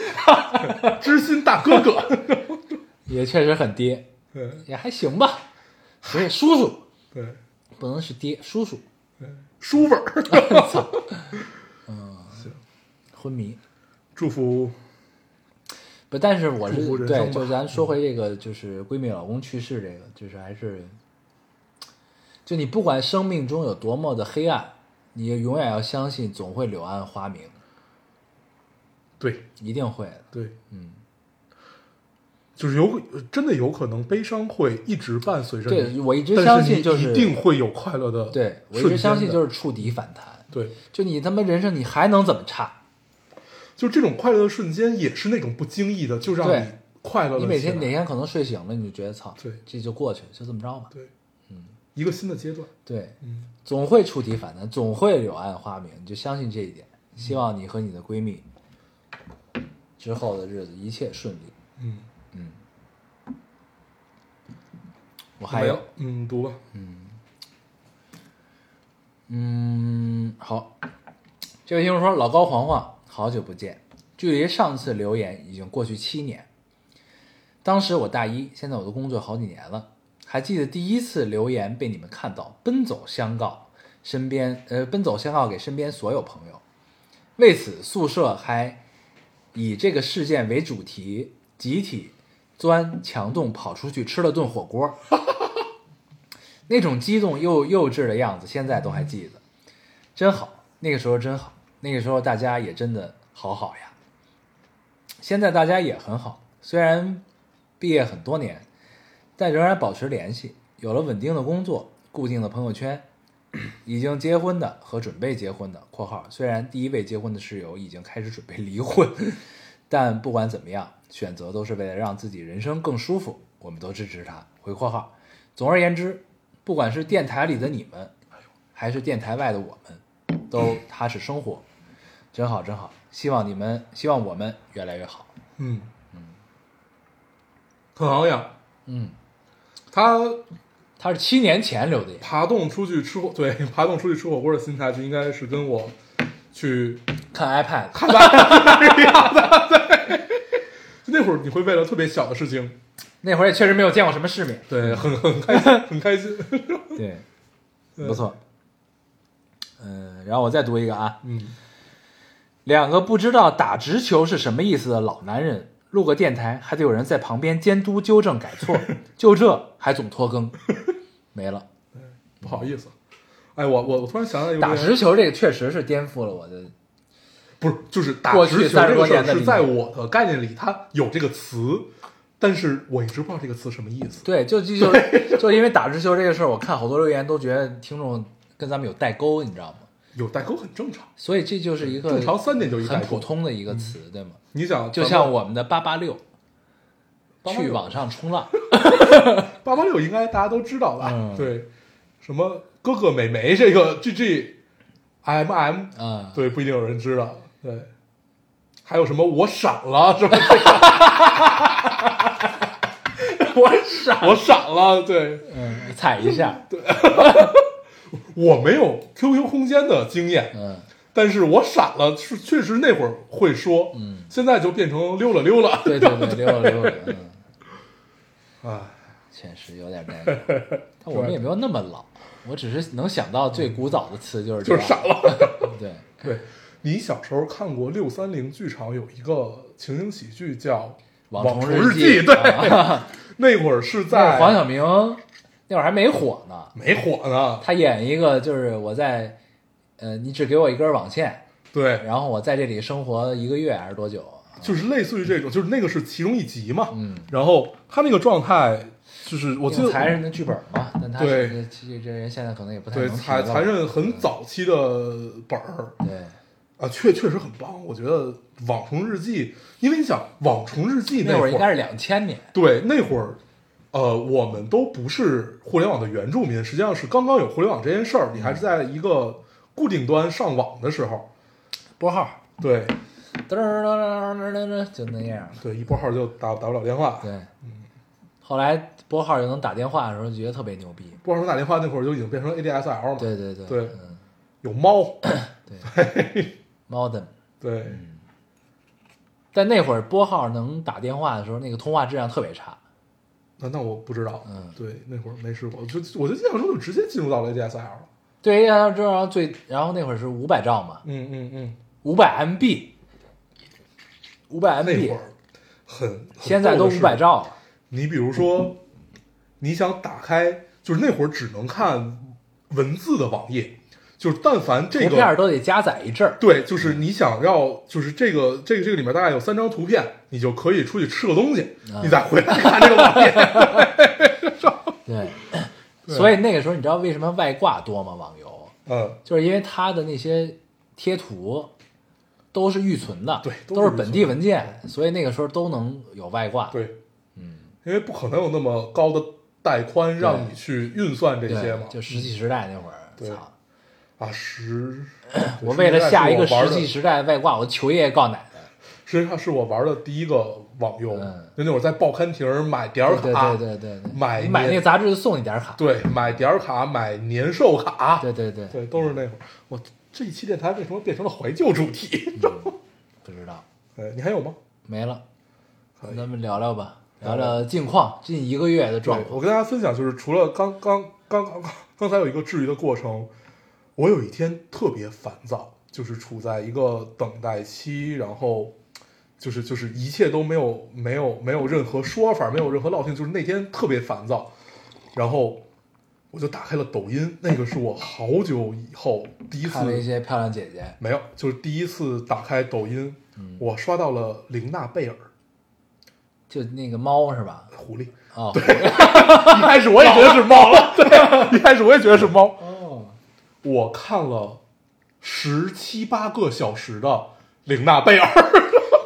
S3: 知心大哥哥，
S1: 也确实很爹。
S3: 对
S1: 也还行吧，不是叔叔，
S3: 对。
S1: 不能是爹，叔叔
S3: 书本儿。
S1: 昏迷。
S3: 祝福，
S1: 不，但是我
S3: 祝
S1: 是
S3: 福人生
S1: 对，
S3: 吧
S1: 就咱说回这个，就是闺蜜老公去世这个，就是还是，就你不管生命中有多么的黑暗，你也永远要相信总会柳暗花明，
S3: 对
S1: 一定会的。
S3: 对，
S1: 嗯，
S3: 就是有真的有可能悲伤会一直伴随着你，
S1: 对我一直
S3: 但
S1: 相
S3: 是你
S1: 信就是
S3: 一定会有快乐的，
S1: 对我一直相信就是是触底反弹，
S3: 对，
S1: 就你他妈人生你还能怎么差？
S3: 就这种快乐的瞬间也是那种不经意的，就让你
S1: 对
S3: 快乐了
S1: 你
S3: 起来。
S1: 每天哪天可能睡醒了，你就觉得操，
S3: 对
S1: 这就过去了，就这么着吧。
S3: 对，嗯，一个新的阶段，
S1: 对，
S3: 嗯，
S1: 总会触底反弹，总会柳暗花明，你就相信这一点。希望你和你的闺蜜之后的日子一切顺利。
S3: 嗯，
S1: 嗯，我还
S3: 没
S1: 有
S3: 有，，嗯，读吧，
S1: 嗯，好，这位听众说：“老高、黄黄，好久不见，距离上次留言已经过去七年。当时我大一，现在我都工作好几年了，还记得第一次留言被你们看到，奔走相告，身边呃奔走相告给身边所有朋友。为此，宿舍还以这个事件为主题，集体钻墙洞跑出去吃了顿火锅。” 那种激动又幼稚的样子，现在都还记得，真好。那个时候真好，那个时候大家也真的好好呀。现在大家也很好，虽然毕业很多年，但仍然保持联系，有了稳定的工作、固定的朋友圈。 已经结婚的和准备结婚的（括号虽然第一位结婚的室友已经开始准备离婚， 但不管怎么样，选择都是为了让自己人生更舒服，我们都支持他。回括号。总而言之，不管是电台里的你们，还是电台外的我们，都踏实生活，真好真好。希望你们，希望我们越来越好。
S3: 嗯很行养。
S1: 嗯，
S3: 他
S1: 他是七年前留的言，
S3: 爬洞出去吃火， 对，爬洞出去吃火锅的心态就应该是跟我去
S1: 看 iPad，
S3: 看大一样的。对， 那会儿你会为了特别小的事情，
S1: 那会儿也确实没有见过什么世面。
S3: 对，很很开心，很开心。
S1: 对，
S3: 对
S1: 不错。嗯、然后我再读一个啊，
S3: 嗯，
S1: 两个不知道打直球是什么意思的老男人录个电台，还得有人在旁边监督纠正改 错，就这还总拖更，没 了。
S3: 不好意思，哎，我我我突然想起来一个
S1: 打
S3: 东西
S1: 直球这个确实是颠覆了我的
S3: 不是，就是打
S1: 过去
S3: 直球这
S1: 30多
S3: 个事
S1: 年
S3: 儿
S1: 的理
S3: 是
S1: 解
S3: 在我的概念里，它有这个词，但是我一直不知道这个词什么意思。
S1: 对，就就就就因为打直球这个事儿，我看好多留言都觉得听众跟咱们有代沟，你知道吗？
S3: 有代沟很正常，
S1: 所以这就是一个
S3: 正常三点就一代
S1: 很
S3: 沟嗯
S1: 普通的一个词，对吗？
S3: 你想，
S1: 就
S3: 咱
S1: 像
S3: 们
S1: 我们的八八六，
S3: 886
S1: 去网上冲浪，
S3: 八八六，应该大家都知道吧？
S1: 嗯
S3: 对，什么哥哥美眉这个 G G M M，
S1: 嗯，
S3: 对，不一定有人知道。对，还有什么我闪了什么这
S1: 我傻，
S3: 个，我闪了，对，
S1: 嗯，踩一下，
S3: 我没有 QQ 空间的经验，
S1: 嗯，
S3: 但是我闪了是确实那会儿会说，嗯，现在就变成溜了溜了，
S1: 对对对，溜了溜了，嗯，
S3: 啊，
S1: 确实有点代沟，但我们也没有那么老，我只是能想到最古早的词就是这
S3: 就是
S1: 样
S3: 闪了。
S1: 对，
S3: 对，你小时候看过六三零剧场有一个情景喜剧叫《
S1: 网
S3: 网
S1: 虫
S3: 日
S1: 记，
S3: 对，
S1: 啊
S3: 那会儿是
S1: 那
S3: 在
S1: 是黄晓明那会儿还没火呢，
S3: 没火呢，
S1: 他演一个就是我在，呃，你只给我一根网线，
S3: 对，
S1: 然后我在这里生活一个月还是多久？
S3: 就是类似于这种，就是那个是其中一集嘛，
S1: 嗯，
S3: 然后他那个状态就是我记
S1: 因为
S3: 得
S1: 才是那剧本嘛，但他
S3: 对
S1: 是这这这人现在可能也不太
S3: 对
S1: 能提
S3: 才
S1: 了
S3: 才是很早期的本儿
S1: 对，
S3: 啊，确确实很棒，我觉得《网虫日记》，因为你想《网虫日记》
S1: 那
S3: 会
S1: 会儿应该是两千年，
S3: 对，那会儿，呃，我们都不是互联网的原住民，实际上是刚刚有互联网这件事儿，你还是在一个固定端上网的时候，
S1: 拨号，
S3: 对
S1: 噔噔噔噔噔噔，就那样。
S3: 对，一拨号就打打不了电话，
S1: 对，
S3: 嗯
S1: 后来拨号又能打电话的时候，觉得特别牛逼。
S3: 拨号能打电话那会儿就已经变成 ADSL 嘛，
S1: 对对对
S3: 对
S1: 嗯，
S3: 有猫，
S1: 猫的。
S3: 对，
S1: 嗯但那会儿拨号能打电话的时候，那个通话质量特别差。
S3: 那那我不知道，
S1: 嗯
S3: 对，那会儿没试过，就我就印象中就直接进入到了 ADSL 了，
S1: 对 A L 之后最，然后那会儿是五百兆嘛，
S3: 嗯嗯嗯，
S1: 五百 MB，五百
S3: 那
S1: MB，
S3: 会儿很，很
S1: 现在都
S3: 逗
S1: 五
S3: 的是
S1: 百兆了。
S3: 你比如说，你想打开，就是那会儿只能看文字的网页，就是但凡这
S1: 图片
S3: 个
S1: 都得加载一阵儿。
S3: 对，就是你想要，就是这个这个这个里面大概有三张图片，你就可以出去吃个东西，
S1: 嗯
S3: 你再回来看这个网页。
S1: 对，所以那个时候你知道为什么外挂多吗？网游
S3: 嗯，
S1: 就是因为它的那些贴图都是预存的，
S3: 对
S1: 都
S3: 都是
S1: 是本地文件，所以那个时候都能有外挂。
S3: 对，嗯，因为不可能有那么高的带宽让你去运算这
S1: 对，
S3: 些嘛。
S1: 就石器时代那会儿，
S3: 对
S1: 操！
S3: 啊，十，
S1: 我为了下一个
S3: 实
S1: 石器时代外挂，我求爷爷告奶奶，
S3: 实际上是我玩的第一个网游，
S1: 嗯
S3: 就那会儿在报刊亭儿买点儿
S1: 对
S3: 卡，
S1: 对对对对对，
S3: 买
S1: 你买
S3: 年
S1: 那个杂志就送你点儿卡，
S3: 对买点儿卡，买年兽卡，
S1: 对对对，
S3: 对，都是那会儿。我这一期电台为什么变成了怀旧主 题？
S1: 不知道
S3: 哎，你还有吗？
S1: 没了，
S3: 可以
S1: 咱们聊聊吧，
S3: 聊
S1: 聊
S3: 聊
S1: 聊近况，近一个月的状
S3: 对，
S1: 况。
S3: 我跟大家分享，就是除了刚刚刚刚刚刚才有一个治愈的过程，我有一天特别烦躁，就是处在一个等待期，然后就是就是一切都没有没有没有任何说法，没有任何落听，就是那天特别烦躁，然后我就打开了抖音，那个是我好久以后第一次
S1: 看了一些漂亮姐姐，
S3: 没有，就是第一次打开抖音，
S1: 嗯
S3: 我刷到了玲娜贝尔
S1: 就那个猫是吧？
S3: 狐狸，
S1: 哦，
S3: 一开始我也觉得是猫，对，一开始我也觉得是猫。
S1: 哦，
S3: 我看了十七八个小时的《玲娜贝
S1: 哎
S3: 尔》，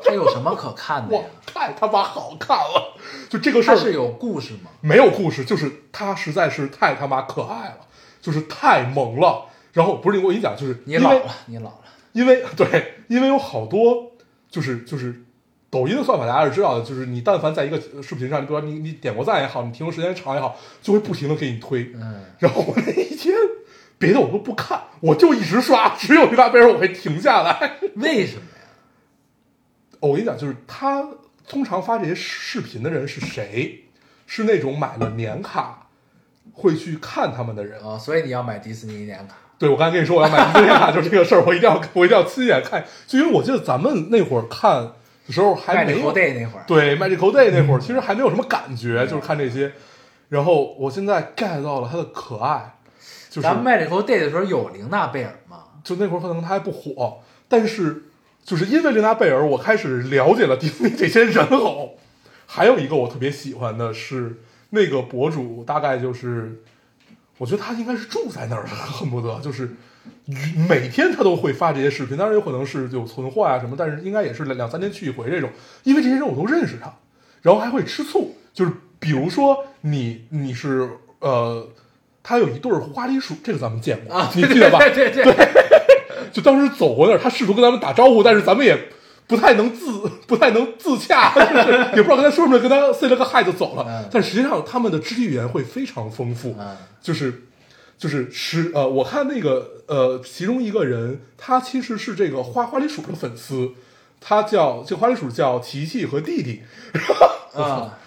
S1: 这有什么可看的
S3: 我
S1: 呀？
S3: 太他妈好看了！就这个事
S1: 它是
S3: 儿
S1: 有故事吗？
S3: 没有故事，就是它实在是太他妈可爱了，就是太萌了。然后不是我跟你讲，就是
S1: 你
S3: 因
S1: 老
S3: 为
S1: 了，你老了，
S3: 因为对，因为有好多就是就是抖音的算法大家是知道的，就是你但凡在一个视频上，你比如说你你点过赞也好，你停留时间长也好，就会不停的给你推。
S1: 嗯，
S3: 然后我那一天别的我都不看，我就一直刷，只有《玲娜贝尔》我会停下来。
S1: 为什么呀？
S3: 我跟你讲，就是他通常发这些视频的人是谁？是那种买了年卡会去看他们的人。
S1: 啊、所以你要买迪士尼年卡，
S3: 对，我刚才跟你说我要买迪士尼年卡，就是这个事儿，我一定要我一定要亲眼看。就因为我记得咱们那会儿看的时候还
S1: 卖
S3: 没
S1: 你
S3: 有
S1: 头 day 那会儿，
S3: 对 Magical Day 那会儿，其实还没有什么感觉，就是看这些。然后我现在 get 到了他的可爱，就是
S1: 咱们卖这头 day 的时候有玲娜贝尔吗？
S3: 就那会儿可能他还不火，但是就是因为琳达贝尔，我开始了解了 迪士尼这些人偶。还有一个我特别喜欢的是那个博主，大概就是我觉得他应该是住在那儿的，恨不得就是每天他都会发这些视频，当然有可能是有存货啊什么，但是应该也是两两三天去一回这种，因为这些人我都认识他，然后还会吃醋，就是比如说你你是呃。他有一对儿花栗鼠，这个咱们见 过，
S1: 啊，
S3: 你记得吧？
S1: 对对对对
S3: 就当时走过那儿，他试图跟咱们打招呼，但是咱们也不太能自 不太能自洽， 就是也不知道跟他说什么，跟他 say 了个 hi 就走了。
S1: 嗯
S3: 但实际上他们的肢体语言会非常丰富，
S1: 嗯
S3: 就是就是是呃，我看那个呃，其中一个人他其实是这个花花栗鼠的粉丝，他叫这个花栗鼠叫琪琪和弟弟，
S1: 啊，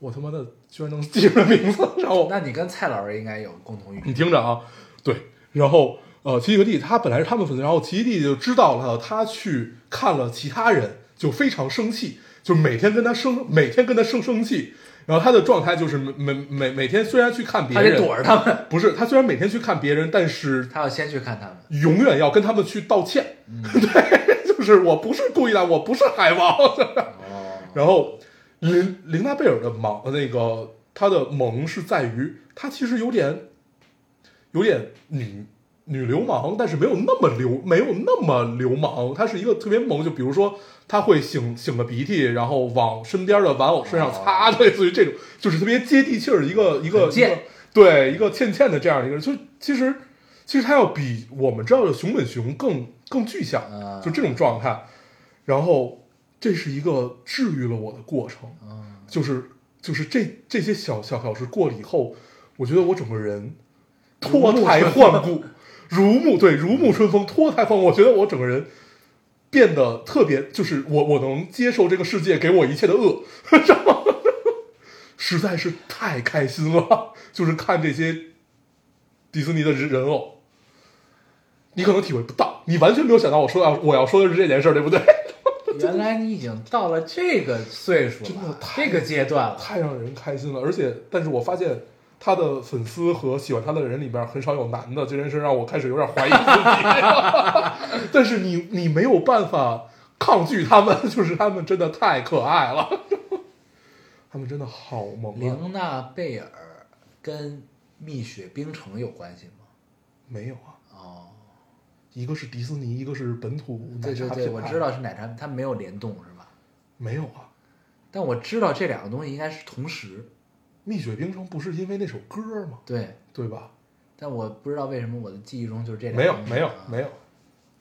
S3: 我他妈的居然能记住名字，然后
S1: 那你跟蔡老师应该有共同语
S3: 你听着啊，对，然后呃，奇迹弟他本来是他们粉丝，然后奇迹弟就知道了他去看了其他人，就非常生气，就每天跟他生，每天跟他生生气。然后他的状态就是每每每每天虽然去看别
S1: 他得
S3: 人，
S1: 躲着他 们，
S3: 不是他虽然每天去看别人，但是
S1: 他要先去看他们。
S3: 永远要跟他们去道歉。
S1: 嗯
S3: 对，就是我不是故意的，我不是海王。
S1: 哦
S3: 然后林林娜贝尔的萌，那个她的萌是在于她其实有点有点女女流氓，但是没有那么流，没有那么流氓。她是一个特别萌，就比如说她会擤擤个鼻涕，然后往身边的玩偶身上擦，类似于这种，就是特别接地气儿的一个一个
S1: 哦很贱
S3: 一个对一个欠欠的这样一个人。就其实其实她要比我们知道的熊本熊更更具象
S1: 啊，
S3: 就这种状态。然后这是一个治愈了我的过程，
S1: 嗯，
S3: 就是就是这这些小小小事过了以后，我觉得我整个人脱胎换骨，如沐对如沐春风，脱胎换骨。我觉得我整个人变得特别，就是我我能接受这个世界给我一切的恶， 然后实在是太开心了，就是看这些迪士尼的人人偶。你可能体会不到，你完全没有想到我说要我要说的是 这件事儿，对不对？
S1: 原来你已经到了这个岁数
S3: 真的
S1: 了，
S3: 太
S1: 这个阶段了。
S3: 太让人开心了。而且，但是我发现他的粉丝和喜欢他的人里边很少有男的，这件事让我开始有点怀疑自己。但 是你你没有办法抗拒他们，就是他们真的太可爱了， 他们真的好萌啊！
S1: 玲娜贝尔跟蜜雪冰城有关系吗？
S3: 没有啊，
S1: 哦，
S3: 一个是迪士尼，一个是本土奶
S1: 对
S3: 茶
S1: 对
S3: 品牌，
S1: 对，我知道是奶茶，它没有联动是吧？
S3: 没有啊。
S1: 但我知道这两个东西应该是同时，
S3: 蜜雪冰城不是因为那首歌吗？
S1: 对。
S3: 对吧？
S1: 但我不知道为什么我的记忆中就是这两个
S3: 没有，
S1: 东西
S3: 没有
S1: 啊，
S3: 没有，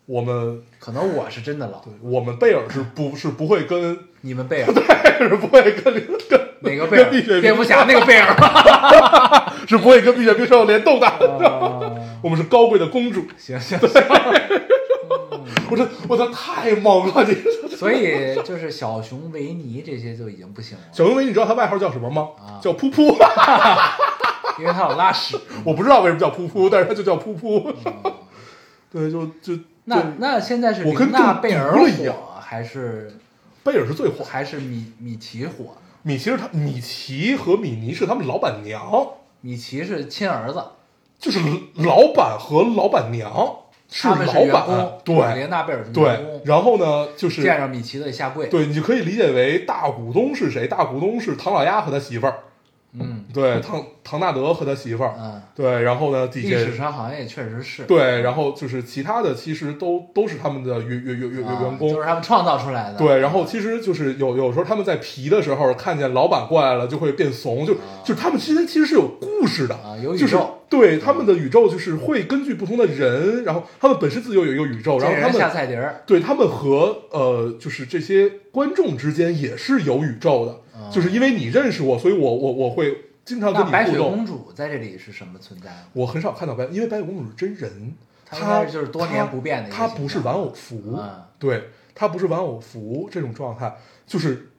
S3: 我们
S1: 可能我是真的老
S3: 对，我们贝尔是不是不会跟
S1: 你们贝尔
S3: 是不会跟跟
S1: 哪个贝尔
S3: 跟碧血？冰
S1: 蝙蝠侠那个贝尔吗？
S3: 是不会跟碧血冰兽联动的，
S1: 啊
S3: 我们是高贵的公主。
S1: 行行，
S3: 我这我操，太猛了！你
S1: 所以就是小熊维尼这些就已经不行了，
S3: 小熊维，你知道他外号叫什么吗？
S1: 啊
S3: 叫噗噗。
S1: 因为他老拉屎。
S3: 我不知道为什么叫噗噗，但是他就叫噗噗。
S1: 嗯
S3: 对，就就
S1: 那
S3: 就
S1: 那现在是
S3: 我跟
S1: 琳娜
S3: 中
S1: 贝尔
S3: 毒了一样
S1: 火还是
S3: 贝尔是最火。
S1: 还是米米奇火呢？
S3: 米奇是他，米奇和米妮是他们老板娘，
S1: 米奇是亲儿子，
S3: 就是老板和老板娘是
S1: 他们
S3: 老
S1: 员
S3: 板
S1: 工，，
S3: 对
S1: 琳娜贝尔是员
S3: 对
S1: 工。，
S3: 然后呢，就
S1: 嗯
S3: 是
S1: 见着米奇得下跪。，
S3: 对，你就可以理解为大股东是谁？大股东是唐老鸭和他媳妇儿，
S1: 嗯
S3: 对，唐唐纳德和他媳妇儿，
S1: 嗯，
S3: 对，然后呢，底
S1: 历
S3: 下
S1: 史上好像也确实是啊
S3: 对，然后就是其他的，其实都都是他们的员员员员
S1: 啊
S3: 员员工，
S1: 就是他们创造出来的。
S3: 对，然后其实就是有有时候他们在皮的时候，看见老板过来了，就会变怂，就就他们之间其实是有故事的
S1: 啊有宇
S3: 就是
S1: 宙
S3: 对他们的宇宙就是会根据不同的人，然后他们本身自己有一个宇宙，
S1: 这
S3: 然后
S1: 人
S3: 他
S1: 下
S3: 们
S1: 菜碟儿，
S3: 对他们和呃就是这些观众之间也是有宇宙
S1: 啊
S3: 的，就是因为你认识我，所以我我我会经常
S1: 那
S3: 跟
S1: 白
S3: 你
S1: 雪
S3: 互动。
S1: 公主在这里是什么存在呢？
S3: 我很少看到白，因为白雪公主是真人，
S1: 她
S3: 她
S1: 应该就是多年不变的一个
S3: 她
S1: 形
S3: 不是
S1: 象
S3: 玩偶服，
S1: 嗯
S3: 对，她不是玩偶服这种状态，就是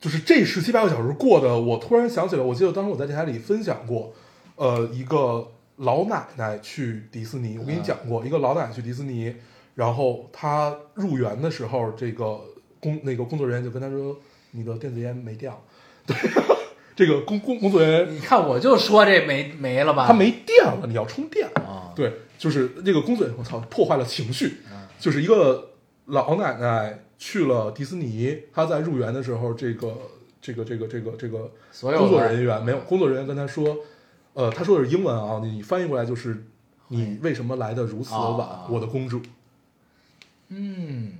S3: 就是这十七八个小时过的，我突然想起来，我记得当时我在电台里分享过，呃，一个老奶奶去迪士尼，我跟你讲过，一个老奶奶去迪士尼，然后她入园的时候，这个工那个工作人员就跟她说，你的电子烟没掉， 对，这个工工工作人员
S1: 你看，我就说这没没了吧？
S3: 他没电了，你要充电。
S1: 啊，
S3: 对，就是那个公嘴，我操，破坏了情绪。
S1: 嗯
S3: 就是一个老奶奶去了迪士尼，她在入园的时候，这个这个这个这个这个
S1: 所有的
S3: 工作人员没有，工作人员跟她说，呃，她说的是英文啊，你翻译过来就是你为什么来的如此
S1: 哦
S3: 晚
S1: 哦，
S3: 我的公主，
S1: 嗯，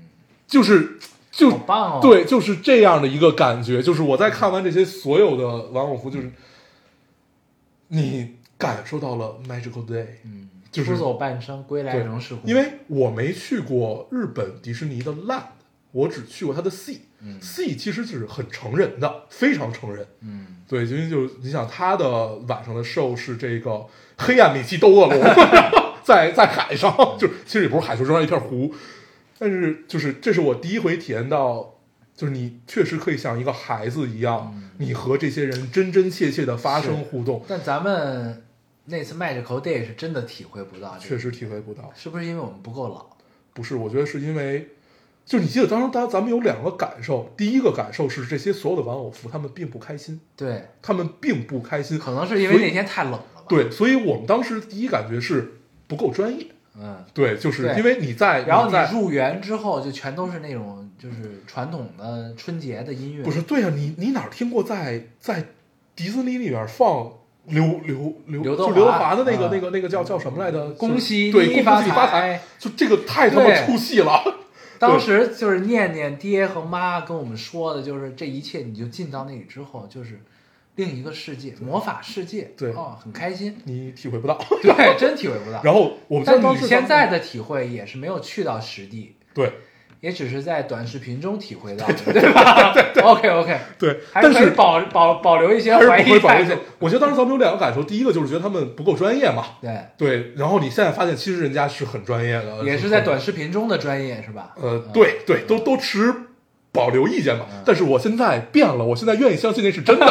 S3: 就是就
S1: 好棒哦。，
S3: 对，就是这样的一个感觉。就是我在看完这些所有的玩偶服，就是你感受到了 magical day，
S1: 嗯，
S3: 就是
S1: 出走半生，归来
S3: 对
S1: 仍是故。
S3: 因为我没去过日本迪士尼的 Land，我只去过它的 Sea、Sea 其实就是很成人的，非常成人。
S1: 嗯，
S3: 对，因为就是你想它的晚上的 show 是这个黑暗米奇斗恶龙， 在在海上，就是其实也不是海，就中间一片湖。但是就是这是我第一回体验到，就是你确实可以像一个孩子一样，你和这些人真真切切的发生互动，
S1: 但咱们那次 Magical Day 是真的体会不到，
S3: 确，实体会不到。
S1: 是不是因为我们不够老？
S3: 不是，我觉得是因为，就是你记得当时咱咱们有两个感受，第一个感受是这些所有的玩偶服他们并不开心，
S1: 对，
S3: 他们并不开心，
S1: 可能是因为
S3: 所以
S1: 那天太冷了吧。，
S3: 对，所以我们当时第一感觉是不够专业，
S1: 嗯。
S3: 对，就是
S1: 对
S3: 因为你在，
S1: 嗯然后
S3: 在
S1: 你入园之后，就全都是那种就是传统的春节的音乐，
S3: 不是对啊，你你哪儿听过在在迪士尼里边放刘刘刘
S1: 刘德
S3: 就刘德
S1: 华
S3: 华的那个、
S1: 嗯
S3: 那个那个叫叫什么来着？
S1: 恭
S3: 就
S1: 喜
S3: 对，
S1: 你
S3: 恭喜
S1: 发
S3: 你发
S1: 财
S3: 财，就这个太他妈
S1: 对
S3: 出戏 了。
S1: 当时就是念念爹和妈跟我们说的，就是这一切你就进到那里之后，就是另一个世界，魔法世界，
S3: 对，
S1: 哦，很开心
S3: 你体会不到，
S1: 对，真体会不到。
S3: 然后我们
S1: 但
S3: 当
S1: 你
S3: 时
S1: 现在的体会也是没有去到实地，
S3: 对
S1: 也只是在短视频中体会到的，对吧？OK OK，
S3: 对，
S1: 还
S3: 但
S1: 可以
S3: 是
S1: 保保保留一 些
S3: 还是
S1: 怀
S3: 不会
S1: 疑
S3: 保
S1: 态
S3: 留
S1: 度
S3: 这。我觉得当时咱们有两个感受，第一个就是觉得他们不够专业嘛，
S1: 对，
S3: 对。然后你现在发现，其实人家是很专业的，
S1: 也是在短视频中的专业是吧？嗯
S3: 呃，对对，都都持保留意见嘛。但是我现在变了，我现在愿意相信那是真的。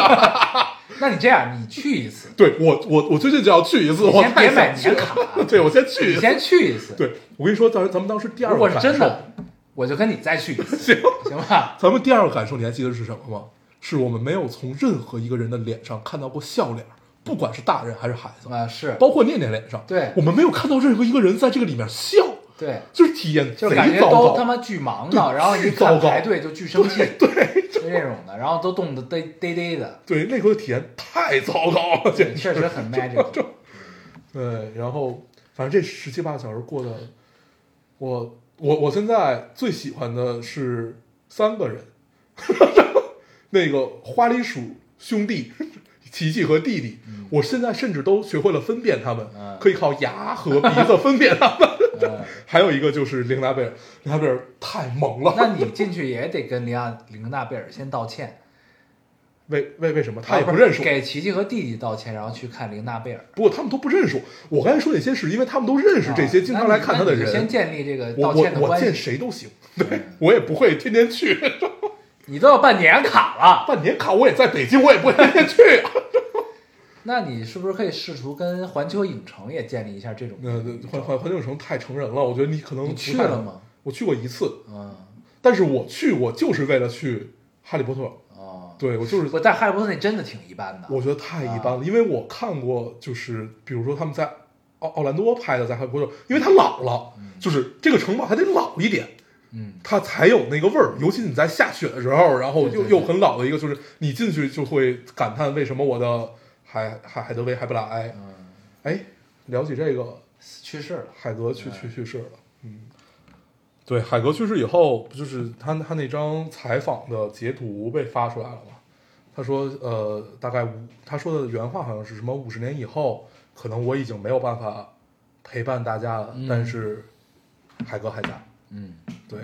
S1: 那你这样，你去一次，
S3: 对我我我最近就要去一次，
S1: 你
S3: 我
S1: 先别
S3: 太
S1: 买
S3: 想
S1: 年
S3: 去了。
S1: 卡，
S3: 对，我先去
S1: 你
S3: 一次。
S1: 先去一次。
S3: 对，我跟你说，咱咱们当时第二
S1: 如
S3: 个
S1: 果是
S3: 感
S1: 真
S3: 受，
S1: 的，我就跟你再去一次，行吧？
S3: 咱们第二个感受你还记得是什么吗？是我们没有从任何一个人的脸上看到过笑脸，不管是大人还是孩子，
S1: 啊，是，
S3: 包括念念脸上，
S1: 对
S3: 我们没有看到任何一个人在这个里面笑。
S1: 对，
S3: 就是体验
S1: 就
S3: 贼
S1: 感觉
S3: 糟
S1: 都
S3: 糕，
S1: 他妈巨忙
S3: 对
S1: 的，然后一
S3: 巨糟
S1: 看
S3: 糕
S1: 排队就巨生气，对，就这种的，然后都冻得嘚嘚嘚的，
S3: 对那回的体验太糟糕
S1: 对
S3: 了，简直。
S1: 确实 很 magic。
S3: 对，然后反正这十七八个小时过的，我我我现在最喜欢的是三个人， 那个花栗鼠兄弟。琪琪和弟弟，我现在甚至都学会了分辨他们，
S1: 嗯
S3: 可以靠牙和鼻子分辨他们。
S1: 呃
S3: 还有一个就是玲达贝尔，玲达贝尔太萌了。
S1: 那你进去也得跟林亚林娜贝尔先道歉，啊
S3: 为为为什么他啊也不认识我？
S1: 给琪琪和弟弟道歉，然后去看林娜贝尔。
S3: 不过他们都不认识我。我刚才说那些是因为他们都认识这些
S1: 啊
S3: 经常来看他的
S1: 那你那你就先
S3: 人。
S1: 建立这个
S3: 我
S1: 道
S3: 我
S1: 歉的
S3: 我
S1: 关
S3: 见
S1: 系。
S3: 谁都行，对 我也不会天天去。
S1: 你都要办年卡了，
S3: 半年卡我也在北京，我也不会天天去。啊
S1: 那你是不是可以试图跟环球影城也建立一下这种？
S3: 那那环环环球影城太成人了，我觉得你可能
S1: 你
S3: 不
S1: 去
S3: 太
S1: 了吗？
S3: 我去过一次，
S1: 嗯
S3: 啊但是我去我就是为了去哈利波特，
S1: 哦，
S3: 对我就是
S1: 不，但哈利波特那真的挺一般的。啊
S3: 我觉得太一般了，因为我看过，就是比如说他们在奥奥兰多拍的，在哈利波特，因为他老了，就是这个城堡还得老一点，
S1: 嗯，
S3: 它才有那个味儿。尤其你在下雪的时候，然后
S1: 对对
S3: 又
S1: 对
S3: 又很老的一个，就是你进去就会感叹为什么我的海海海德薇还不来。
S1: 嗯，
S3: 哎，聊起这个，
S1: 去世了。
S3: 海格去去去世了，嗯，对，海格去世以后，不就是他他那张采访的截图被发出来了吗？他说，呃，大概五，他说的原话好像是什么五十年以后，可能我已经没有办法陪伴大家了，
S1: 嗯
S3: 但是海格还在，
S1: 嗯，
S3: 对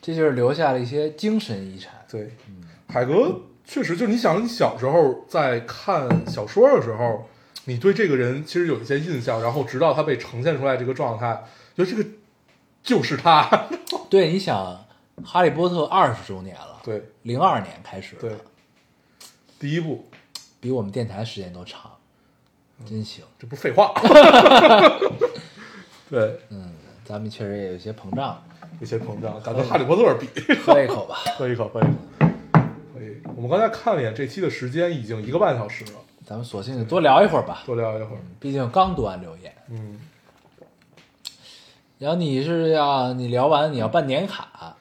S1: 这就是留下了一些精神遗产。
S3: 对，海格确实就是你想，你小时候在看小说的时候，你对这个人其实有一些印象，然后直到他被呈现出来这个状态，觉得这个就是他，
S1: 哦对，你想，《哈利波特》二十周年了，
S3: 对。
S1: 零二年开始，
S3: 对，，第一步，
S1: 比我们电台时间都长，真行。
S3: 这不是废话。 对，
S1: 嗯，咱们确实也有些膨胀，
S3: 有些膨胀，敢跟《哈利波特》比，
S1: 喝一口吧。
S3: 喝一口，喝一口，可以。我们刚才看了一眼这期的时间，已经一个半小时了，
S1: 咱们索性就多聊一会儿吧，
S3: 多聊一会儿。
S1: 毕竟刚读完留言。
S3: 嗯，
S1: 然后你是要你聊完你要办年卡，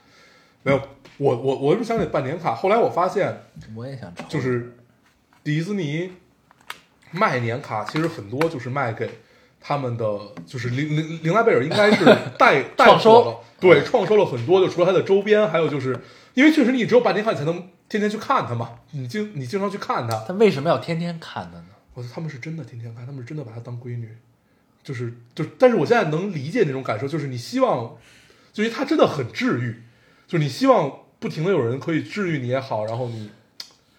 S3: 没有，我我我是想起办年卡，后来我发现
S1: 我也想抽，
S3: 就是迪士尼卖年卡，其实很多就是卖给。他们的就是林林林莱贝尔应该 是带带
S1: 创收
S3: 火了，对，创收了很多，就除了它的周边，还有就是因为确实你只有半年看你才能天天去看它嘛，你经你经常去看它，
S1: 他为什么要天天看他呢？
S3: 我说他们是真的天天看，他们是真的把她当闺女，就是就，但是我现在能理解那种感受，就是你希望，就是她真的很治愈，就是你希望不停的有人可以治愈你也好，然后你，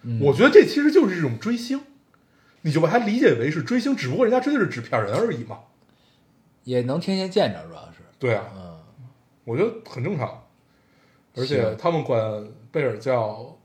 S1: 嗯
S3: 我觉得这其实就是一种追星，你就把它理解为是追星，只不过人家真的是纸片人而已嘛。
S1: 也能天天见着，主 要是，
S3: 对啊，
S1: 嗯，
S3: 我觉得很正常，而且
S1: 是啊
S3: 他们管贝尔叫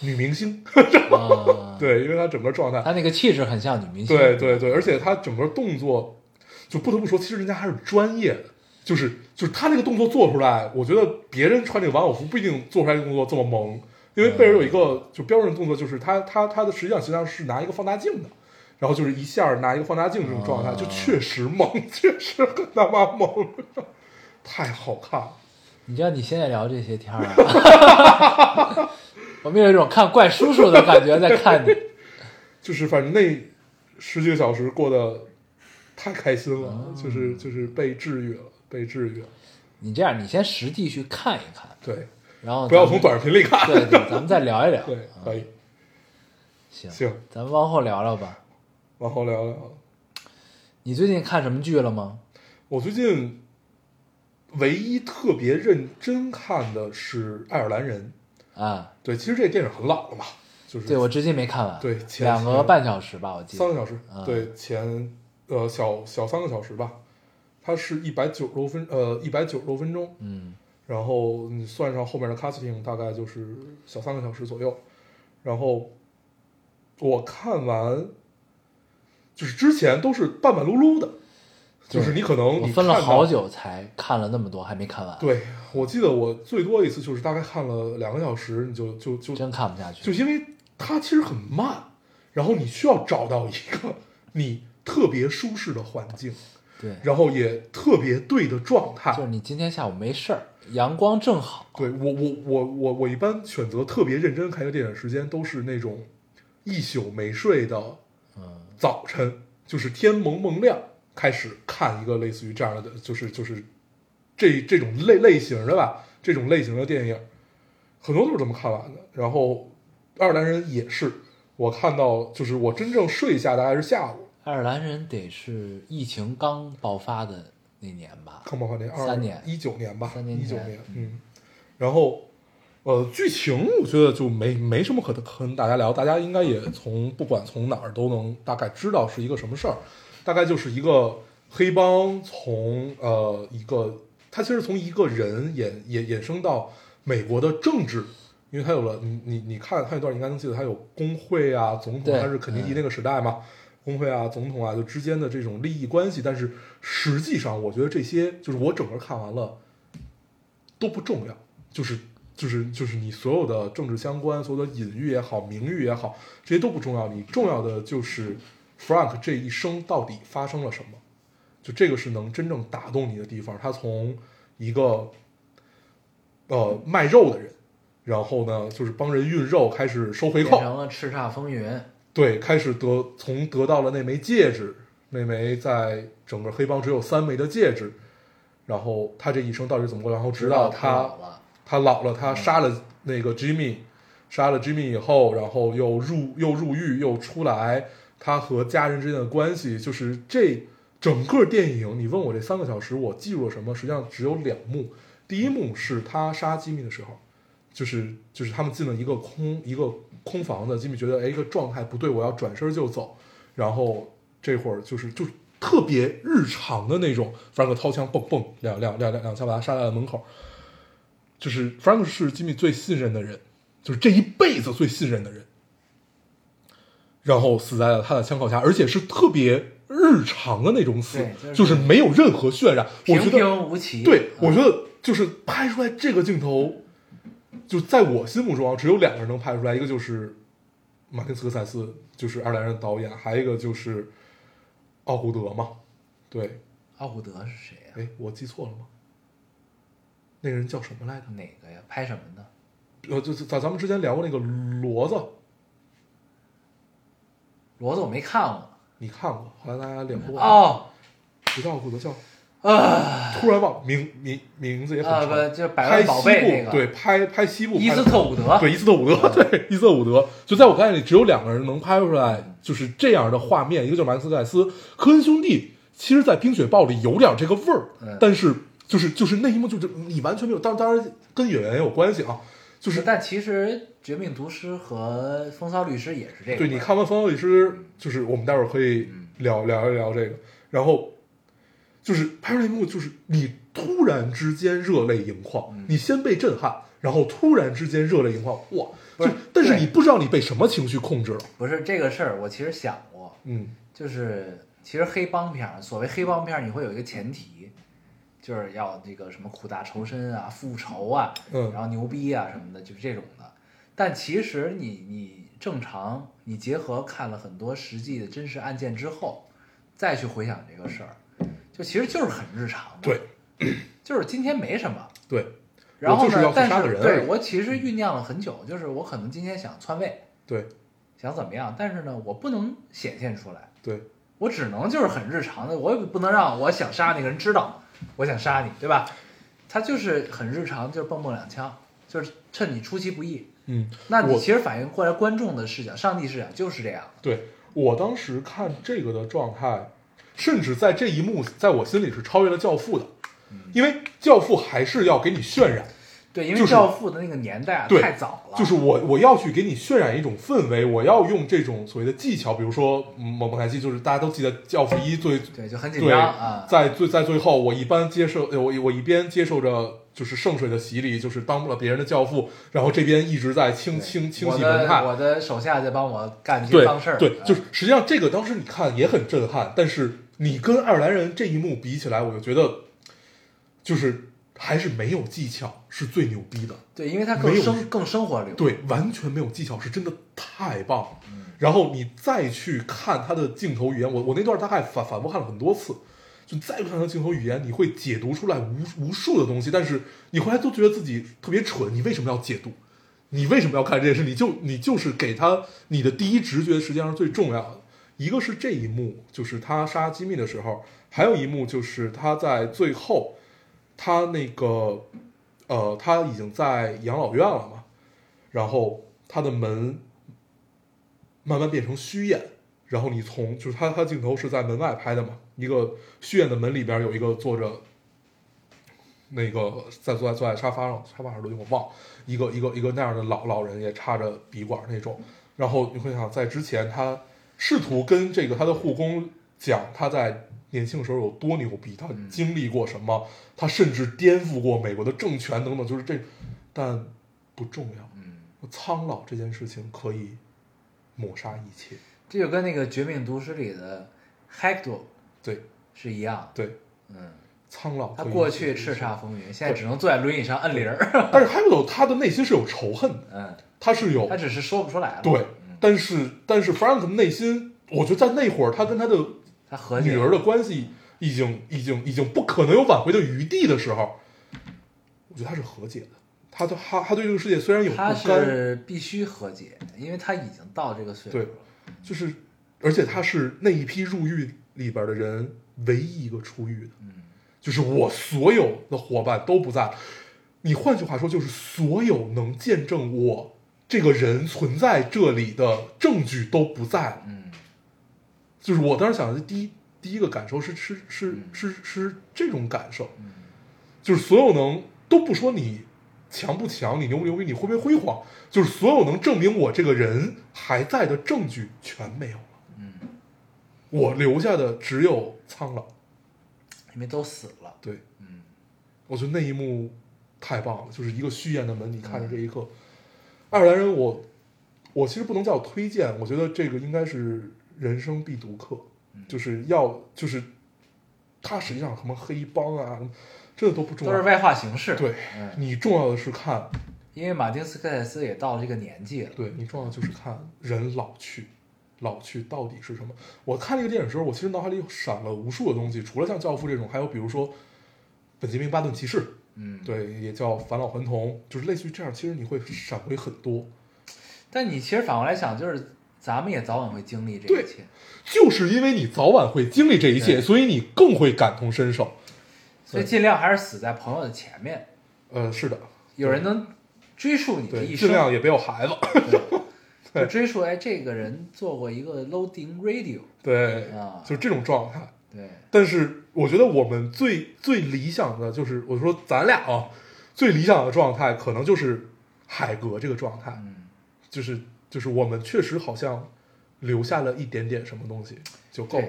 S3: 女明星，，
S1: 啊
S3: 对，因为她整个状态
S1: 他那个气质很像女明星，
S3: 对对对，而且他整个动作，就不得不说，其实人家还是专业的，就是就是他那个动作做出来，我觉得别人穿这个玩偶服不一定做出来这个动作这么萌，因为贝尔有一个就标准动作，就是他他他的实际上实际上是拿一个放大镜的。然后就是一下拿一个放大镜这种状态，就确实萌， 确实很他妈萌，太好看了。
S1: 你知道你现在聊这些天儿啊， 我们有一种看怪叔叔的感觉在 看你。
S3: 就是反正那十几个小时过得太开心了，就是就是被治愈了，被治愈了。
S1: 你这样，你先实地去看一看，
S3: 对，
S1: 然后
S3: 不
S1: 哦
S3: 要
S1: 咱
S3: 从
S1: 们
S3: 短视频里看。
S1: 对对，咱们再聊一聊。
S3: 对，可以，
S1: 行
S3: 行，
S1: 咱们往后聊聊吧。
S3: 往后聊聊。
S1: 你最近看什么剧了吗？
S3: 我最近唯一特别认真看的是《爱尔兰人
S1: 啊》，，
S3: 对，其实这电影很老了嘛，就是
S1: 对我至今没看完，
S3: 对前
S1: 两个半小时吧，我记
S3: 三个
S1: 得。
S3: 小时，
S1: 嗯
S3: 对，前呃小小三个小时吧，它是一百九十多分呃一百九十多分钟，
S1: 嗯，
S3: 然后你算上后面的 casting，大概就是小三个小时左右。然后我看完，就是之前都是半半撸撸的，
S1: 对
S3: 就是你可能
S1: 我
S3: 你
S1: 分了
S3: 看到
S1: 好。久才看了那么多，还没看完，
S3: 对，我记得我最多一次就是大概看了两个小时，你就就就
S1: 真看不下去。
S3: 就因为它其实很慢，然后你需要找到一个你特别舒适的环境，
S1: 对，
S3: 然后也特别对的状态，
S1: 就是你今天下午没事儿，阳光正好，
S3: 对我我我我我一般选择特别认真看一个电影时间都是那种一宿没睡的
S1: 嗯，
S3: 早晨，就是天蒙蒙亮开始看一个类似于这样的，就是就是这这种类类型的吧，这种类型的电影，很多都是这么看完的。然后爱尔兰人也是，我看到就是我真正睡下大概是下午，
S1: 爱尔兰人得是疫情刚爆发的那年吧，
S3: 康宝饭店二
S1: 三年
S3: 一九年吧，
S1: 三年
S3: 一九
S1: 前
S3: 年，嗯，然后呃，剧情我觉得就没没什么可跟大家聊，大家应该也从不管从哪儿都能大概知道是一个什么事儿，大概就是一个黑帮从呃一个，他其实从一个人衍衍衍生到美国的政治。因为他有了你你你看看一段，应该能记得他有工会啊、总统，
S1: 对
S3: 他是肯尼迪那个时代嘛，工会啊、总统啊就之间的这种利益关系，但是实际上，我觉得这些就是我整个看完了都不重要，就是就是就是你所有的政治相关，所有的隐喻也好，名誉也好，这些都不重要，你重要的就是 Frank 这一生到底发生了什么，就这个是能真正打动你的地方。他从一个呃卖肉的人，然后呢就是帮人运肉，开始收回
S1: 变
S3: 扣，
S1: 成了叱咤风云，
S3: 对，开始得从得到了那枚戒指，那枚在整个黑帮只有三枚的戒指，然后他这一生到底怎么过？然后直到
S1: 他
S3: 他
S1: 老了，
S3: 他老了，他杀了那个 Jimmy，杀了 Jimmy 以后，然后又入又入狱又出来，他和家人之间的关系，就是这整个电影，你问我这三个小时我记住了什么，实际上只有两幕，第一幕是他杀 Jimmy 的时候，就是就是他们进了一个空一个空房子，吉米觉得哎一个状态不对，我要转身就走，然后这会儿就是就是特别日常的那种，弗兰克掏枪蹦蹦两两两两两枪把他杀在了门口，就是弗兰克是吉米最信任的人，就是这一辈子最信任的人，然后死在了他的枪口下，而且是特别。日常的那种死
S1: 对就，是
S3: 就是没有任何渲染。我觉
S1: 平
S3: 得
S1: 平无奇。
S3: 对，我
S1: 嗯
S3: 觉得就是拍出来这个镜头，就在我心目中啊，只有两个人能拍出来，一个就是马丁斯科塞斯，就是爱尔兰人导演，还有一个就是奥胡德嘛。对，
S1: 奥胡德是谁呀？
S3: 哎，我记错了吗？那个人叫什么来着？
S1: 哪个呀？拍什么的？
S3: 呃，就是咱咱们之前聊过那个骡子，
S1: 骡子我没看过。
S3: 你看过？后来大家聊过，
S1: 哦，
S3: 不叫奥胡德，叫
S1: 啊
S3: 突然忘名名名字也很
S1: 啊
S3: 长，
S1: 不，就是百
S3: 拍
S1: 万
S3: 西
S1: 宝贝那
S3: 部
S1: 个，
S3: 对，，拍拍西部，
S1: 伊
S3: 拍
S1: 斯
S3: 得
S1: 特伍德，
S3: 对，伊斯特伍德，
S1: 啊
S3: 对，伊斯特伍德，就在我概念里，只有两个人能拍出来就是这样的画面，一个就是马克思盖斯，科恩兄弟，其实在《冰雪暴》里有点这个味儿
S1: 嗯，
S3: 但是就是就是那一幕就是你完全没有，当当然跟演员也有关系啊，就是
S1: 但其实《绝命毒师》和《风骚律师》也是这个。
S3: 对你，看完《风骚律师》，就是我们待会儿可以
S1: 嗯
S3: 聊聊一聊这个，然后就是拍出来一幕，就是你突然之间热泪盈眶，
S1: 嗯
S3: 你先被震撼，然后突然之间热泪盈眶，哇！
S1: 不
S3: 就是但是
S1: 对
S3: 你不知道你被什么情绪控制了，
S1: 不是这个事儿，我其实想过，
S3: 嗯。
S1: 就是其实黑帮片儿，所谓黑帮片儿，你会有一个前提，就是要那个什么苦大仇深啊、复仇啊，
S3: 嗯
S1: 然后牛逼啊什么的，就是这种的。但其实你你正常，你结合看了很多实际的真实案件之后，再去回想这个事儿，就其实就是很日常的，
S3: 对，
S1: 就是今天没什么。
S3: 对，
S1: 然后
S3: 我就是
S1: 呢
S3: 要去，
S1: 但
S3: 杀个人而
S1: 对
S3: 已
S1: 我其实酝酿了很久，就是我可能今天想篡位，
S3: 对
S1: 想怎么样，但是呢，我不能显现出来。
S3: 对，
S1: 我只能就是很日常的，我也不能让我想杀那个人知道我想杀你，对吧？他就是很日常，就是蹦蹦两枪，就是趁你出其不意。
S3: 嗯，
S1: 那你
S3: 我
S1: 其实反映过来观众的视角，上帝视角就是这样的。
S3: 对我当时看这个的状态，甚至在这一幕，在我心里是超越了《教父》的，
S1: 嗯
S3: 因为《教父》还是要给你渲染，
S1: 对，因为
S3: 就
S1: 《
S3: 是
S1: 教父》的那个年代啊
S3: 对
S1: 太早了，
S3: 就是我我要去给你渲染一种氛围，我要用这种所谓的技巧，比如说嗯蒙蒙太奇，就是大家都记得《教父一》最
S1: 对，就很紧
S3: 对
S1: 张啊，。
S3: 在最在最后，我一般接受呃我我一边接受着就是圣水的洗礼，就是当了别人的教父，然后这边一直在清
S1: 对
S3: 清清
S1: 我
S3: 洗
S1: 的
S3: 门派，
S1: 我的手下在帮我干一些
S3: 对
S1: 脏事儿，
S3: 对，
S1: 啊
S3: 就是实际上这个当时你看也很震撼，但是你跟爱尔兰人这一幕比起来，我就觉得就是还是没有技巧是最牛逼的。
S1: 对，因为他
S3: 没
S1: 更
S3: 有
S1: 生更生活流，
S3: 对，完全没有技巧，是真的太棒了。然后你再去看他的镜头语言，我我那段大概反反复看了很多次，就再看他的镜头语言，你会解读出来无无数的东西，但是你后来都觉得自己特别蠢，你为什么要解读？你为什么要看这件事？你就你就是给他你的第一直觉，实际上是最重要的。一个是这一幕，就是他杀机密的时候，还有一幕就是他在最后，他那个呃，他已经在养老院了嘛，然后他的门慢慢变成虚掩，然后你从就是他他镜头是在门外拍的嘛，一个虚掩的门里边有一个坐着，那个在坐在坐在沙发上沙发上都我忘了，一个一个一个那样的老老人也插着笔管那种，然后你会想在之前他试图跟这个他的护工讲他在年轻的时候有多牛逼，他经历过什么，他甚至颠覆过美国的政权等等，就是这，但不重要，
S1: 嗯，
S3: 苍老这件事情可以抹杀一切，
S1: 这就跟那个《绝命毒师》里的 Hector
S3: 对
S1: 是一样，
S3: 对，
S1: 嗯，
S3: 苍老
S1: 他
S3: 可以
S1: 过
S3: 抹杀
S1: 去
S3: 一切
S1: 叱咤风云，现在只能坐在轮椅上摁铃儿，
S3: 但是 h a m 他的内心是有仇恨的，
S1: 嗯，
S3: 他是有
S1: 他只是说不出来了，
S3: 对
S1: 嗯，
S3: 但是但是 Frank 内心，我觉得在那会儿他跟他的
S1: 他和解
S3: 女儿的关系已经已经已经不可能有挽回的余地的时候，我觉得他是和解的。他对他他对这个世界虽然有不
S1: 他
S3: 甘，
S1: 是必须和解，因为他已经到这个岁数
S3: 对
S1: 了，
S3: 就是而且他是那一批入狱里边的人唯一一个出狱的，
S1: 嗯，
S3: 就是我所有的伙伴都不在。你换句话说，就是所有能见证我这个人存在这里的证据都不在了。
S1: 嗯，
S3: 就是我当时想的第一第一个感受是是是是是这种感受，
S1: 嗯
S3: 就是所有能都不说你强不强，你牛不牛逼，你辉没辉煌，就是所有能证明我这个人还在的证据全没有了。嗯，我留下的只有苍老。
S1: 因为都死了，
S3: 对，
S1: 嗯，
S3: 我觉得那一幕太棒了，就是一个虚掩的门，你看着这一刻，爱尔兰人我，我其实不能叫推荐，我觉得这个应该是人生必读课，
S1: 嗯
S3: 就是要就是他实际上什么黑帮啊，真的都不重
S1: 都是
S3: 要，
S1: 外化形式，
S3: 对
S1: 嗯，
S3: 你重要的是看，
S1: 因为马丁斯科塞斯也到了这个年纪了，
S3: 对你重要的就是看人老去。老去到底是什么？我看这个电影的时候，我其实脑海里闪了无数的东西，除了像《教父》这种，还有比如说本杰明·巴顿骑士，
S1: 嗯，。
S3: 对，也叫返老还童，就是类似于这样。其实你会闪回很多，
S1: 但你其实反过来想，就是咱们也早晚会经历这
S3: 对
S1: 一切，
S3: 就是因为你早晚会经历这一切，
S1: 对
S3: 所以你更会感同身受。
S1: 所以尽量还是死在朋友的前面，
S3: 呃，是的，
S1: 有人能追溯你的
S3: 对，
S1: 一
S3: 尽
S1: 生，
S3: 量也别有孩子。
S1: 就追溯哎，这个人做过一个 loading radio，
S3: 对
S1: 啊，
S3: 就是这种状态。
S1: 对，
S3: 但是我觉得我们最最理想的就是，我说咱俩啊，最理想的状态可能就是海格这个状态，
S1: 嗯，
S3: 就是就是我们确实好像留下了一点点什么东西就够了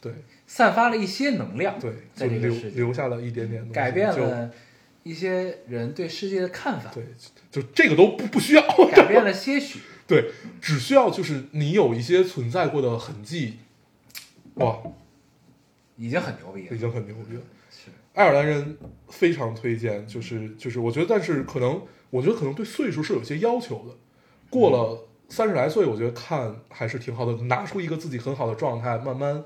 S1: 对。
S3: 对
S1: 散发了一些能量，
S3: 对，就
S1: 在这个
S3: 留
S1: 世界
S3: 留下了一点点东西，
S1: 改变
S3: 就
S1: 了一些人对世界的看法，
S3: 对，就就这个都不不需要，
S1: 改变了些许，
S3: 对，只需要就是你有一些存在过的痕迹，哇，
S1: 已经很牛逼
S3: 已
S1: 了，
S3: 经很牛逼了。
S1: 是，
S3: 爱尔兰人非常推荐，就是就是，我觉得，但是可能，我觉得可能对岁数是有些要求的。过了三十来岁，我觉得看还是挺好的，拿出一个自己很好的状态，慢慢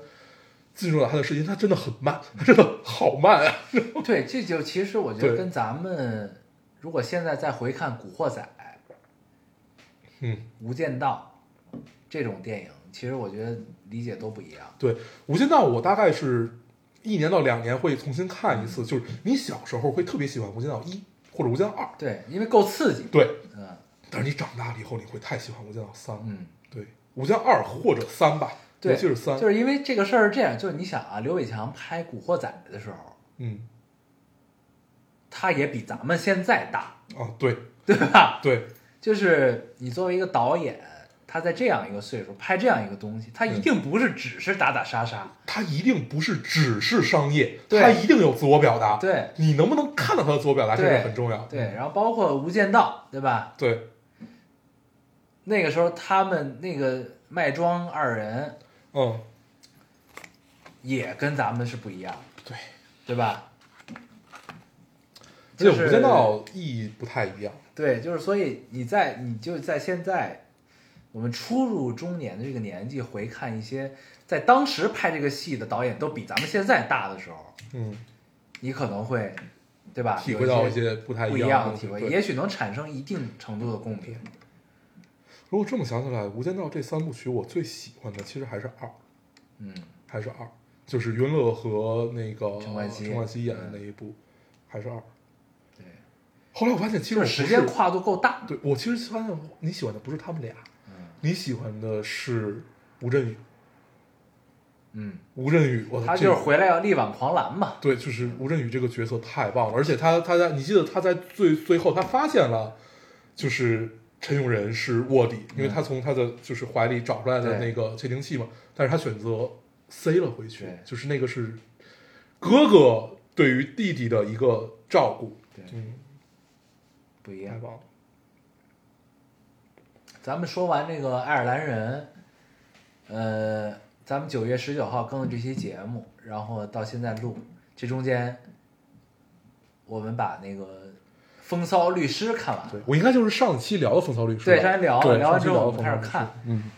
S3: 进入到他的世界。他真的很慢，他真的好慢啊！
S1: 对，这就其实我觉得
S3: 对
S1: 跟咱们如果现在再回看《古惑仔》《
S3: 嗯，
S1: 无间道》这种电影，其实我觉得理解都不一样。
S3: 对，《无间道》我大概是一年到两年会重新看一次，就是你小时候会特别喜欢《无间道一》或者《无间道二》，
S1: 对，因为够刺激。
S3: 对，
S1: 嗯
S3: 但是你长大了以后，你会太喜欢《无间道三》了。
S1: 嗯，
S3: 对，《无间道二》或者三吧，
S1: 对，
S3: 尤其是三。
S1: 就是因为这个事儿是这样，就是你想啊，刘伟强拍《古惑仔》的时候，
S3: 嗯
S1: 他也比咱们现在大，
S3: 啊，对
S1: 对吧？
S3: 对
S1: 就是你作为一个导演，他在这样一个岁数拍这样一个东西，他
S3: 嗯
S1: 一定不是只是打打杀杀，
S3: 他一定不是只是商业，
S1: 对
S3: 他一定有自我表达。，
S1: 对
S3: 你能不能看到他的自我表达，这
S1: 对
S3: 是很重要。
S1: 对。然后包括《无间道》，对吧？
S3: 对
S1: 那个时候他们那个卖庄二人
S3: 嗯，
S1: 也跟咱们是不一样，
S3: 对。
S1: 对吧？
S3: 这
S1: 就是
S3: 《无间道》意义不太一样。
S1: 对，就是所以你在你就在现在我们初入中年的这个年纪回看一些在当时拍这个戏的导演都比咱们现在大的时候，
S3: 嗯，
S1: 你可能会对吧？
S3: 体会到
S1: 啊有
S3: 一
S1: 一些
S3: 些不太
S1: 不
S3: 样
S1: 样
S3: 的
S1: 的
S3: 东西
S1: 体会，
S3: 对
S1: 也许能产生一定程度的共鸣。
S3: 如果这么想起来，《无间道》这三部曲，我最喜欢的其实还是二，
S1: 嗯，
S3: 还是二，就是云乐和那个
S1: 陈冠希嗯
S3: 陈冠希演的那一部，还是二。
S1: 对，
S3: 后来我发现，其实
S1: 就
S3: 我
S1: 是
S3: 不
S1: 时
S3: 是
S1: 间跨度够大。
S3: 对我其实发现你喜欢的不是他们俩，
S1: 嗯
S3: 你喜欢的是吴镇宇，
S1: 嗯，
S3: 吴镇宇，我
S1: 他
S3: 这
S1: 就
S3: 个
S1: 是回来要力挽狂澜嘛。
S3: 对，就是吴镇宇这个角色太棒了，而且他他在你记得他在最最后他发现了，就是陈永仁是卧底，因为他从他的就是怀里找出来
S1: 嗯
S3: 的
S1: 对
S3: 那个窃听器嘛，但是他选择塞了回去
S1: 对，
S3: 就是那个是哥哥对于弟弟的一个照顾，
S1: 对，
S3: 嗯，
S1: 不一
S3: 太
S1: 样。
S3: 棒了，
S1: 咱们说完这个爱尔兰人，呃，咱们九月十九号更的这期节目，然后到现在录，这中间我们把那个《风骚律师》看完了
S3: 对。我应该就是上期聊的风骚律师吧，
S1: 对，刚才聊
S3: 对
S1: 聊完之后，我
S3: 上期
S1: 们开始
S3: 聊的风骚律师
S1: 看，
S3: 嗯，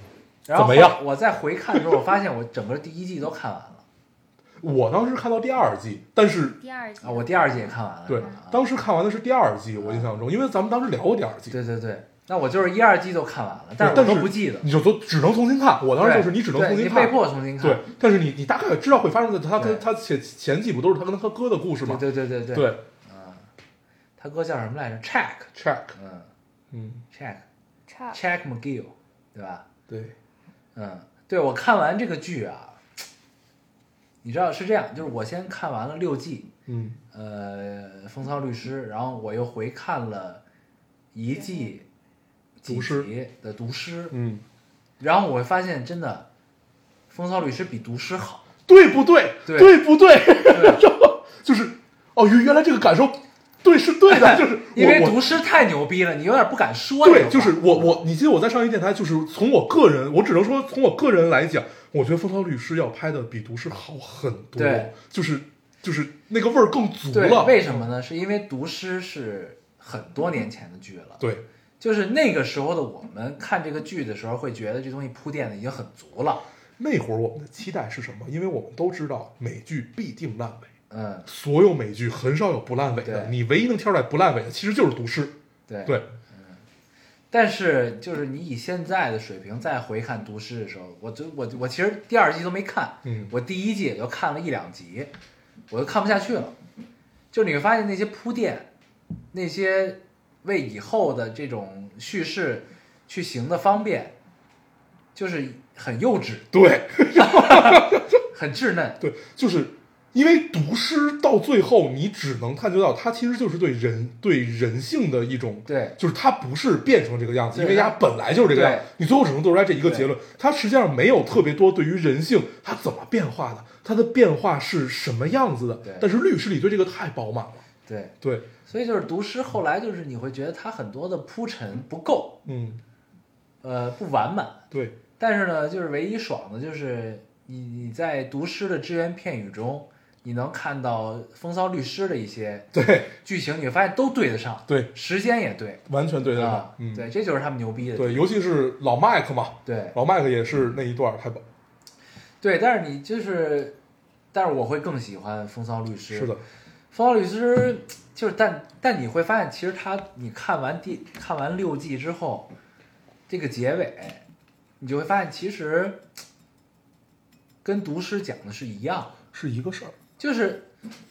S1: 然后
S3: 怎么样
S1: 我再回看的时候，我发现我整个第一季都看完了
S3: 我当时看到第二季，但是
S4: 第二季
S1: 啊，我第二季也看完了。
S3: 对
S1: 是吧，
S3: 当时看完的是第二季，我印象中，因为咱们当时聊过第二季，
S1: 对对对，那我就是一二季都看完了，但
S3: 但
S1: 我都
S3: 是
S1: 不记得。
S3: 你就都只能重新看。我当时
S1: 对
S3: 就是你只能
S1: 对
S3: 重新
S1: 你
S3: 看，
S1: 被迫重新看。
S3: 对，但是你你大概知道会发生的，他他
S1: 对
S3: 他前前几部都是他跟他哥的故事嘛，
S1: 对对对对
S3: 对
S1: 他哥叫什么来着？Check，
S3: ，check，
S1: 嗯
S3: 嗯，
S1: ，Check
S4: Chuck
S1: Check McGill，对吧？
S3: 对，
S1: 嗯，对我看完这个剧啊，你知道是这样，就是我先看完了六季，
S3: 嗯，
S1: 呃，《风骚律师》，然后我又回看了一季几
S3: 毒师
S1: 集的《毒师》，
S3: 嗯，
S1: 然后我发现真的，《风骚律师》比《毒师》好。
S3: 对不对？
S1: 对
S3: 不对？ 就是哦，原原来这个感受，对是 对的，就是
S1: 因为
S3: 我我
S1: 毒师太牛逼了，你有点不敢说这个
S3: 对，
S1: 话。
S3: 就是我我，你记得我在上一电台，就是从我个人，我只能说从我个人来讲，我觉得《风骚律师》要拍的比《毒师》好很多，
S1: 对，
S3: 就是就是那个味儿更足
S1: 对
S3: 了，，
S1: 为什么呢？是因为毒师是很多年前的剧了，，
S3: 对
S1: 就是那个时候的我们看这个剧的时候，会觉得这东西铺垫的已经很足了，
S3: 那会儿我们的期待是什么？因为我们都知道美剧必定烂尾，
S1: 嗯，
S3: 所有美剧很少有不烂尾的，
S1: 对
S3: 你唯一能挑出来不烂尾的，其实就是《毒师》。
S1: 对。
S3: 对，
S1: 但是就是你以现在的水平再回看毒师的时候，我就我我其实第二季都没看，
S3: 嗯
S1: 我第一季也就看了一两集，我就看不下去了。就是你会发现那些铺垫，那些为以后的这种叙事去行的方便，就是很幼稚、
S3: 对
S1: 很稚嫩。
S3: 对，就是因为《毒师》到最后，你只能探究到它其实就是对人对人性的一种
S1: 对
S3: 就是它不是变成这个样子，
S1: 对
S3: 因为它本来就是这个样子
S1: 对，
S3: 你最后只能做出来这一个结论。它实际上没有特别多对于人性它怎么变化的，它的变化是什么样子的
S1: 对。
S3: 但是律师里对这个太饱满了，
S1: 对，
S3: 对，
S1: 所以就是毒师后来就是你会觉得它很多的铺陈不够，
S3: 嗯，
S1: 呃，不完满。
S3: 对，
S1: 但是呢，就是唯一爽的就是你你在读诗的只言片语中，你能看到风骚律师的一些
S3: 对，
S1: 剧情，你发现都对得上，
S3: 对，
S1: 时间也对
S3: 完全对的
S1: 啊，
S3: 嗯，
S1: 对，这就是他们牛逼的地方，
S3: 对，尤其是老麦克嘛，
S1: 对
S3: 老麦克也是那一段太饱，
S1: 对，但是你就是，但是我会更喜欢风骚律师，
S3: 是的，，
S1: 风骚律师就是，但但你会发现，其实他你看完第看完六季之后，这个结尾，你就会发现其实跟毒师讲的是一样的。
S3: 是一个事儿，
S1: 就是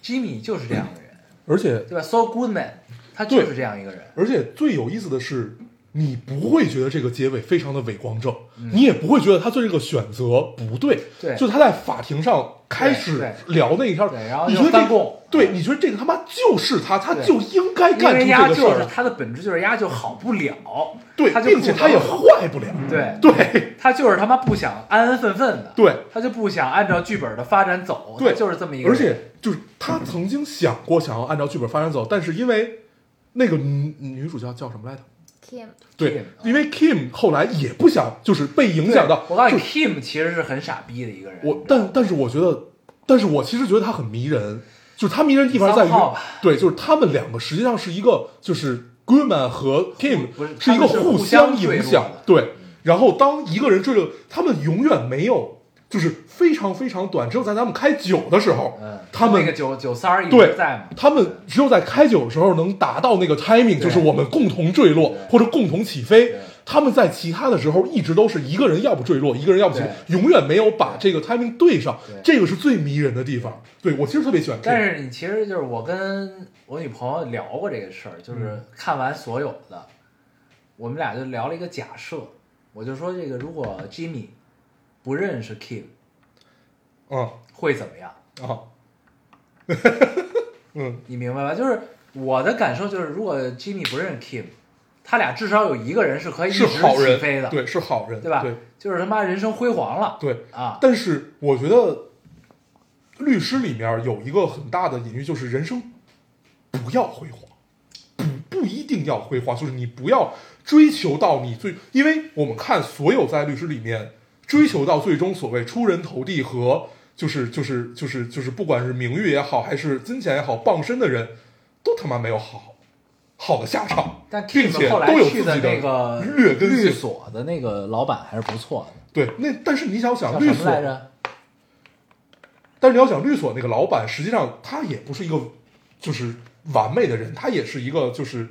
S1: Jimmy 就是这样的人，
S3: 而且
S1: 对吧？So Goodman，他就是这样一个人，
S3: 而且最有意思的是。你不会觉得这个结尾非常的伪光正，你也不会觉得他做这个选择不对，
S1: 嗯对
S3: 就他在法庭上开始
S1: 对
S3: 聊那一条，
S1: 对然后
S3: 你
S1: 就嗯
S3: 觉得这
S1: 翻供
S3: 对，你觉得这个他妈就是他，他
S1: 对
S3: 就应该
S1: 因
S3: 干出
S1: 为
S3: 这
S1: 鸭
S3: 个事
S1: 就是
S3: 儿，
S1: 他的本质就是鸭就好不了，
S3: 对
S1: 他，就
S3: 并且
S1: 不
S3: 他也
S1: 能嗯
S3: 坏不了，
S1: 对，
S3: 对
S1: 他就是他妈不想安安分分的，
S3: 对，
S1: 他就不想按照剧本的发展走，
S3: 对，
S1: 哦他就是这么一个
S3: 而
S1: 人，
S3: 且就是他曾经想过想要按照剧本发展走，但是因为那个女女主角叫什么来着？
S4: Kim
S3: 对
S1: Kim，啊，
S3: 因为 Kim 后来也不想，就是被影响
S1: 对。
S3: 到
S1: 我告诉
S3: 就
S1: 你，Kim 其实是很傻逼的一个人，
S3: 我但但是我觉得，但是我其实觉得他很迷人，就是他迷人的地方在于
S1: 三号吧，
S3: 对，就是他们两个实际上是一个，就是 Goodman 和 Kim
S1: 不是
S3: 一个
S1: 他们是互
S3: 相
S1: 相坠
S3: 影
S1: 落
S3: 响
S1: 的，
S3: 对。然后当一个人坠落，他们永远没有，就是非常非常短，只有在咱们开酒的时候，
S1: 嗯，
S3: 他们
S1: 那个九九三儿一
S3: 对
S1: 直在嘛，
S3: 他们只有在开酒的时候能达到那个 timing，就是我们共同坠落或者共同起飞
S1: 对。
S3: 他们在其他的时候一直都是一个人要不坠落，一个人要不起飞，永远没有把这个 timing 对上
S1: 对。
S3: 这个是最迷人的地方。对我其实特别喜欢这个。
S1: 但是你其实就是我跟我女朋友聊过这个事儿，就是看完所有的，我们俩就聊了一个假设，我就说这个如果 Jimmy 不认识 Kim，
S3: 嗯
S1: 会怎么样？
S3: 啊，嗯
S1: 你明白吧？就是我的感受就是，如果 Jimmy 不认 Kim，他俩至少有一个人是可以一
S3: 是
S1: 直
S3: 好
S1: 起
S3: 人，
S1: 飞的，
S3: 对，是好人，
S1: 对吧
S3: 对
S1: 就是他妈人生辉煌了
S3: 对。
S1: 啊！
S3: 但是我觉得律师里面有一个很大的隐喻，就是人生不要辉煌，不不一定要辉煌，就是你不要追求到你最，因为我们看所有在律师里面追求到最终所谓出人头地和就是就是就是就是不管是名誉也好，还是金钱也好，傍身的人都他妈没有好好的下场，
S1: 但
S3: 并
S1: Kim
S3: 且
S1: 后来
S3: 都有自
S1: 去
S3: 己的
S1: 那个
S3: 劣根
S1: 律
S3: 性。
S1: 所的那个老板还是不错的，
S3: 对，那但是你想想
S1: 叫
S3: 律
S1: 什么
S3: 所
S1: 来着？
S3: 但是你要想律所那个老板，实际上他也不是一个就是完美的人，他也是一个就是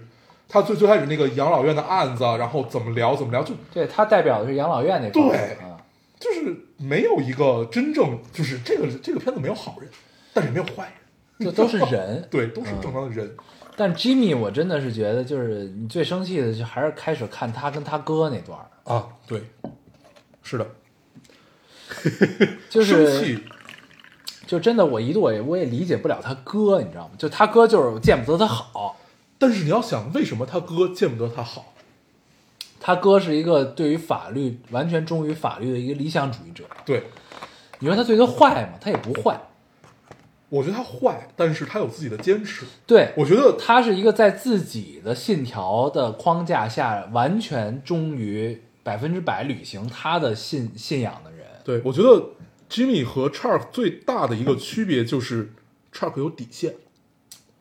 S3: 他最最开始那个养老院的案子啊，然后怎么聊怎么聊，就
S1: 对他代表的是养老院那块儿
S3: 对
S1: 啊。
S3: 就是没有一个真正就是这个这个片子没有好人，但是也没有坏
S1: 这
S3: 人，
S1: 都是人
S3: 对，都是正常的人。
S1: 但 Jimmy，我真的是觉得，就是你最生气的，就还是开始看他跟他哥那段儿，
S3: 啊，对，是的，
S1: 就
S3: 生
S1: 是
S3: 气，
S1: 就真的，我一度我也我也理解不了他哥，你知道吗？就他哥就是见不得他好，
S3: 但是你要想，为什么他哥见不得他好？
S1: 他哥是一个对于法律完全忠于法律的一个理想主义者。
S3: 对，
S1: 你说他对他坏吗？他也不坏，
S3: 我觉得他坏，但是他有自己的坚持。
S1: 对
S3: 我觉得
S1: 他是一个在自己的信条的框架下完全忠于百分之百履行他的信信仰的人。
S3: 对，我觉得 Jimmy 和 Chark 最大的一个区别就是 Chark 有底线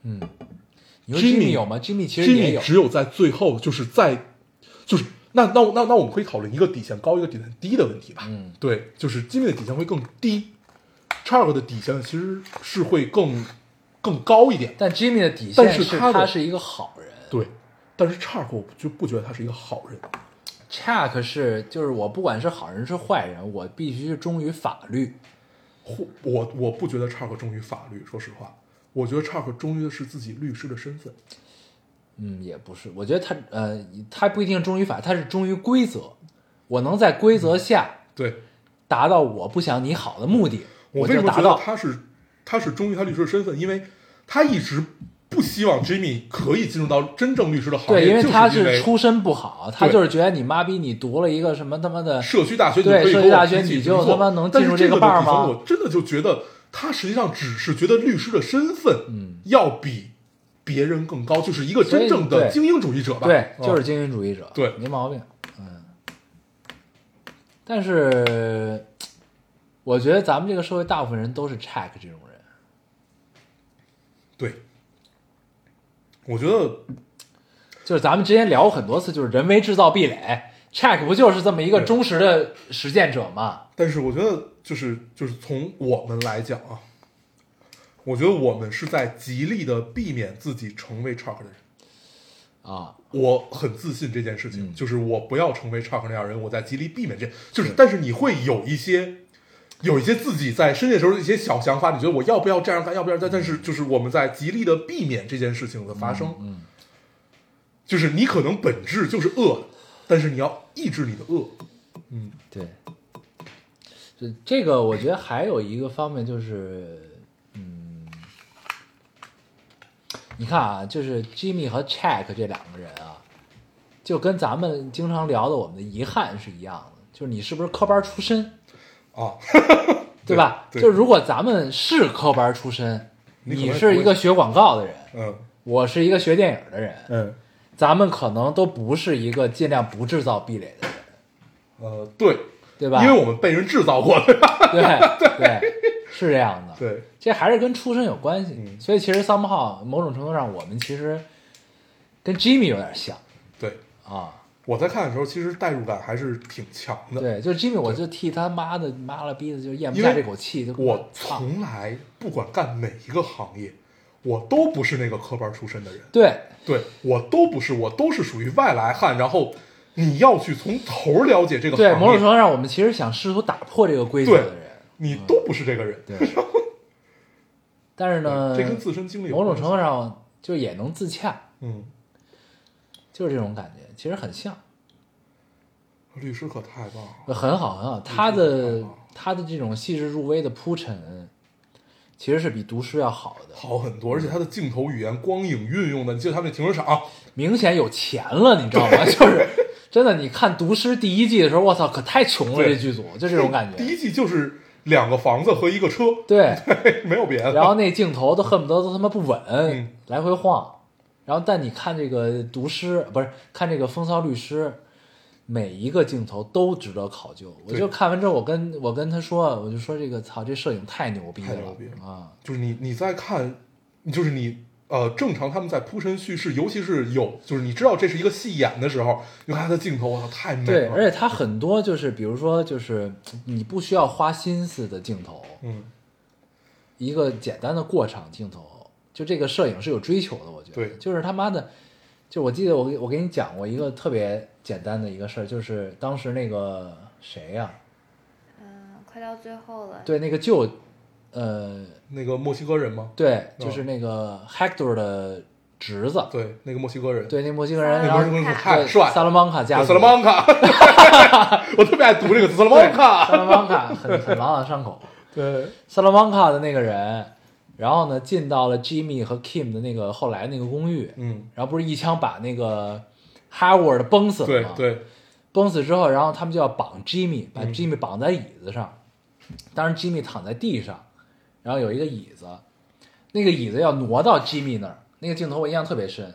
S1: 你说
S3: Jimmy-
S1: Jimmy 有吗？Jimmy 其实也
S3: ，Jimmy
S1: 有，
S3: 只有在最后就是在就是那那那那我们可以讨论一个底线高一个底线低的问题吧。
S1: 嗯，
S3: 对，就是 Jimmy 的底线会更低，Chark 的底线其实是会更更高一点。
S1: 但 Jimmy 的底线
S3: 但是他的
S1: 他是一个好人
S3: 对，但是 Chark 我就不觉得他是一个好人。
S1: ，Chuck 是就是我不管是好人是坏人，我必须是忠于法律。
S3: 或我我不觉得 Chark 忠于法律，说实话，我觉得 Chark 忠于的是自己律师的身份。
S1: 嗯，也不是，我觉得他呃，他不一定忠于法，他是忠于规则。我能在规
S3: 嗯
S1: 则下
S3: 对，
S1: 达到我不想你好的目的，
S3: 嗯我为
S1: 就
S3: 什么
S1: 达
S3: 觉得
S1: 到。
S3: 他是他是忠于他律师的身份？因为他一直不希望 Jimmy 可以进入到真正律师的行业，
S1: 对，因为
S3: 就是
S1: 他
S3: 因为
S1: 是出身不好，他
S3: 对
S1: 就是觉得你妈逼你读了一个什么他妈的，
S3: 社区大学，
S1: 对
S3: 你可以
S1: 社
S3: 跟
S1: 区
S3: 我
S1: 大学
S3: 平起
S1: 你
S3: 平
S1: 就
S3: 坐
S1: 他妈能
S3: 但
S1: 进入
S3: 是这
S1: 这
S3: 个
S1: 个 bar
S3: 底层
S1: 吗
S3: 我真的就觉得他实际上只是觉得律师的身份，嗯，要比别人更高，就是一个
S1: 所以
S3: 真正的
S1: 对
S3: 精英主义者吧？
S1: 对，
S3: 嗯
S1: 就是精英主义者，
S3: 对
S1: 没毛病，嗯。但是我觉得咱们这个社会大部分人都是 check 这种人，
S3: 对。我觉得
S1: 就是咱们之前聊过很多次，就是人为制造壁垒，check 不就是这么一个
S3: 对
S1: 忠实的实践者吗？
S3: 但是我觉得，就是就是从我们来讲啊，我觉得我们是在极力的避免自己成为 Chuck 的人。
S1: 啊，
S3: 我很自信这件事情，就是我不要成为 Chuck 那样的人，我在极力避免这，就是
S1: 对
S3: 但是你会有一些。有一些自己在深夜时候的一些小想法，你觉得我要不要这样干，要不要这样？但是就是我们在极力的避免这件事情的发生，嗯，就是你可能本质就是恶的，但是你要抑制你的恶，
S1: 对，这这个我觉得还有一个方面就是，嗯，你看啊，就是 Jimmy 和 Check 这两个人啊，就跟咱们经常聊的我们的遗憾是一样的，就是你是不是科班出身，
S3: 啊，
S1: 对吧？
S3: 对对
S1: 就是如果咱们是科班出身，
S3: 你
S1: 你
S3: 可能也
S1: 是
S3: 不
S1: 一
S3: 会
S1: 个学广告的人，
S3: 嗯
S1: 我是一个学电影的人，
S3: 嗯，
S1: 咱们可能都不是一个尽量不制造壁垒的人，
S3: 呃，对，
S1: 对吧？
S3: 因为我们被人制造过，对吧？
S1: 对对，是这样的。
S3: 对，
S1: 这还是跟出身有关系。
S3: 嗯
S1: 所以其实 somehow 某种程度上，我们其实跟 Jimmy 有点像
S3: 对，
S1: 啊。
S3: 我在看的时候，其实代入感还是挺强的。
S1: 对，就是 Jimmy，我就替他妈的妈了逼的，就咽不
S3: 因
S1: 下
S3: 为
S1: 这口气，就
S3: 我
S1: 操。
S3: 从来不管干哪一个行业，我都不是那个科班出身的人，
S1: 对
S3: 对我都不是，我都是属于外来汉。然后你要去从头了解这个行
S1: 对，
S3: 业，
S1: 某种程度上，我们其实想试图打破这个规则的人。
S3: 你都不是这个人。
S1: 对。但是呢，
S3: 这跟自身经历有
S1: 某种
S3: 关系
S1: 程度上就也能自洽，
S3: 嗯，
S1: 就是这种感觉，其实很像。
S3: 律师可太棒了，
S1: 很好，很好。他的
S3: 嗯
S1: 他的这种细致入微的铺陈，其实是比读书要好的，
S3: 好很多，而且它的镜头语言、光影运用的，你记得他们那停车场，
S1: 明显有钱了，你知道 吗？就是真的，你看《毒师》第一季的时候，我操，可太穷了，
S3: 对
S1: 这剧组就这种感
S3: 第
S1: 觉。
S3: 一季就是两个房子和一个车，
S1: 对，
S3: 没有别的。
S1: 然后那镜头都恨不得都他妈不稳，
S3: 嗯
S1: 来回晃。然后，但你看这个《毒师》，不是看这个《风骚律师》，每一个镜头都值得考究。我
S3: 对
S1: 就看完之后，我跟我跟他说，我就说这个操，这摄影太牛逼
S3: 太
S1: 了
S3: 牛逼了
S1: 啊！
S3: 就是你你在看，就是你呃，正常他们在铺陈叙事，尤其是有就是你知道这是一个戏演的时候，你看他的镜头，我操，太美
S1: 对，
S3: 了。
S1: 而且他很多就是，比如说就是你不需要花心思的镜头，
S3: 嗯，
S1: 一个简单的过场镜头，就这个摄影是有追求的，我觉得。
S3: 对
S1: 就是他妈的，就我记得我给我给你讲过一个特别简单的一个事儿，就是当时那个谁呀、
S4: 嗯，快到最后了。
S1: 对，那个舅，呃，
S3: 那个墨西哥人吗？
S1: 对，就是那个 Hector 的侄子，
S3: 对，那个墨西哥人，，
S1: 对，那墨西哥人，然
S4: 那
S3: 那
S1: 后
S3: 墨西哥人可太
S1: 对
S3: 帅
S1: 萨
S3: 了。
S1: 拉曼卡家族，
S3: 萨拉曼卡， 我特别爱读这个字萨拉曼
S1: 卡，萨拉
S3: 卡。
S1: 曼卡很很朗朗上口。
S3: 对，
S1: 萨拉曼卡的那个人，然后呢进到了 Jimmy 和 Kim 的那个后来那个公寓，
S3: 嗯，
S1: 然后不是一枪把那个 Howard 崩死了
S3: 对
S1: 吗？，
S3: 对，
S1: 崩死之后，然后他们就要绑 Jimmy，把
S3: 嗯
S1: Jimmy 绑在椅子上，当时 Jimmy 躺在地上，然后有一个椅子，那个椅子要挪到 Jimmy 那儿，那个镜头我印象特别深。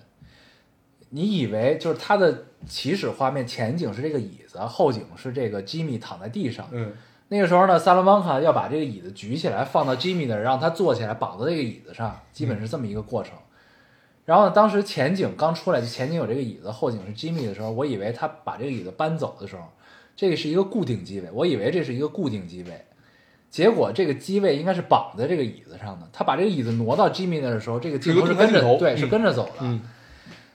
S1: 你以为就是他的起始画面，前景是这个椅子，后景是这个 Jimmy 躺在地上，
S3: 嗯，
S1: 那个时候呢，萨拉曼卡要把这个椅子举起来，放到吉米那儿，让他坐起来，绑到这个椅子上，基本是这么一个过程。然后呢，当时前景刚出来，就前景有这个椅子，后景是吉米的时候，我以为他把这个椅子搬走的时候，这个是一个固定机位，我以为这是一个固定机位，结果这个机位应该是绑在这个椅子上的。他把这个椅子挪到吉米那儿的时候，这个镜头是跟
S3: 是一个
S1: 着
S3: 动态镜头
S1: 对，
S3: 嗯
S1: 是跟着走的。
S3: 嗯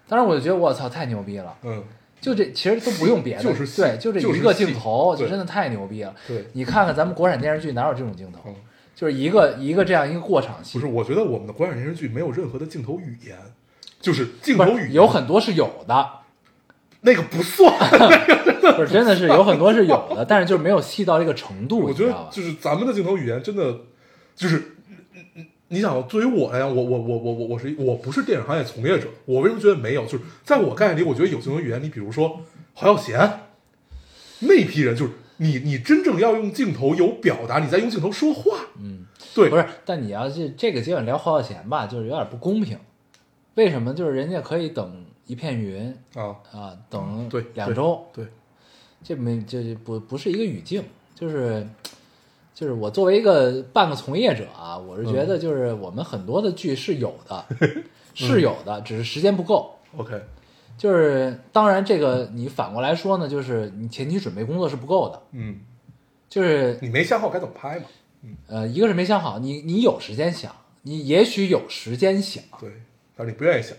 S1: 当时我就觉得我操，太牛逼了！
S3: 嗯，
S1: 就这其实都不用别的，
S3: 就是戏
S1: 对，就这
S3: 就是
S1: 一个
S3: 戏
S1: 镜头，就
S3: 对
S1: 真的太牛逼了。
S3: 对，
S1: 你看看咱们国产电视剧哪有这种镜头？
S3: 嗯
S1: 就是一个一个这样一个过场戏，
S3: 不是，我觉得我们的国产电视剧没有任何的镜头语言，就是镜
S1: 不
S3: 头
S1: 是
S3: 语言
S1: 有很多是有 的，
S3: 那个不算。
S1: 不是真的是有很多是有的，但是就是没有细到这个程度，
S3: 我
S1: 你
S3: 觉
S1: 知道
S3: 得
S1: 吧？
S3: 就是咱们的镜头语言真的就是。你想，对于我来讲，我我我我我我是一我不是电影行业从业者，我为什么觉得没有？就是在我概念里，我觉得有镜头语言，你比如说侯耀贤那批人，就是你你真正要用镜头有表达，你在用镜头说话，
S1: 嗯，
S3: 对，
S1: 不是，但你要是这个阶段聊侯孝贤吧，就是有点不公平。为什么？就是人家可以等一片云
S3: 啊，
S1: 啊，等
S3: 对
S1: 两周，
S3: 对，
S1: 这没这不不是一个语境，就是就是我作为一个半个从业者啊，我是
S3: 嗯
S1: 觉得就是我们很多的剧是有 的，是有的，只是时间不够。
S3: OK，
S1: 就是当然这个你反过来说呢，就是你前期准备工作是不够的，
S3: 嗯，
S1: 就是
S3: 你没想好该怎么拍嘛？
S1: 呃一个是没想好，你你有时间想，你也许有时间想，
S3: 对，但是你不愿意想，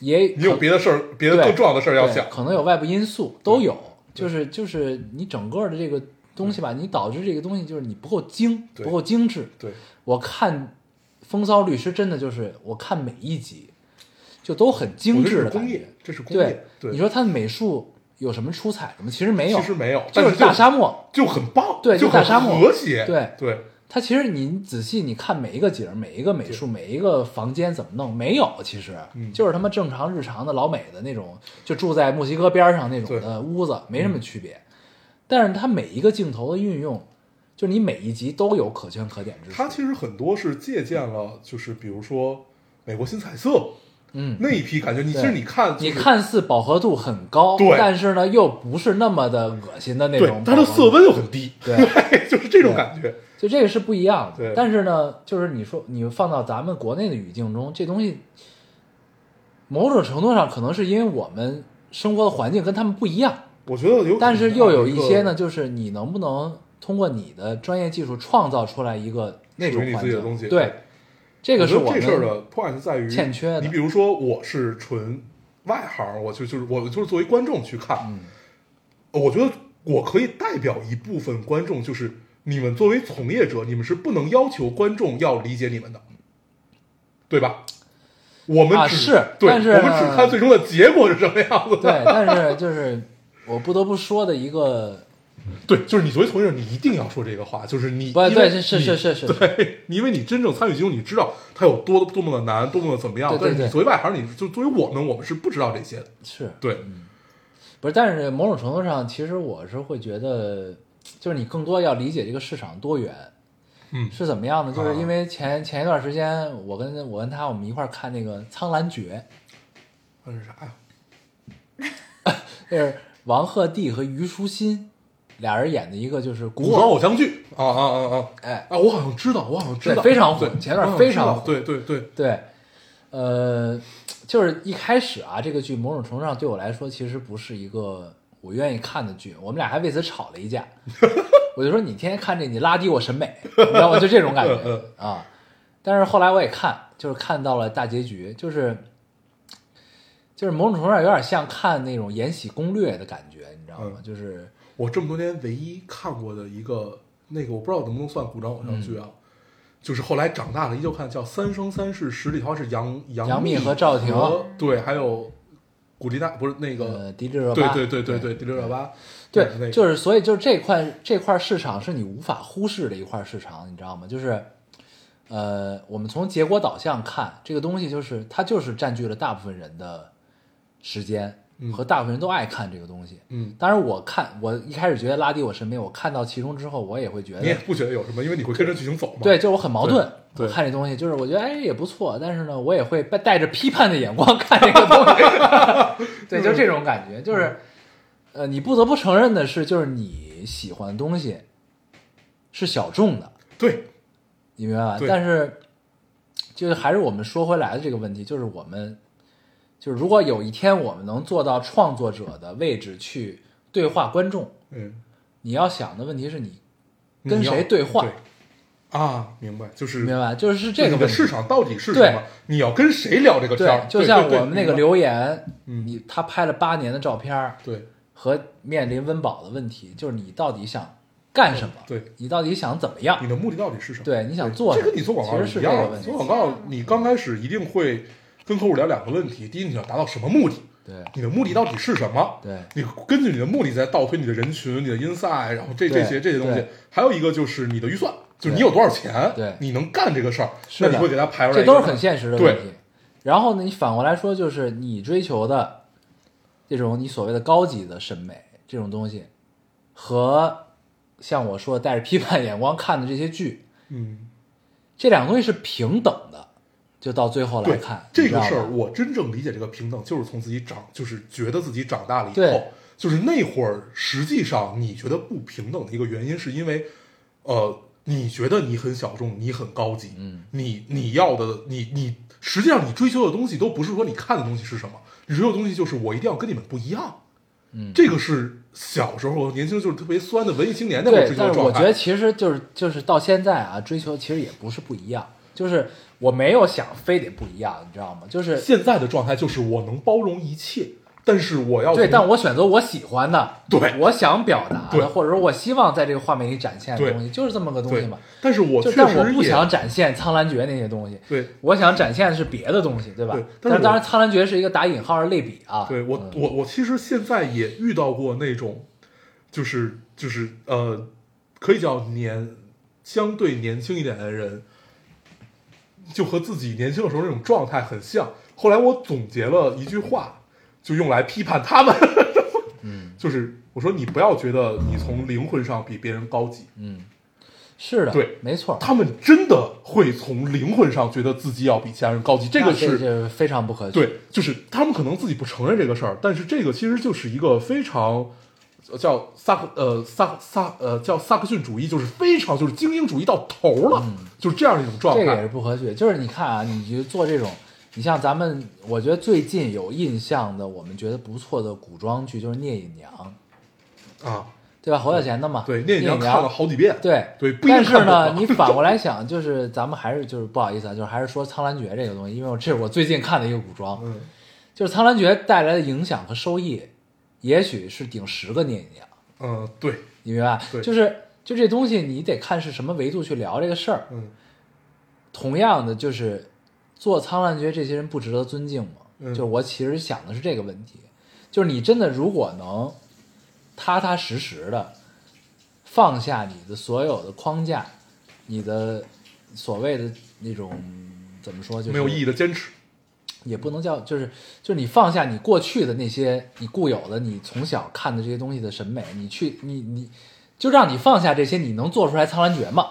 S1: 也
S3: 你有
S1: 可
S3: 别的事儿，别的
S1: 对
S3: 更重要的事儿要
S1: 对
S3: 想，
S1: 可能有外部因素都有，就是就是你整个的这个东西吧，你导致这个东西就是你不够精，
S3: 对
S1: 不够精致。
S3: 对，
S1: 我看《风骚律师》真的就是我看每一集就都很精
S3: 我
S1: 致
S3: 觉得这是
S1: 的
S3: 工
S1: 感
S3: 业
S1: 觉。，
S3: 这是工
S1: 对
S3: 业，，对，
S1: 你说它的美术有什么出彩的吗？其实没有，
S3: 其实没有，
S1: 就
S3: 但
S1: 是
S3: 是
S1: 大沙漠。
S3: 就很棒，
S1: 对
S3: 就
S1: 就大
S3: 很
S1: 沙漠
S3: 和谐，
S1: 对
S3: 对，
S1: 它其实你仔细你看每一个景儿、每一个美术、每一个房间怎么弄，没有，其实、
S3: 嗯
S1: 就是他妈正常日常的老美的那种，就住在墨西哥边儿上那种
S3: 对嗯
S1: 的屋子，没什么区别。但是它每一个镜头的运用，就是你每一集都有可圈可点之处。
S3: 它其实很多是借鉴了，就是比如说美国新彩色
S1: 嗯，
S3: 那一批感觉。你其
S1: 对
S3: 实你看，
S1: 你，看似饱和度很高，
S3: 对
S1: 但是呢又不是那么的恶心的那
S3: 对
S1: 种，饱
S3: 它
S1: 和度。
S3: 的色温又很低，
S1: 对
S3: 就是这种感觉。
S1: 就这个是不一样的。
S3: 对
S1: 但是呢，就是你说你放到咱们国内的语境中，这东西某种程度上可能是因为我们生活的环境跟他们不一样，
S3: 我觉得有，
S1: 但是又有一些呢，，就是你能不能通过你的专业技术创造出来一个那种
S3: 属于你
S1: 环
S3: 自己的
S1: 境
S3: 东？西
S1: 对，这个是
S3: 我
S1: 我
S3: 觉得
S1: 们
S3: 这事儿的 point 在于
S1: 欠缺的
S3: 你比如说，我是纯外行，我就就是我就是作为观众去看，呃
S1: 嗯
S3: 我觉得我可以代表一部分观众，就是你们作为从业者，你们是不能要求观众要理解你们的，对吧？我们
S1: 啊
S3: 只
S1: 是
S3: 对，
S1: 但是
S3: 我们只看最终的结果是什么样子的。
S1: 对，但是就是我不得不说的一个
S3: 对，就是你作为从业者，你一定要说这个话，就是你
S1: 不
S3: 因为
S1: 对是是
S3: 你
S1: 是是是
S3: 对，你因为你真正参与其中，你知道它有多多么的难，多么的怎么样。
S1: 对对
S3: 但是你
S1: 对
S3: 作为外行，你就作为我们，我们是不知道这些的。
S1: 是
S3: 对，
S1: 不是？但是某种程度上，其实我是会觉得，就是你更多要理解这个市场多元
S3: 嗯
S1: 是怎么样的。就是
S3: 啊
S1: 因为前前一段时间，我跟我跟他我们一块儿看那个《苍兰诀
S3: 那是啥呀？》，
S1: 那是王鹤棣和虞书欣俩人演的一个就是古
S3: 古装偶像剧啊啊啊啊！
S1: 哎
S3: 啊，我好像知道，我好像知道，
S1: 对非常火
S3: 对
S1: 前段
S3: 我好像
S1: 非
S3: 知道
S1: 常火
S3: 对对对，
S1: 对，呃，就是一开始啊，这个剧某种程度上对我来说，其实不是一个我愿意看的剧，我们俩还为此吵了一 架。我就说你天天看这，你拉低我审美，你知道吗？就这种感
S3: 嗯
S1: 觉啊。但是后来我也看，就是看到了大结局，就是就是某种程度上有点像看那种《延禧攻略》的感觉，你知道吗？
S3: 嗯
S1: 就是
S3: 我这么多年唯一看过的一个那个，我不知道能不能算古装偶像剧啊，就是后来长大了依旧看，叫《三生三世十里桃花》，是杨杨
S1: 杨幂
S3: 幂
S1: 和赵婷
S3: 和对，还有古力娜，不是那个，
S1: 呃，迪丽热
S3: 对
S1: 巴，
S3: 对对对对，第六热巴，那
S1: 对，
S3: 个
S1: 就是所以就是这块这块市场是你无法忽视的一块市场，你知道吗？就是，呃，我们从结果导向看，这个东西就是它就是占据了大部分人的时间
S3: 嗯，
S1: 和大部分人都爱看这个东西。
S3: 嗯，
S1: 当然，我看我一开始觉得拉低我审美，我看到其中之后，我也会觉
S3: 你也
S1: 得，
S3: 不觉得有什么，因为你会跟着剧情走嘛。
S1: 对，就是我很矛盾。
S3: 对对
S1: 我看这东西，就是我觉得哎也不错，但是呢，我也会带带着批判的眼光看这个东西。 对，就这种感觉，就是
S3: 嗯
S1: 呃，你不得不承认的是，就是你喜欢的东西是小众的，
S3: 对，
S1: 你明白吧？
S3: 对
S1: 但是就是还是我们说回来的这个问题，就是我们就是如果有一天我们能做到创作者的位置去对话观众，
S3: 嗯，
S1: 你要想的问题是你
S3: 你
S1: 跟
S3: 要
S1: 谁对话，
S3: 啊？明白，就是
S1: 明白吧？就是是这
S3: 就是
S1: 个
S3: 你的
S1: 问题。
S3: 市场到底是
S1: 对
S3: 什么？你要跟谁聊这个天儿？
S1: 对，就
S3: 对
S1: 像
S3: 对
S1: 我们那个
S3: 明白
S1: 留言，
S3: 嗯
S1: 你他拍了八年的照片儿
S3: 对
S1: 和面临温饱的问题，就是你到底想干什么？
S3: 对，嗯
S1: 你到底想怎么样
S3: 你？的目的到底是什么？
S1: 对，你想做什
S3: 这
S1: 么？
S3: 跟你做广
S1: 其
S3: 告
S1: 实是
S3: 一
S1: 这个
S3: 样
S1: 问
S3: 的，
S1: 题
S3: 做。广告你刚开始一定会跟客户聊两个问题：第一，你要达到什么目的？
S1: 对
S3: 你的目的到底是什么？
S1: 对
S3: 你根据你的目的再倒推你的人群、你的 inside，然后这
S1: 对
S3: 这些这些东西
S1: 对。
S3: 还有一个就是你的预算，就
S1: 对
S3: 是你有多少钱，
S1: 对
S3: 你能干这个事儿，
S1: 是
S3: 那
S1: 的
S3: 你会给他排出来
S1: 这
S3: 一个
S1: 都
S3: 什么。
S1: 是很现实的
S3: 对
S1: 问题。然后呢，你反过来说，就是你追求的这种你所谓的高级的审美这种东西，和像我说带着批判眼光看的这些剧，
S3: 嗯，
S1: 这两个东西是平等的。就到最后来
S3: 对
S1: 看
S3: 这
S1: 你知
S3: 个
S1: 道
S3: 事儿，
S1: 吧
S3: 我真正理解这个平等，就是从自己长，就是觉得自己长大了以
S1: 对
S3: 后，就是那会儿，实际上你觉得不平等的一个原因，是因为，呃，你觉得你很小众，你很高级，嗯，你你要的，你你实际上你追求的东西都不是说你看的东西是什么，你追求的东西就是我一定要跟你们不一样，嗯，这个是小时候年轻就是特别酸的文艺青年那会儿
S1: 对
S3: 追，求
S1: 但
S3: 的
S1: 是我
S3: 状态，
S1: 觉得其实就是就是到现在啊，追求其实也不是不一样，就是我没有想非得不一样，你知道吗？就是
S3: 现在的状态就是我能包容一切，但是我要
S1: 对，
S3: 从
S1: 但我选择我喜欢的，
S3: 对
S1: 我想表达
S3: 对
S1: 的，或者说我希望在这个画面里展现的
S3: 对
S1: 东西，就是这么个东西
S3: 对
S1: 嘛。，
S3: 但是我
S1: 就
S3: 确
S1: 但我
S3: 实
S1: 不
S3: 也
S1: 想展现《苍兰诀》那些东西，
S3: 对
S1: 我想展现的是别的东西，对吧？
S3: 对
S1: 但
S3: 但是
S1: 当
S3: 我
S1: 然，《苍兰诀》是一个打引号的类比啊。
S3: 对我、
S1: 嗯
S3: 我我其实现在也遇到过那种，就是就是呃，可以叫年相对年轻一点的人，就和自己年轻的时候那种状态很像。后来我总结了一句话，就用来批判他们。嗯，就是我说你不要觉得你从灵魂上比别人高级，
S1: 嗯是的，
S3: 对
S1: 没错，
S3: 他们真的会从灵魂上觉得自己要比其他人高级，这
S1: 那
S3: 个
S1: 这
S3: 是
S1: 这非常不可取。
S3: 对，就是他们可能自己不承认这个事儿，但是这个其实就是一个非常呃叫萨克呃萨萨呃叫萨克逊主义，就是非常就是精英主义到头了，就是这样的一种状
S1: 嗯这个也是
S3: 态。
S1: 不可取。就是你看啊，你就做这种，你像咱们，我觉得最近有印象的，我们觉得不错的古装剧就是《聂隐娘》，
S3: 啊，
S1: 对吧？侯孝贤的嘛。
S3: 对，
S1: 聂
S3: 那
S1: 隐
S3: 你要看了好几遍，
S1: 对
S3: 对不一定
S1: 但是
S3: 看
S1: 呢，
S3: 懂
S1: 你反过来想，就是咱们还是就是不好意思啊，就是还是说《苍兰诀》这个东西，因为我这是我最近看的一个古装，
S3: 嗯，
S1: 就是《苍兰诀》带来的影响和收益，也许是顶十个聂隐娘，
S3: 嗯，对，
S1: 你明白？
S3: 对
S1: 就是就这东西，你得看是什么维度去聊这个事儿。
S3: 嗯
S1: 同样的，就是做《苍兰诀》这些人不值得尊敬吗？
S3: 嗯
S1: 就是我其实想的是这个问题，就是你真的如果能踏踏实实的放下你的所有的框架，你的所谓的那种怎么说，就是
S3: 没有意义的坚持，
S1: 也不能叫，就是就是你放下你过去的那些你固有的你从小看的这些东西的审美，你去你你就让你放下这些，你能做出来《苍兰诀》吗？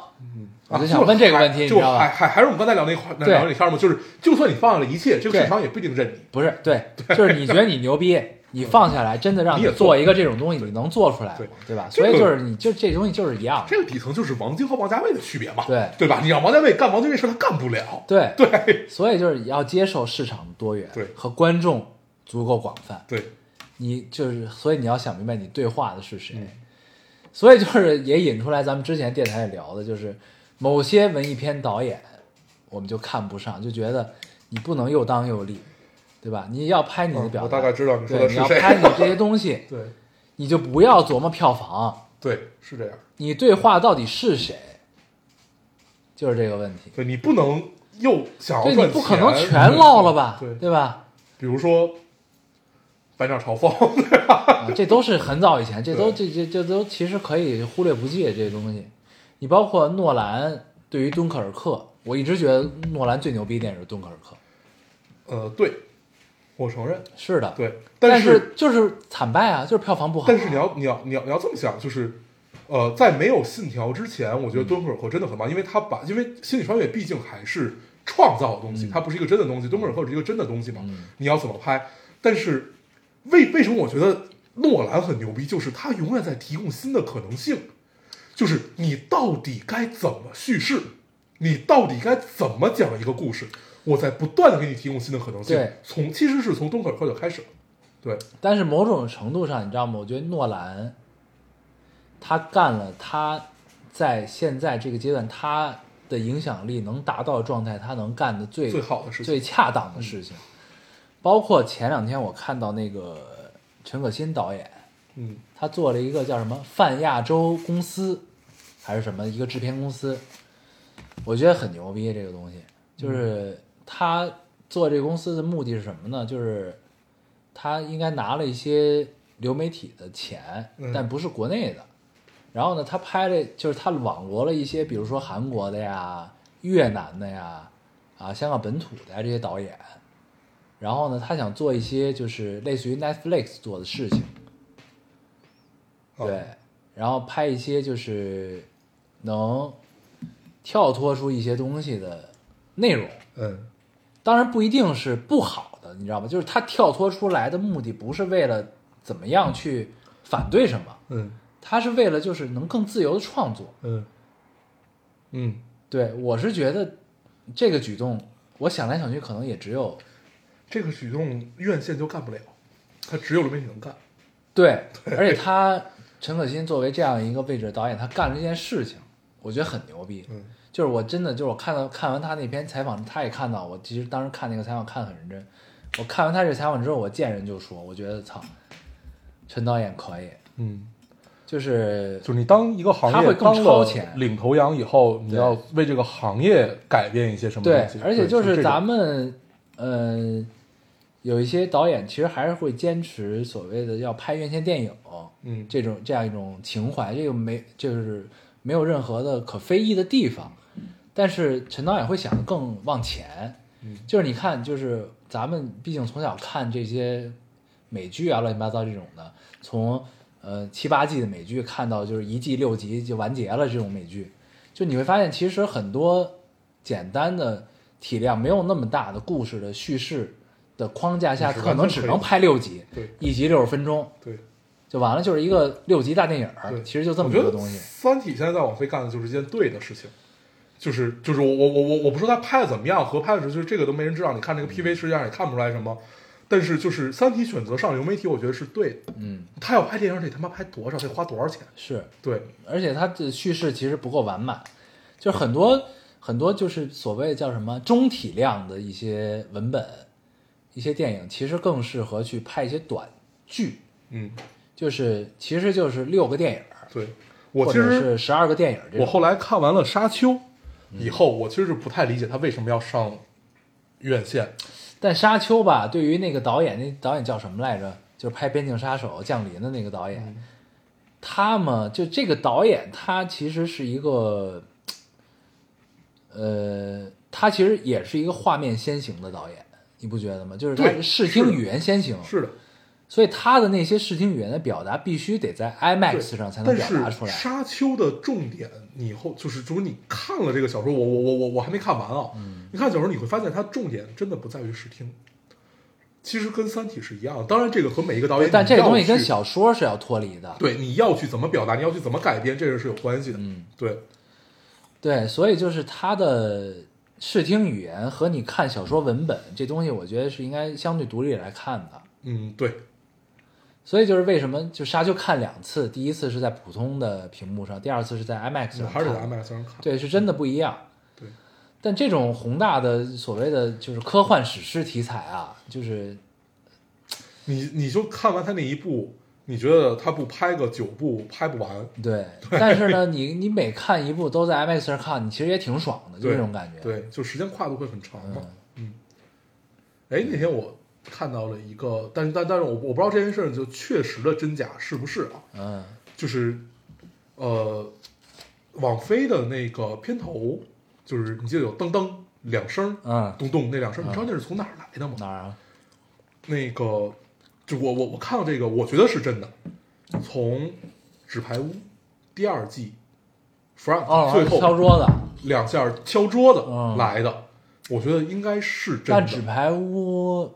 S1: 我就
S3: 啊
S1: 想问这个问题，你
S3: 就
S1: 知道
S3: 还
S1: 吧？
S3: 还还是我们哎刚才聊那块
S1: 对
S3: 聊那天儿嘛，就是就算你放下了一切，这个
S1: 对
S3: 市场也不一定认你。
S1: 不是，对，就是你觉得你牛逼，你放下来，真的让
S3: 你也做
S1: 做一个这种东西，你能做出来吗
S3: 对？
S1: 对吧？
S3: 这
S1: 所
S3: 个
S1: 以就是你就这东西就是一样的，
S3: 这个底层就是王晶和王家卫的区别嘛，
S1: 对
S3: 对吧？你让王家卫干王家卫事，他干不了。
S1: 对
S3: 对
S1: 所以就是也要接受市场的多元，
S3: 对
S1: 和观众足够广泛，
S3: 对，
S1: 你就是所以你要想明白你对话的是谁，
S3: 嗯
S1: 所以就是也引出来咱们之前电台也聊的，就是某些文艺片导演我们就看不上，就觉得你不能又当又立，对吧？你要拍你的
S3: 嗯
S1: 表
S3: 我
S1: 达，
S3: 大概知道你说
S1: 对，
S3: 的
S1: 你
S3: 是
S1: 要
S3: 谁。，
S1: 拍你这些东西
S3: 对
S1: 你就不要琢磨票房，
S3: 对，是这样。
S1: 你对话到底是谁，就是这个问题。
S3: 对你不能又想要
S1: 对
S3: 赚
S1: 你
S3: 钱，
S1: 不可能全落了吧？
S3: 对，
S1: 吧？
S3: 比如说班长嘲讽，
S1: 啊，这都是很早以前，这都这
S3: 对
S1: 这这都其实可以忽略不计这些东西。你包括诺兰对于敦刻尔克，我一直觉得诺兰最牛逼一点是敦刻尔克，
S3: 呃，对，我承认，
S1: 是的，
S3: 对，
S1: 但
S3: 是
S1: 就是惨败啊，就是票房不好啊。
S3: 但是你要你要你要你要这么想，就是，呃，在没有《信条》之前，我觉得敦刻尔克真的很棒，因为他把因为《心理穿越》毕竟还是创造的东西，它不是一个真的东西，敦刻尔克是一个真的东西嘛，你要怎么拍？但是为为什么我觉得诺兰很牛逼，就是他永远在提供新的可能性，就是你到底该怎么叙事，你到底该怎么讲一个故事。我在不断的给你提供新的可能性
S1: 对，
S3: 从其实是从敦刻尔克就开始了，对，
S1: 但是某种程度上，你知道吗？我觉得诺兰他干了他在现在这个阶段他的影响力能达到的状态，他能干的最
S3: 最好的事情
S1: 最恰当的事情。包括前两天我看到那个陈可辛导演，
S3: 嗯，
S1: 他做了一个叫什么泛亚洲公司还是什么一个制片公司，我觉得很牛逼这个东西。就是他做这个公司的目的是什么呢？就是他应该拿了一些流媒体的钱，
S3: 嗯
S1: 但不是国内的。然后呢，他拍了就是他网罗了一些，比如说韩国的呀、越南的呀、啊香港本土的呀这些导演。然后呢，他想做一些就是类似于 Netflix 做的事情，
S3: 啊
S1: 对，然后拍一些就是能跳脱出一些东西的内容，
S3: 嗯，
S1: 当然不一定是不好的，你知道吗？就是他跳脱出来的目的不是为了怎么样去反对什么，
S3: 嗯
S1: 他是为了就是能更自由的创作。
S3: 嗯嗯，
S1: 对我是觉得这个举动，我想来想去，可能也只有
S3: 这个举动院线就干不了，它只有流媒体能干。
S1: 对，而且他陈可辛作为这样一个位置的导演，他干了这件事情，我觉得很牛逼。
S3: 嗯，
S1: 就是我真的就是我看到看完他那篇采访，他也看到我其实当时看那个采访看得很认真。我看完他这个采访之后，我见人就说，我觉得操，陈导演可以，
S3: 嗯，
S1: 就是
S3: 就是你当一个行
S1: 它会
S3: 业
S1: 更
S3: 当
S1: 超
S3: 了
S1: 前
S3: 领头羊以后，你
S1: 对
S3: 要为这个行业改变一些什么
S1: 对
S3: 东西。，
S1: 而且就
S3: 对
S1: 是
S3: 这种
S1: 咱们呃有一些导演其实还是会坚持所谓的要拍院线电影，
S3: 嗯
S1: 这种这样一种情怀，这个没就是没有任何的可非议的地方。但是陈导演会想得更往前，
S3: 嗯
S1: 就是你看，就是咱们毕竟从小看这些美剧啊，乱七八糟这种的，从呃七八季的美剧看到就是一季六集就完结了这种美剧，就你会发现其实很多简单的体量没有那么大的故事的叙事的框架下，
S3: 你是
S1: 可能
S3: 完全
S1: 只
S3: 可以
S1: 能拍六集，
S3: 对
S1: 一集六十分钟，
S3: 对
S1: 就完了，就是一个六集大电影儿
S3: 对，
S1: 其实就这么
S3: 我
S1: 一
S3: 觉
S1: 个
S3: 得
S1: 东西。
S3: 三体》现在在网飞干的就是一件对的事情，就是就是我我我我我不说他拍的怎么样，合拍的时候就是这个都没人知道。你看这
S1: 嗯
S3: 个 PV 实际上也看不出来什么，但是就是《三体》选择上流媒体，我觉得是对的。
S1: 嗯，
S3: 他要拍电影得他妈拍多少，得花多少钱？
S1: 是，
S3: 对，
S1: 而且它的叙事其实不够完满，就是很多很多就是所谓叫什么中体量的一些文本、一些电影，其实更适合去拍一些短剧，
S3: 嗯，
S1: 就是其实就是六个电影儿，
S3: 对我
S1: 或
S3: 其实
S1: 者是十二个电影儿这种。
S3: 我后来看完了《沙丘》以后，我其实是不太理解他为什么要上院线。
S1: 但《沙丘》吧，对
S3: 嗯
S1: 于那个导演，那导演叫什么来着？就是拍《边境杀手》降临的那个导演，他嘛，就这个导演，他其实是一个，呃，他其实也是一个画面先行的导演，你不觉得吗？就是他
S3: 对
S1: 视
S3: 是
S1: 听
S3: 的
S1: 语言先行，
S3: 是的，
S1: 所以他的那些视听语言的表达必须得在 IMAX
S3: 对
S1: 上才能
S3: 但
S1: 表
S3: 是
S1: 达出来。
S3: 沙丘的重点，你以后就是，如果你看了这个小说，我我我我我还没看完啊。
S1: 嗯
S3: 你看小说，你会发现它重点真的不在于视听，其实跟《三体》是一样的。当然，这个和每一个导演，
S1: 但这个东西跟
S3: 你要去
S1: 小说是要脱离的，
S3: 对你要去怎么表达，你要去怎么改编，这个是有关系的。
S1: 嗯，
S3: 对，
S1: 对，所以就是他的视听语言和你看小说文本这东西，我觉得是应该相对独立来看的。
S3: 嗯，对，
S1: 所以就是为什么就沙丘看两次，第一次是在普通的屏幕上，第二次是在 IMAX 上
S3: 还是得在
S1: 看
S3: IMAX 上看。
S1: 对，是真的不一样。
S3: 对，
S1: 但这种宏大的所谓的就是科幻史诗题材啊，就是
S3: 你你就看完他那一部，你觉得他不拍个九部拍不完，
S1: 对，但是呢，你你每看一部都在 IMAX 上看，你其实也挺爽的，就
S3: 对
S1: 这种感觉。，
S3: 对，就时间跨度会很长嘛
S1: 嗯。
S3: 嗯，哎，那天我看到了一个，但是但但是我我不知道这件事儿就确实的真假是不是啊？
S1: 嗯
S3: 就是呃，网飞的那个片头，就是你记得有噔噔两声
S1: 嗯，
S3: 咚咚那两声，你知道
S1: 嗯
S3: 那是从哪儿来的吗？
S1: 哪儿啊？
S3: 那个就我我我看到这个，我觉得是真的，从《纸牌屋》第二季 Frank、
S1: 哦，
S3: 最
S1: 敲
S3: 后
S1: 桌子。
S3: 两下敲桌
S1: 嗯
S3: 子来的，我觉得应该是真
S1: 但
S3: 的。
S1: 纸牌屋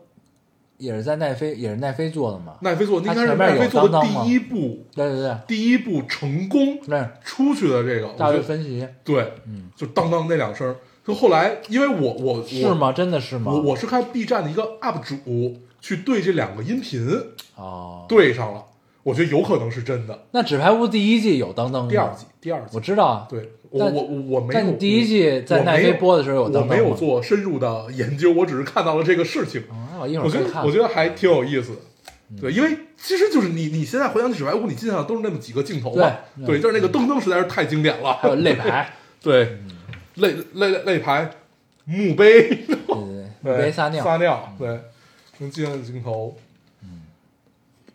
S1: 也是在奈飞，也是奈飞做的嘛？
S3: 奈飞做的应该
S1: 它
S3: 是
S1: 前面
S3: 奈
S1: 有
S3: 飞做的
S1: 当当吗
S3: 第一部，
S1: 对对对，
S3: 第一部成功
S1: 那
S3: 出去的这个，
S1: 大嗯
S3: 我
S1: 卫
S3: 觉得
S1: 芬奇
S3: 对，就当当那两声。就后来，因为我我
S1: 是
S3: 我
S1: 吗？真的是吗？
S3: 我我是看 B 站的一个 UP 主去对这两个音频
S1: 哦，
S3: 对上了，我觉得有可能是真的。
S1: 那纸牌屋第一季有当当吗
S3: 第二季，第二季
S1: 我，知道啊。
S3: 对我
S1: 但
S3: 我我我没有。
S1: 但你第一季在奈飞播的时候有
S3: 我没有，
S1: 当
S3: 我
S1: 当
S3: 没有
S1: 吗？
S3: 做深入的研究，我只是看到了这个事情。
S1: 哦，那我一会儿
S3: 我觉
S1: 可以
S3: 得
S1: 看。嗯
S3: 我觉得还挺有意思的。对，因为其实就是你，你现在回想起《纸牌屋》，你印象都是那么几个镜头嘛。
S1: 对
S3: 对，就是那个噔噔实在是太经典了。
S1: 还有嗯肋牌，
S3: 对，肋肋肋肋排、墓碑、
S1: 对对对，
S3: 对
S1: 别撒尿。 嗯
S3: 撒尿，对，能经典的镜头。嗯，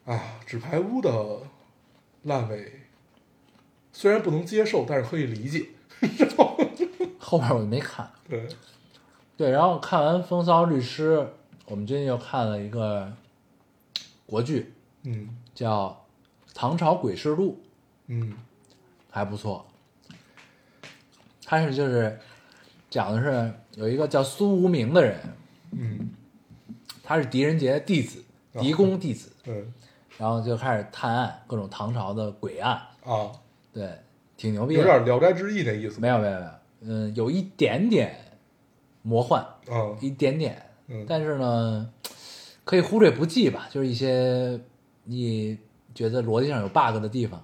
S3: 啊，《纸牌屋》的烂尾虽然不能接受，但是可以理解。
S1: 后面我就没看。
S3: 对，
S1: 对，然后看完《风骚律师》，我们最近又看了一个国剧，
S3: 嗯
S1: 叫《唐朝诡事录》。
S3: 嗯
S1: 还不错。他是就是讲的是有一个叫苏无名的人，
S3: 嗯，哦
S1: 他是狄仁杰弟子，狄公弟子，
S3: 对
S1: 然后就开始探案各种唐朝的诡案，
S3: 啊，
S1: 对，挺牛逼
S3: 有
S1: 的。
S3: 点《聊斋志异》那意思。
S1: 没有没有没有，嗯，有一点点魔幻，
S3: 啊，
S1: 一点点，
S3: 嗯
S1: 但是呢，可以忽略不计吧，就是一些你觉得逻辑上有 bug 的地方。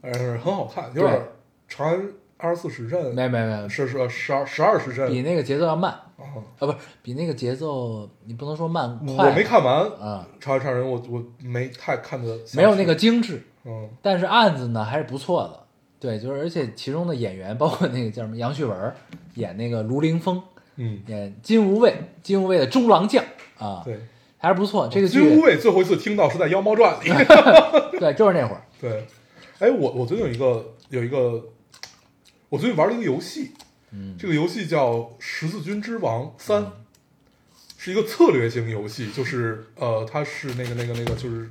S3: 但是哎很好看，有点
S1: 对
S3: 《长安二十四时辰》
S1: 没有没有没有，
S3: 是是十二十二时
S1: 比
S3: 辰
S1: 那个节奏要慢啊，
S3: 啊，
S1: 不是比那个节奏，你不能说慢快，
S3: 我没看完《
S1: 啊、
S3: 长安上人》，我我没太看得下去
S1: 没有那个精致，
S3: 嗯
S1: 但是案子呢还是不错的。对，就是而且其中的演员，包括那个叫什么杨旭文儿，演那个卢凌风，
S3: 嗯，
S1: 演金吾卫，金吾卫的周郎将啊，
S3: 对，
S1: 还是不错。这个剧
S3: 金乌卫最后一次听到是在《妖猫传》里。
S1: 对，就是那会儿，
S3: 对，哎，我我最近有一个有一个，我最近玩了一个游戏，嗯，这个游戏叫《十字军之王三》，是一个策略型游戏，就是呃，它是那个那个那个，就是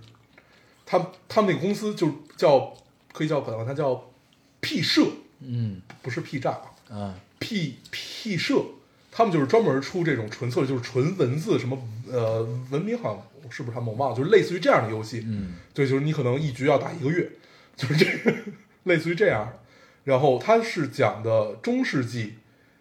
S3: 他他们那个公司就叫可以叫可能它叫 P 社，
S1: 嗯
S3: 不是 P 站啊
S1: 啊
S3: ，P P 社。他们就是专门出这种纯策略，就是纯文字什么呃文明好像是不是他们我忘了，就是类似于这样的游戏，
S1: 嗯
S3: 对，就是你可能一局要打一个月， 就是这个 类似于这样的。然后它是讲的中世纪，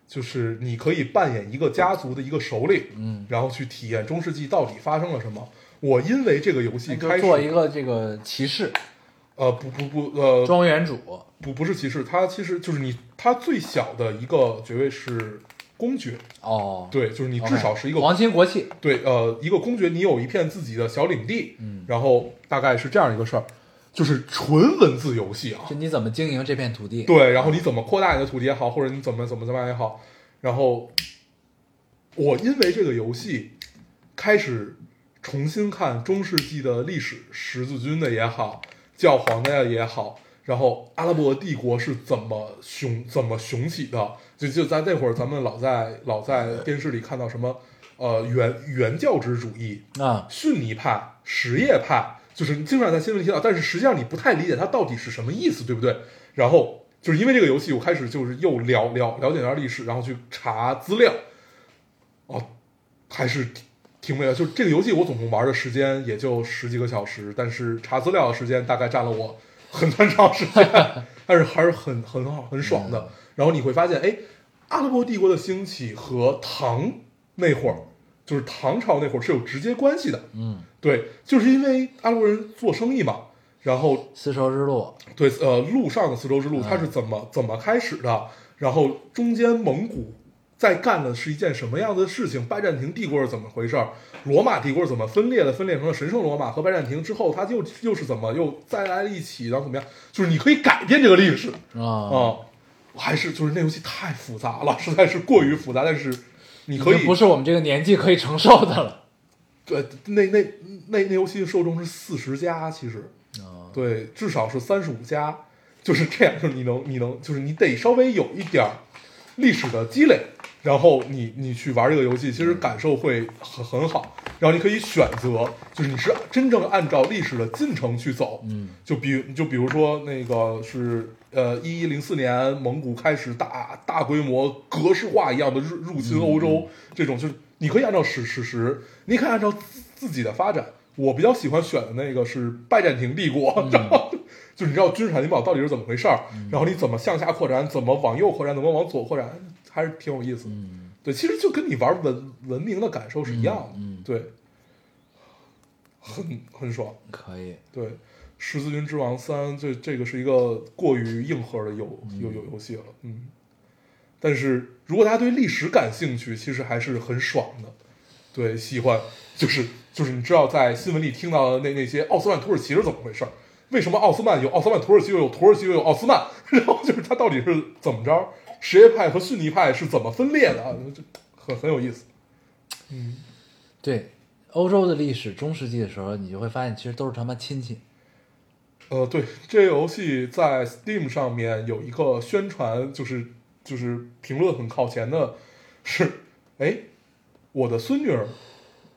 S3: 就是你可以扮演一个家族的一个首领，
S1: 嗯，
S3: 然后去体验中世纪到底发生了什么。我因为这个游戏
S1: 就
S3: 开
S1: 做一
S3: 始，
S1: 个这个骑士
S3: 呃，不不不，呃，
S1: 庄园主，
S3: 不不是骑士，它其实就是你，它最小的一个爵位是公爵，
S1: 哦，
S3: 对，就是你
S1: OK，
S3: 至少是一个
S1: 皇亲国戚，
S3: 对，呃，一个公爵，你有一片自己的小领地，嗯，然后大概是这样一个事儿，就是纯文字游戏啊，
S1: 就你怎么经营这片土地？
S3: 对，然后你怎么扩大你的土地也好，或者你怎么怎么怎么样也好，然后我因为这个游戏开始重新看中世纪的历史，十字军的也好，教皇的呀也好，然后阿拉伯帝国是怎么雄怎么雄起的？就就在那会儿，咱们老在老在电视里看到什么呃原原教旨主义、
S1: 啊，
S3: 逊尼派、什叶派，就是你经常在新闻里听到，但是实际上你不太理解它到底是什么意思，对不对？然后就是因为这个游戏，我开始就是又了了了解点历史，然后去查资料，哦，还是挺挺美的。就这个游戏，我总共玩的时间也就十几个小时，但是查资料的时间大概占了我很很长时间，但是还是很很好很爽的。然后你会发现，哎，阿拉伯帝国的兴起和唐那会儿，就是唐朝那会儿是有直接关系的。
S1: 嗯，
S3: 对，就是因为阿拉伯人做生意嘛，然后
S1: 丝绸之路，
S3: 对，呃，陆上的丝绸之路它是怎么、怎么开始的？然后中间蒙古在干的是一件什么样的事情？拜占庭帝国是怎么回事儿？罗马帝国是怎么分裂的？分裂成了神圣罗马和拜占庭之后，它又又是怎么又再来一起，然后怎么样？就是你可以改变这个历史啊、
S1: 啊，
S3: 还是就是那游戏太复杂了， 实在是过于复杂。但是你可以
S1: 这不是我们这个年纪可以承受的了。
S3: 对，那那那那游戏受众是四十加，其实，
S1: 啊
S3: 对，至少是三十五加，就是这样，就是你能你能就是你得稍微有一点儿历史的积累，然后你你去玩这个游戏，其实感受会很很好。然后你可以选择，就是你是真正按照历史的进程去走，
S1: 嗯，
S3: 就比就比如说那个是呃一一零四年蒙古开始大大规模格式化一样的入入侵欧洲，这种就是你可以按照史史实，你也可以按照自自己的发展。我比较喜欢选的那个是拜占庭帝国， 然后就是你知道军事产权堡到底是怎么回事儿，
S1: 嗯
S3: 然后你怎么向下扩展，怎么往右扩展，怎么往左扩展，还是挺有意思的。
S1: 嗯
S3: 对，其实就跟你玩文文明的感受是一样的，
S1: 嗯嗯
S3: 对，很很爽。
S1: 可以，
S3: 对，《十字军之王三》这这个是一个过于硬核的游游游游戏了，嗯。但是如果大家对历史感兴趣，其实还是很爽的。对，喜欢就是就是你知道在新闻里听到的那那些奥斯曼土耳其是怎么回事儿？为什么奥斯曼有奥斯曼土耳其又有土耳其又有奥斯曼？ 然后就是它到底是怎么着？什叶派和逊尼派是怎么分裂的？啊就很很有意思。嗯，
S1: 对，欧洲的历史中世纪的时候，你就会发现其实都是他妈亲戚。
S3: 呃，对，这个游戏在 Steam 上面有一个宣传，就是就是评论很靠前的是，哎，我的孙女儿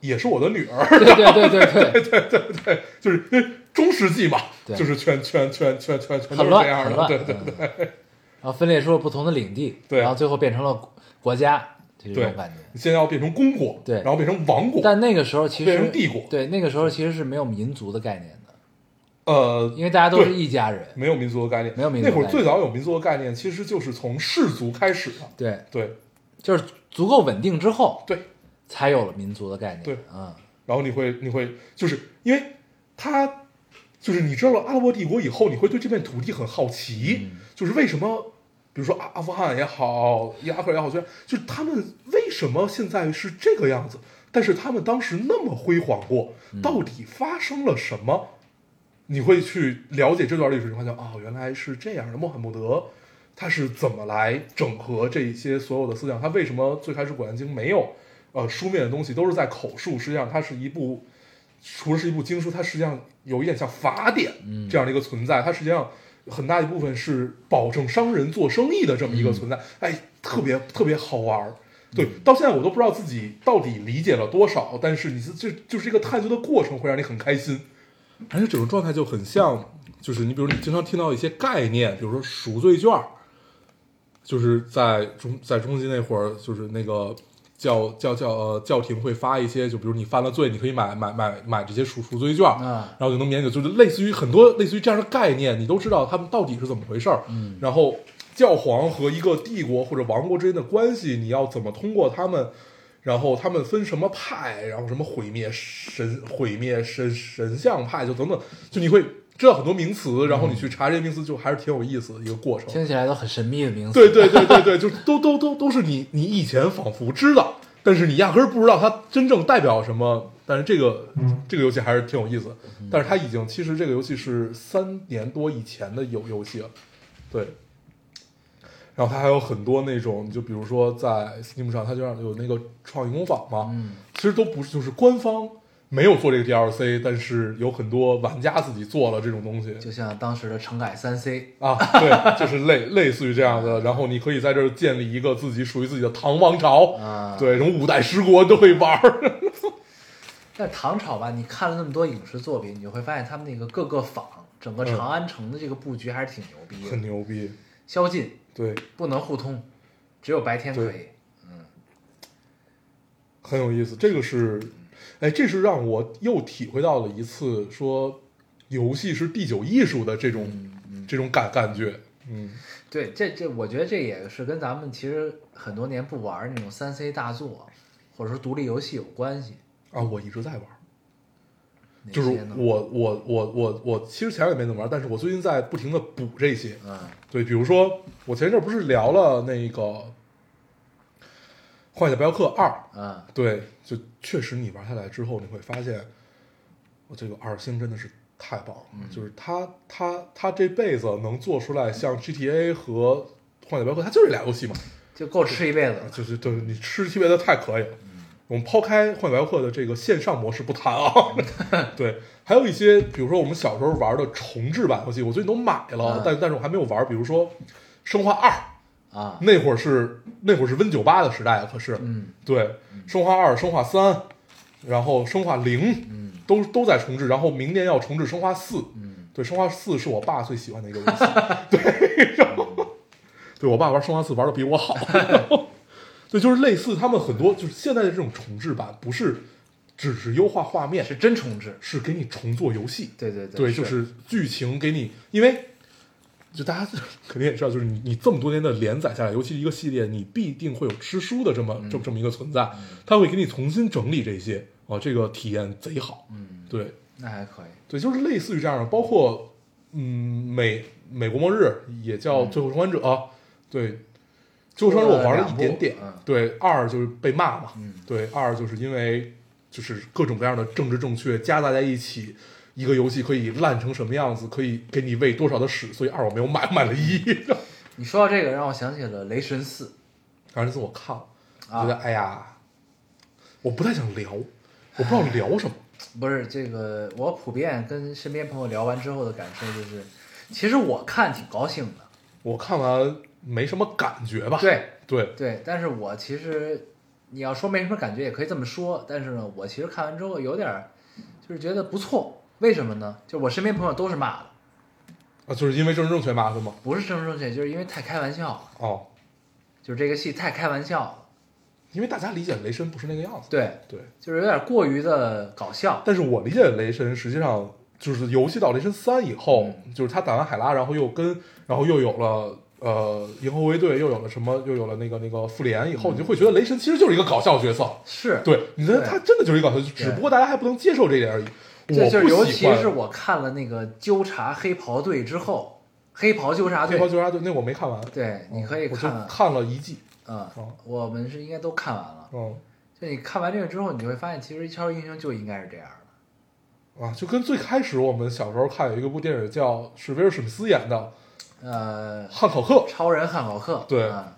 S3: 也是我的女儿，
S1: 对对对对对，
S3: 对，就是因为中世纪嘛，
S1: 对
S3: 就是全全全全全
S1: 很
S3: 全都是这
S1: 乱
S3: 样
S1: 很
S3: 的，
S1: 乱。
S3: 对对
S1: 对。然后分裂出了不同的领地，
S3: 对
S1: 然后最后变成了国国家，就是这
S3: 对
S1: 种感觉。，
S3: 先要变成公国，
S1: 对
S3: 然后变成王国，
S1: 但那个时候其
S3: 变
S1: 实
S3: 成帝国
S1: 对那个时候其实是没有民族的概念的，
S3: 呃，
S1: 因为大家都是
S3: 对
S1: 一家人。
S3: 没有民族的概念，
S1: 没有民族的
S3: 那会儿
S1: 概
S3: 最
S1: 念
S3: 早有民族的概念，其实就是从氏族开始的，
S1: 对，
S3: 对
S1: 就是足够稳定之后，
S3: 对，
S1: 才有了民族的概念。
S3: 对
S1: 嗯，
S3: 然后你会你会就是因为他就是你知道了阿拉伯帝国以后，你会对这片土地很好奇，就是为什么，比如说阿阿富汗也好，伊拉克也好，就就是他们为什么现在是这个样子，但是他们当时那么辉煌过，到底发生了什么？你会去了解这段历史，你会发现哦，原来是这样的。穆罕默德他是怎么来整合这一些所有的思想？他为什么最开始《古兰经》没有呃书面的东西，都是在口述？实际上，它是一部除了是一部经书，它实际上有一点像法典这样的一个存在。它实际上很大一部分是保证商人做生意的这么一个存在。哎，特别特别好玩儿。对，到现在我都不知道自己到底理解了多少，但是你是这就是一个探究的过程，会让你很开心。而且整个状态就很像，就是你比如你经常听到一些概念，比如说赎罪券儿，就是在中在中期那会儿，就是那个教教教呃教廷会发一些，就比如你犯了罪，你可以买买买买这些赎赎罪券儿，
S1: 啊
S3: 然后就能免久，就是类似于很多类似于这样的概念，你都知道他们到底是怎么回事儿。嗯，然后教皇和一个帝国或者王国之间的关系，你要怎么通过他们？然后他们分什么派，然后什么毁灭神、毁灭神神像派，就等等，就你会知道很多名词，然后你去查这些名词，就还是挺有意思的一个过程。
S1: 听起来都很神秘的名字。
S3: 对对对对对，就都都都都是你你以前仿佛知道，但是你压根儿不知道它真正代表什么。但是这个这个游戏还是挺有意思，但是它已经其实这个游戏是三年多以前的游游戏了，对。然后它还有很多那种，你就比如说在 Steam 上，它就让有那个创意工坊嘛，其实都不是就是官方没有做这个 DLC，但是有很多玩家自己做了这种东西
S1: 就像当时的城改三 C，
S3: 啊， 对，就是类类似于这样的。然后你可以在这儿建立一个自己属于自己的唐王朝，
S1: 啊
S3: 对，什么五代十国你都可以玩儿。
S1: 但唐朝吧，你看了那么多影视作品，你就会发现他们那个各个坊，整个长安城的这个布局还是挺牛逼
S3: 嗯很
S1: 的。
S3: 牛逼。
S1: 宵禁
S3: 对，
S1: 不能互通，只有白天可以。
S3: 很有意思。这个是，哎，这是让我又体会到了一次说游戏是第九艺术的这种、
S1: 嗯
S3: 这种感感觉。嗯，
S1: 对，这这我觉得这也是跟咱们其实很多年不玩那种三 C 大作，或者说独立游戏有关系。
S3: 啊，我一直在玩。
S1: 哪
S3: 就是
S1: 些呢
S3: 我我我我我其实前两天没怎么玩，但是我最近在不停的补这些。
S1: 嗯
S3: 对，比如说我前一阵儿不是聊了那个《幻想镖客二》，
S1: 嗯，
S3: 对，就确实你玩下来之后，你会发现，我这个二星真的是太棒了，就是他他他这辈子能做出来像 GTA 和《幻想镖客》，它就是这俩游戏嘛，
S1: 就够吃一辈子了。
S3: 就是就是你吃鸡别的太可以了。我们抛开《幻想镖客》的这个线上模式不谈啊， 对，还有一些，比如说我们小时候玩的重置版游戏，我最近都买了
S1: 嗯，
S3: 但但是我还没有玩，比如说《生化二》，
S1: 啊，
S3: 那会儿是那会儿是 Win 九八的时代啊，可是，
S1: 嗯
S3: 对，生化二、生化三，然后生化零，
S1: 嗯，
S3: 都都在重置，然后明年要重置生化四，
S1: 嗯
S3: 对，生化四是我爸最喜欢的一个游 戏，对，然后对我爸玩生化四玩的比 我好，然后对，就是类似他们很多就是现在的这种重置版，不是只是优化画面，
S1: 是真重置。
S3: 是给你重做游戏，
S1: 对对对
S3: 对，
S1: 是
S3: 就是剧情给你，因为就 大家肯定也知道，就是你你这么多年的连载下来，尤其是一个系列，你必定会有吃书的这么
S1: 嗯
S3: 这么这么一个存在，他会给你重新整理这些啊，这个体验贼好，
S1: 嗯，
S3: 对
S1: 那还可以。
S3: 对，就是类似于这样的，包括嗯美美国末日也叫
S1: 嗯
S3: 最后生还者，对。最后生还者我玩了一点点
S1: 多了两部嗯，
S3: 对二就是被骂嘛，
S1: 嗯
S3: 对二就是因为就是各种各样的政治正确加大在一起，一个游戏可以烂成什么样子，可以给你喂多少的屎，所以二我没有买， 买了一。
S1: 你说到这个，让我想起了《雷神四
S3: 然后这次我看了，》觉得
S1: 啊，
S3: 哎呀，我不太想聊，我不知道聊什么。
S1: 不是这个，我普遍跟身边朋友聊完之后的感受就是，其实我看挺高兴的，
S3: 我看完没什么感觉吧？
S1: 对
S3: 对，
S1: 对，但是我其实你要说没什么感觉，也可以这么说，但是呢，我其实看完之后有点儿就是觉得不错，为什么呢？就我身边朋友都是骂的，
S3: 啊，就是因为政治正确骂是吗？
S1: 不是正不正确，就是因为太开玩笑了，
S3: 哦，
S1: 就是这个戏太开玩笑了，
S3: 因为大家理解雷神不是那个样子。
S1: 对，
S3: 对，
S1: 就是有点过于的搞笑，
S3: 但是我理解的雷神实际上就是游戏到雷神三以后，
S1: 嗯
S3: 就是他打完海拉，然后又跟，然后又有了。呃，银河护卫队又有了什么？又有了那个那个复联以后，你就会觉得雷神其实就是一个搞笑角色。
S1: 是，
S3: 对，你觉得
S1: 嗯对
S3: 他真的就是一个搞笑，只不过大家还不能接受这一点而已。
S1: 这
S3: 我
S1: 就是
S3: 不
S1: 尤
S3: 喜
S1: 其
S3: 欢
S1: 是我看了那个纠察黑袍队之后，黑袍纠察
S3: 黑袍
S1: 队，
S3: 纠察队那我没看完，
S1: 对，你
S3: 嗯
S1: 可以
S3: 我就
S1: 看，啊
S3: 看了一季，
S1: 嗯
S3: 哦，
S1: 我们是应该都看完了。
S3: 嗯
S1: 就你看完这个之后，你就会发现，其实超级英雄就应该是这样的。
S3: 啊，就跟最开始我们小时候看有一个部电影叫是威尔史密斯演的
S1: 呃
S3: 《汉考克》，
S1: 超人汉考克，
S3: 对
S1: 啊，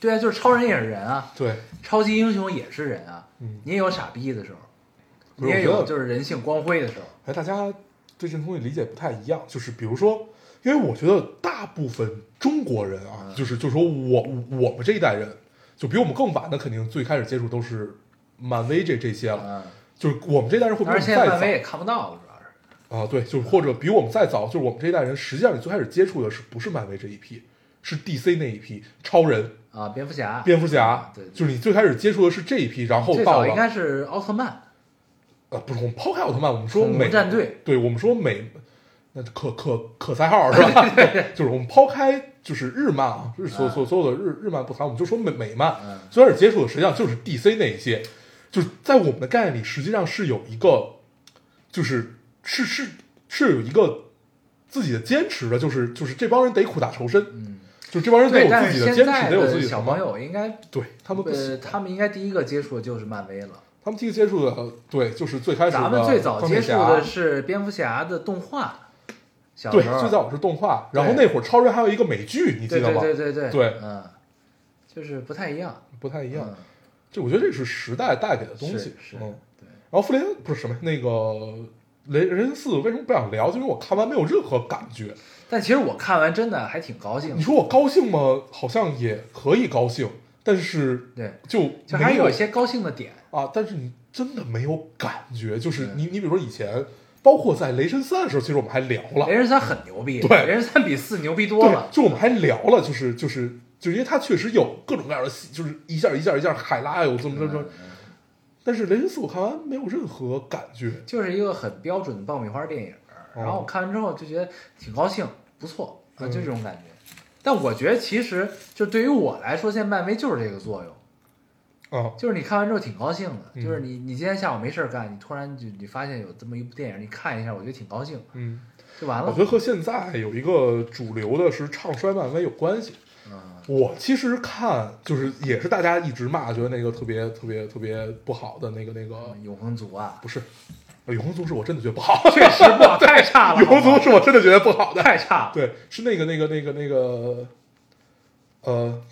S1: 对啊，就是超人也是人啊，
S3: 对，
S1: 超级英雄也是人啊，
S3: 嗯，
S1: 你也有傻逼的时候，
S3: 不
S1: 你
S3: 是
S1: 也
S3: 我觉
S1: 有
S3: 得
S1: 就是人性光辉的时候。
S3: 哎，大家对这个东西理解不太一样，就是比如说，因为我觉得大部分中国人啊，
S1: 嗯
S3: 就是就是说我我们这一代人，就比我们更晚的，肯定最开始接触都是漫威这这些了，
S1: 嗯，
S3: 就是我们这代人会比
S1: 当然
S3: 我们
S1: 现在
S3: 再
S1: 漫威
S3: 早
S1: 也看不到了，主要是。
S3: 啊，对，就是或者比我们再早，就是我们这一代人，实际上你最开始接触的是不是漫威这一批，是 DC 那一批超人。
S1: 啊，蝙蝠侠，
S3: 蝙蝠侠，
S1: 对对
S3: 就是你最开始接触的是这一批，然后
S1: 最
S3: 到
S1: 早
S3: 了
S1: 应该是奥特曼、
S3: 呃，不是我们抛开奥特曼，我们说
S1: 恐
S3: 美
S1: 龙战队，
S3: 对，我们说美，那可可可赛号 是吧？就是我们抛开就是日漫啊，日所所所有的日日漫不谈，我们就说美美漫
S1: 嗯，
S3: 最开始接触的实际上就是 DC 那一些，就是在我们的概念里，实际上是有一个，就是是是是有一个自己的坚持的，就是就是这帮人得苦大仇深，嗯，就这帮人得
S1: 对，
S3: 有
S1: 但
S3: 自
S1: 是
S3: 己的
S1: 现
S3: 坚
S1: 在
S3: 持，得有自己的
S1: 小
S3: 什么
S1: 朋，友应该，
S3: 对他们不喜
S1: 呃，他们应该第一个接触的就是漫威了。
S3: 他们第一个接触的，呃对，就是最开始的
S1: 咱们最早
S3: 钢
S1: 接
S3: 铁
S1: 触
S3: 侠啊
S1: 的是蝙蝠侠的动画，小
S3: 对
S1: 时候，
S3: 最早是动画，
S1: 对
S3: 然后那会儿超人还有一个美剧，你记
S1: 对
S3: 得
S1: 对
S3: 吗？
S1: 对对对
S3: 对
S1: 嗯，就是不太一样，
S3: 不太一
S1: 一
S3: 样。这我觉得这是时代带给的东
S1: 嗯
S3: 西
S1: 是，是
S3: 嗯。
S1: 对，
S3: 后复联不是什么那个雷神四为什么不想聊？就因为我看完没有任何感觉。
S1: 但其实我看完真的还挺高兴
S3: 你
S1: 的，
S3: 说我高兴吗？好像也可以高兴，但是
S1: 对，
S3: 就
S1: 就还
S3: 没
S1: 有
S3: 有
S1: 一些高兴的点，
S3: 啊，但是你真的没有感觉，就是
S1: 对
S3: 你你比如说以前，包括在雷神三的时候，其实我们还聊了，
S1: 雷神三很牛逼，
S3: 对
S1: 雷神三比四牛逼多
S3: 对
S1: 了，，
S3: 就我们还聊了，就是就是就是因为它确实有各种各样的戏，就是一下一下一下海拉有这么这么
S1: 嗯
S3: 这么，但是雷神四我看完没有任何感觉，
S1: 就是一个很标准的爆米花电影。然后我看完之后就觉得挺高兴，不错啊，
S3: 哦嗯
S1: 就这种感觉。但我觉得其实就对于我来说，现在漫威就是这个作用，
S3: 啊，
S1: 就是你看完之后挺高兴的，
S3: 嗯
S1: 就是你你今天下午没事儿干，你突然就你发现有这么一部电影，你看一下，我觉得挺高兴，
S3: 嗯，
S1: 就完
S3: 我
S1: 了
S3: 觉。得和现在有一个主流的是唱衰漫威有关系。
S1: 嗯，
S3: 我其实看就是也是大家一直骂，觉得那个特别特别特别不好的那个那个，
S1: 永恒族啊，
S3: 不是，呃永恒族是我真的觉得不好，
S1: 确实不好，太差了，
S3: 永恒
S1: 好
S3: 族
S1: 吧
S3: 是我真的觉得不好的，
S1: 太差了。
S3: 对，是那个那个那个那个，呃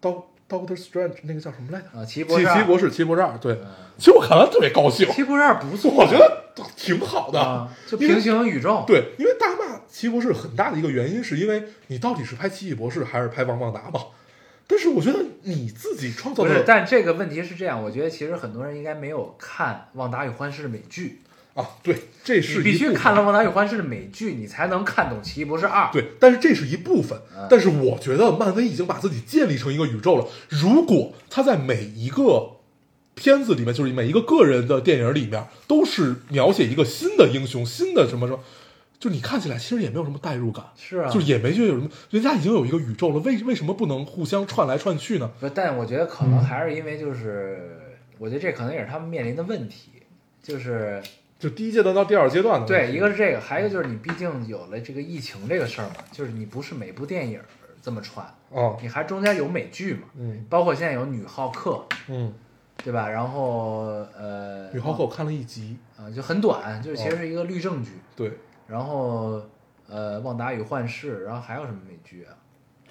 S3: ，Doc-，Doctor Strange 那个叫什么来着？
S1: 啊，奇异博
S3: 奇
S1: 士嗯
S3: 奇
S1: 二，
S3: 博士，奇异博士二。对，其实我看完特别高兴，
S1: 奇异博士二不错，
S3: 我觉得挺好的
S1: 啊，。就
S3: 因为
S1: 平行宇宙，
S3: 对，因为大骂奇异博士很大的一个原因，是因为你到底是拍奇异博士还是拍王旺达嘛？但是我觉得你自己创造
S1: 不是，
S3: 的
S1: 但这个问题是这样，我觉得其实很多人应该没有看《旺达与幻视》的美剧，
S3: 啊，对，这是
S1: 你必
S3: 一
S1: 须
S3: 部
S1: 看
S3: 分
S1: 了《旺达与幻视》的美剧，你才能看懂《奇异博士二》。
S3: 对，但是这是一部分
S1: 嗯。
S3: 但是我觉得漫威已经把自己建立成一个宇宙了。如果他在每一个片子里面，就是每一个个人的电影里面，都是描写一个新的英雄、新的什么什么，就你看起来其实也没有什么代入感，
S1: 是啊，
S3: 就是也没觉得有什么。人家已经有一个宇宙了，为为什么不能互相串来串去呢？
S1: 不，但我觉得可能还是因为就是，我觉得这可能也是他们面临的问题，就是
S3: 就第一阶段到第二阶段的问
S1: 对，
S3: 题
S1: 一个是这个，还有一个就是你毕竟有了这个疫情这个事儿嘛，就是你不是每部电影这么传，
S3: 啊，
S1: 你还中间有美剧嘛，
S3: 嗯
S1: 包括现在有女浩克，
S3: 嗯，
S1: 对吧？然后呃，
S3: 女浩克我哦看了一集，
S1: 啊、就很短，就是其实是一个律政剧，
S3: 对，
S1: 然后呃，《旺达与幻视》，然后还有什么美剧啊？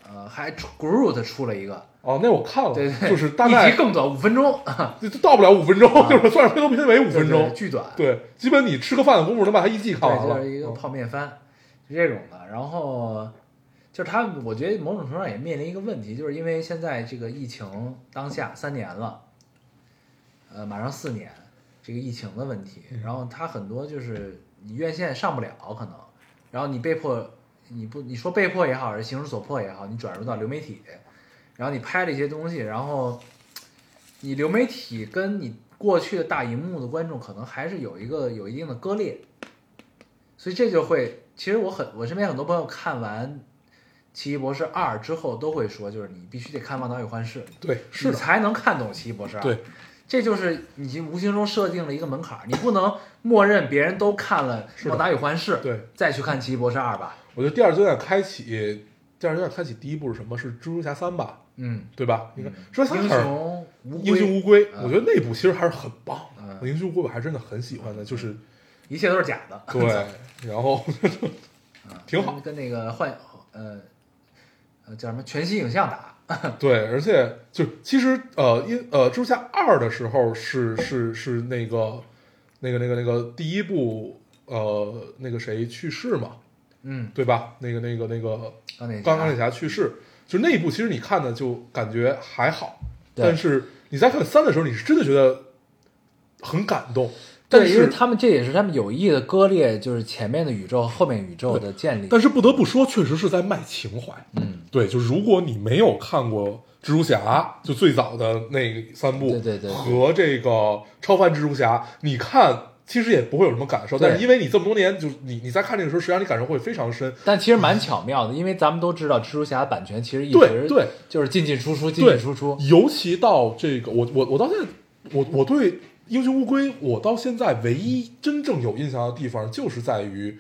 S1: 呃，还出 Groot 出了一个，
S3: 哦，那我看了，
S1: 对对，
S3: 就是大 概
S1: 一集更短，五分钟，
S3: 就就到不了五分钟，
S1: 啊
S3: 就是算是片头片尾五分钟
S1: 对对，巨短，
S3: 对，基本你吃个饭的功夫能把它一季看完
S1: 对，
S3: 了。
S1: 就
S3: 嗯
S1: 是一个泡面番，是这种的。然后就是他们，我觉得某种程度上也面临一个问题，就是因为现在这个疫情当下三年了，呃，马上四年，这个疫情的问题，然后他很多就是你院线上不了可能，然后你被迫，你不你说被迫也好，还是形势所迫也好，你转入到流媒体，然后你拍了一些东西，然后你流媒体跟你过去的大荧幕的观众可能还是有一个有一定的割裂，所以这就会，其实我很我身边很多朋友看完《奇异博士二》之后都会说，就是你必须得看《旺达与幻视》，
S3: 对，是
S1: 你
S3: 的，
S1: 才能看懂《奇异博士二》。
S3: 对，
S1: 这就是你无形中设定了一个门槛儿，你不能默认别人都看了
S3: 是
S1: 《
S3: 的
S1: 旺达与幻视》，
S3: 对，
S1: 再去看《奇异博士二》吧。
S3: 我觉得第二阶段开启，第二阶段开启第一步是什么？是蜘蛛侠三吧，
S1: 嗯，
S3: 对吧？你看，蜘蛛侠
S1: 英
S3: 三还是
S1: 雄无
S3: 英
S1: 归，
S3: 雄乌龟，
S1: 嗯
S3: 我觉得那部其实还是很棒的。
S1: 嗯
S3: 英雄乌龟我还真的很喜欢的，就是
S1: 一切都是假的。
S3: 对，然后 挺好
S1: 跟跟那个幻呃呃叫什么全息影像打，
S3: 对，而且就其实呃，因呃，蜘蛛侠二的时候是是是那个那个那个那个第一部呃那个谁去世嘛，
S1: 嗯，
S3: 对吧？那个那个那个
S1: 钢铁侠，
S3: 刚钢铁侠去世，就那一部其实你看的就感觉还好，
S1: 对
S3: 但是你在看三的时候，你是真的觉得很感动。但
S1: 对，因为
S3: 是，
S1: 他们这也是他们有意的割裂，就是前面的宇宙、后面宇宙的建立。
S3: 但是不得不说，确实是在卖情怀。
S1: 嗯，
S3: 对，就如果你没有看过蜘蛛侠，就最早的那三部，
S1: 对对对对
S3: 和这个超凡蜘蛛侠，你看。其实也不会有什么感受，
S1: 对
S3: 但是因为你这么多年，就是你你在看这个时候，实际上你感受会非常深。
S1: 但其实蛮巧妙的，因为咱们都知道蜘蛛侠的版权其实一
S3: 对
S1: 直
S3: 对
S1: 就是进进出出，进
S3: 对
S1: 进出出。
S3: 尤其到这个，我我我到现在，我我对英雄乌龟，我到现在唯一真正有印象的地方，就是在于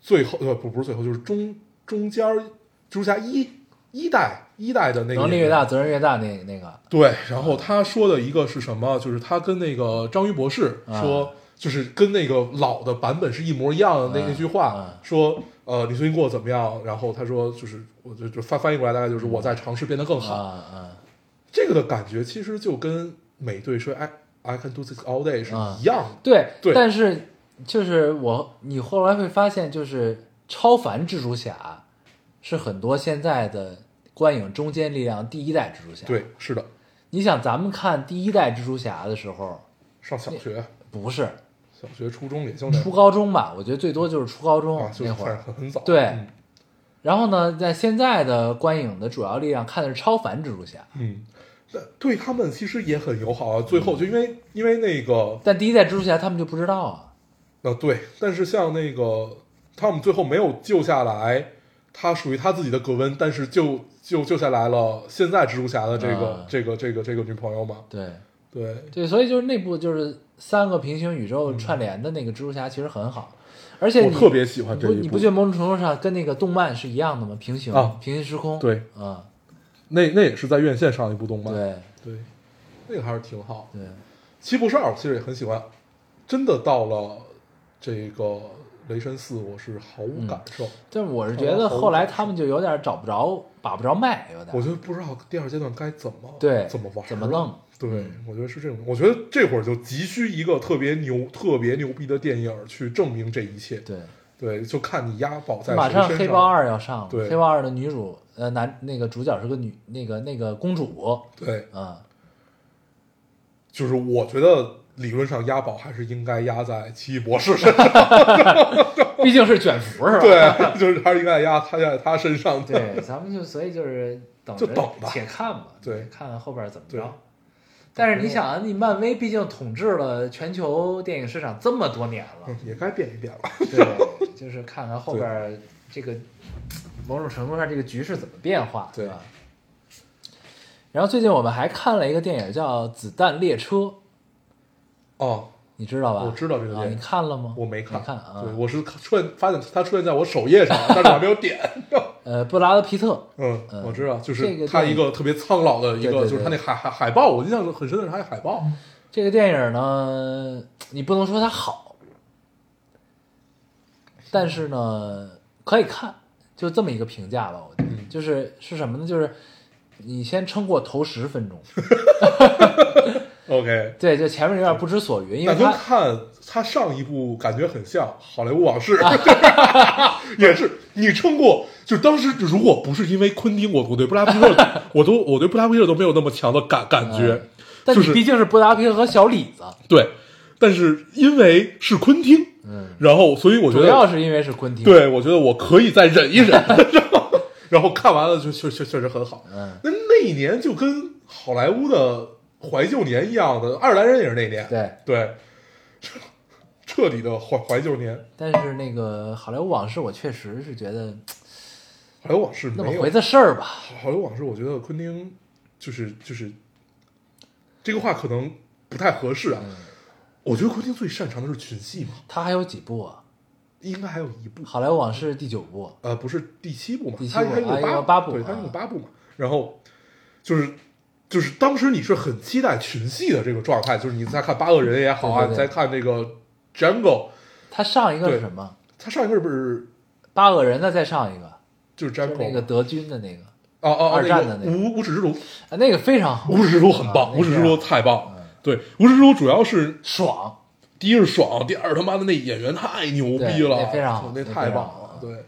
S3: 最后呃不不是最后，就是中中间儿蜘蛛侠一一代一代的那个
S1: 能力
S3: 演
S1: 越
S3: 员
S1: 大，责任越大，那那个
S3: 对，然后他说的一个是什么？就是他跟那个章鱼博士说，
S1: 啊
S3: 就是跟那个老的版本是一模一样的那、
S1: 嗯
S3: 那句话，
S1: 嗯
S3: 说呃你最近过得怎么样？然后他说就是我就就翻翻译过来大概就是我在尝试变得更
S1: 啊
S3: 好。
S1: 啊，
S3: 这个的感觉其实就跟美队说 I I can do this all day 是
S1: 啊
S3: 一样的。
S1: 对，
S3: 对
S1: 但是就是我，你后来会发现，就是超凡蜘蛛侠是很多现在的观影中坚力量第一代蜘蛛侠。，
S3: 对，是的，
S1: 你想咱们看第一代蜘蛛侠的时候，
S3: 上小学、
S1: 不是
S3: 小学、初中也就那
S1: 初
S3: 会
S1: 高中吧？我觉得最多就是初高中、
S3: 儿啊，就是
S1: 那会
S3: 反正
S1: 儿。
S3: 很很早。
S1: 对
S3: 嗯
S1: 然后呢，在现在的观影的主要力量看的是超凡蜘蛛侠，
S3: 嗯，但对他们其实也很友好啊。最后
S1: 嗯
S3: 就因为、因为那个
S1: 但第一代蜘蛛侠他们就不知道啊。
S3: 呃对，但是像那个汤姆最后没有救下来，他属于他自己的格温，但是救救救下来了现在蜘蛛侠的这个、
S1: 啊
S3: 这个这个这个女朋友嘛。
S1: 对
S3: 对，
S1: 对，所以就是那部就是三个平行宇宙串联的那个蜘蛛侠其实很好，而且
S3: 我
S1: 你
S3: 特别喜欢这
S1: 不
S3: 一
S1: 你不
S3: 部
S1: 觉。得某种程度上跟那个动漫是一样的吗？平行、
S3: 啊
S1: 平行时空。
S3: 对，
S1: 嗯，
S3: 那那也是在院线上一部动漫。
S1: 对
S3: 对那个还是挺好。
S1: 对，
S3: 七步哨其实也很喜欢，真的到了这个雷神四，我是毫无感受。
S1: 但嗯我是觉得后来他们就有点找不着、把不着脉，有点。
S3: 我就不知道第二阶段该怎么
S1: 对
S3: 怎么玩啊
S1: 怎么弄。嗯
S3: 对，我觉得是这种。我觉得这会儿就急需一个特别牛、特别牛逼的电影儿去证明这一切。
S1: 对，
S3: 对，就看你押宝在
S1: 马
S3: 谁身
S1: 黑豹
S3: 上。
S1: 二要上了，
S3: 对
S1: 黑豹二的女主呃男那个主角是个女那个那个公主，
S3: 对，
S1: 嗯，
S3: 就是我觉得理论上押宝还是应该押在奇异 博士身上。
S1: 毕竟是卷福是吧？
S3: 对，就是还是应该押他在他身上。
S1: 对咱们就所以就是等
S3: 就
S1: 着
S3: 等吧
S1: 且看吧，
S3: 对
S1: 看看后边怎么
S3: 对
S1: 着。但是你想啊，你漫威毕竟统治了全球电影市场这么多年了，
S3: 嗯，也该变一 变了。
S1: 对，就是看看后边儿这个某种程度上这个局势怎么变化，
S3: 对
S1: 吧？然后最近我们还看了一个电影叫《子弹列车》，
S3: 哦，
S1: 你知道吧？
S3: 我知道这个电影
S1: 啊，你看了吗？
S3: 我没看，
S1: 你看啊
S3: 对，。我是看出现发现它出现在我首页 上，但是我还没有点。
S1: 呃，布拉德皮特，
S3: 嗯，
S1: 嗯
S3: 我知道，就
S1: 这个
S3: 是他
S1: 电
S3: 一
S1: 影
S3: 个特别苍老的一
S1: 对对
S3: 个，
S1: 对嗯
S3: 就是他那海海海报，我印象很深的是他那海报。
S1: 这个电影呢，你不能说它好，但是呢，可以看，就这么一个评价吧。我觉得、
S3: 嗯
S1: 就是是什么呢？就是你先撑过头十分钟，
S3: OK，
S1: 对，就前面有点不知所云，因
S3: 那
S1: 为
S3: 跟
S1: 它
S3: 看他上一部感觉很像《好莱坞往事》
S1: 啊
S3: 也是你撑过。就当时如果不是因为昆汀，我我对布拉皮特，我都我对布拉皮特都没有那么强的感感觉
S1: 嗯。但
S3: 就
S1: 你
S3: 是
S1: 毕竟是布达佩斯和小李子，
S3: 对，但是因为是昆汀，
S1: 嗯，
S3: 然后所以我觉
S1: 主
S3: 得
S1: 要是因为是昆汀，，
S3: 对，我觉得我可以再 忍一忍。然后，然后看完了就确确确实很好。
S1: 嗯，
S3: 那那一年就跟好莱坞的怀旧年一样的，爱尔兰人也是那一年。
S1: 对。
S3: 对，彻彻底的怀怀旧年。
S1: 但是那个好莱坞往事，我确实是觉得
S3: 好莱坞往事
S1: 那
S3: 没
S1: 么
S3: 有。
S1: 回的事儿吧，
S3: 好莱坞往事，我觉得昆汀就是就是这个话可能不太合适
S1: 嗯
S3: 啊。我觉得昆汀最擅长的是群戏嘛，
S1: 他还有几部啊？
S3: 应该还有一部
S1: 《好莱坞往事》第九部，
S3: 呃，不是第七部嘛，
S1: 第七
S3: 他
S1: 部
S3: 他一
S1: 啊
S3: 共
S1: 一共八
S3: 八
S1: 部
S3: 对，他
S1: 啊
S3: 一共八部嘛。然后就是就是当时你是很期待群戏的这个状态，就是你在看八恶人也好啊，
S1: 对对对
S3: 你在看那个 Django，
S1: 他上一个是
S3: 对
S1: 什么？
S3: 他上一个是不是
S1: 八恶人的再上一个，
S3: 就是
S1: 就是
S3: Django
S1: 那个德军的那个，
S3: 哦哦
S1: 二
S3: 哦
S1: 战的那
S3: 个
S1: 个
S3: 无无耻之徒，
S1: 啊，那个非常好，
S3: 无耻之徒很棒，
S1: 啊嗯
S3: 无耻之
S1: 那个
S3: 徒太棒。对，无耻之徒主要是
S1: 爽，
S3: 第一是爽，第二他妈的那演员太牛逼
S1: 对
S3: 了，
S1: 那非常好
S3: 那
S1: 那
S3: 太
S1: 非常
S3: 棒
S1: 好啊
S3: 了。对，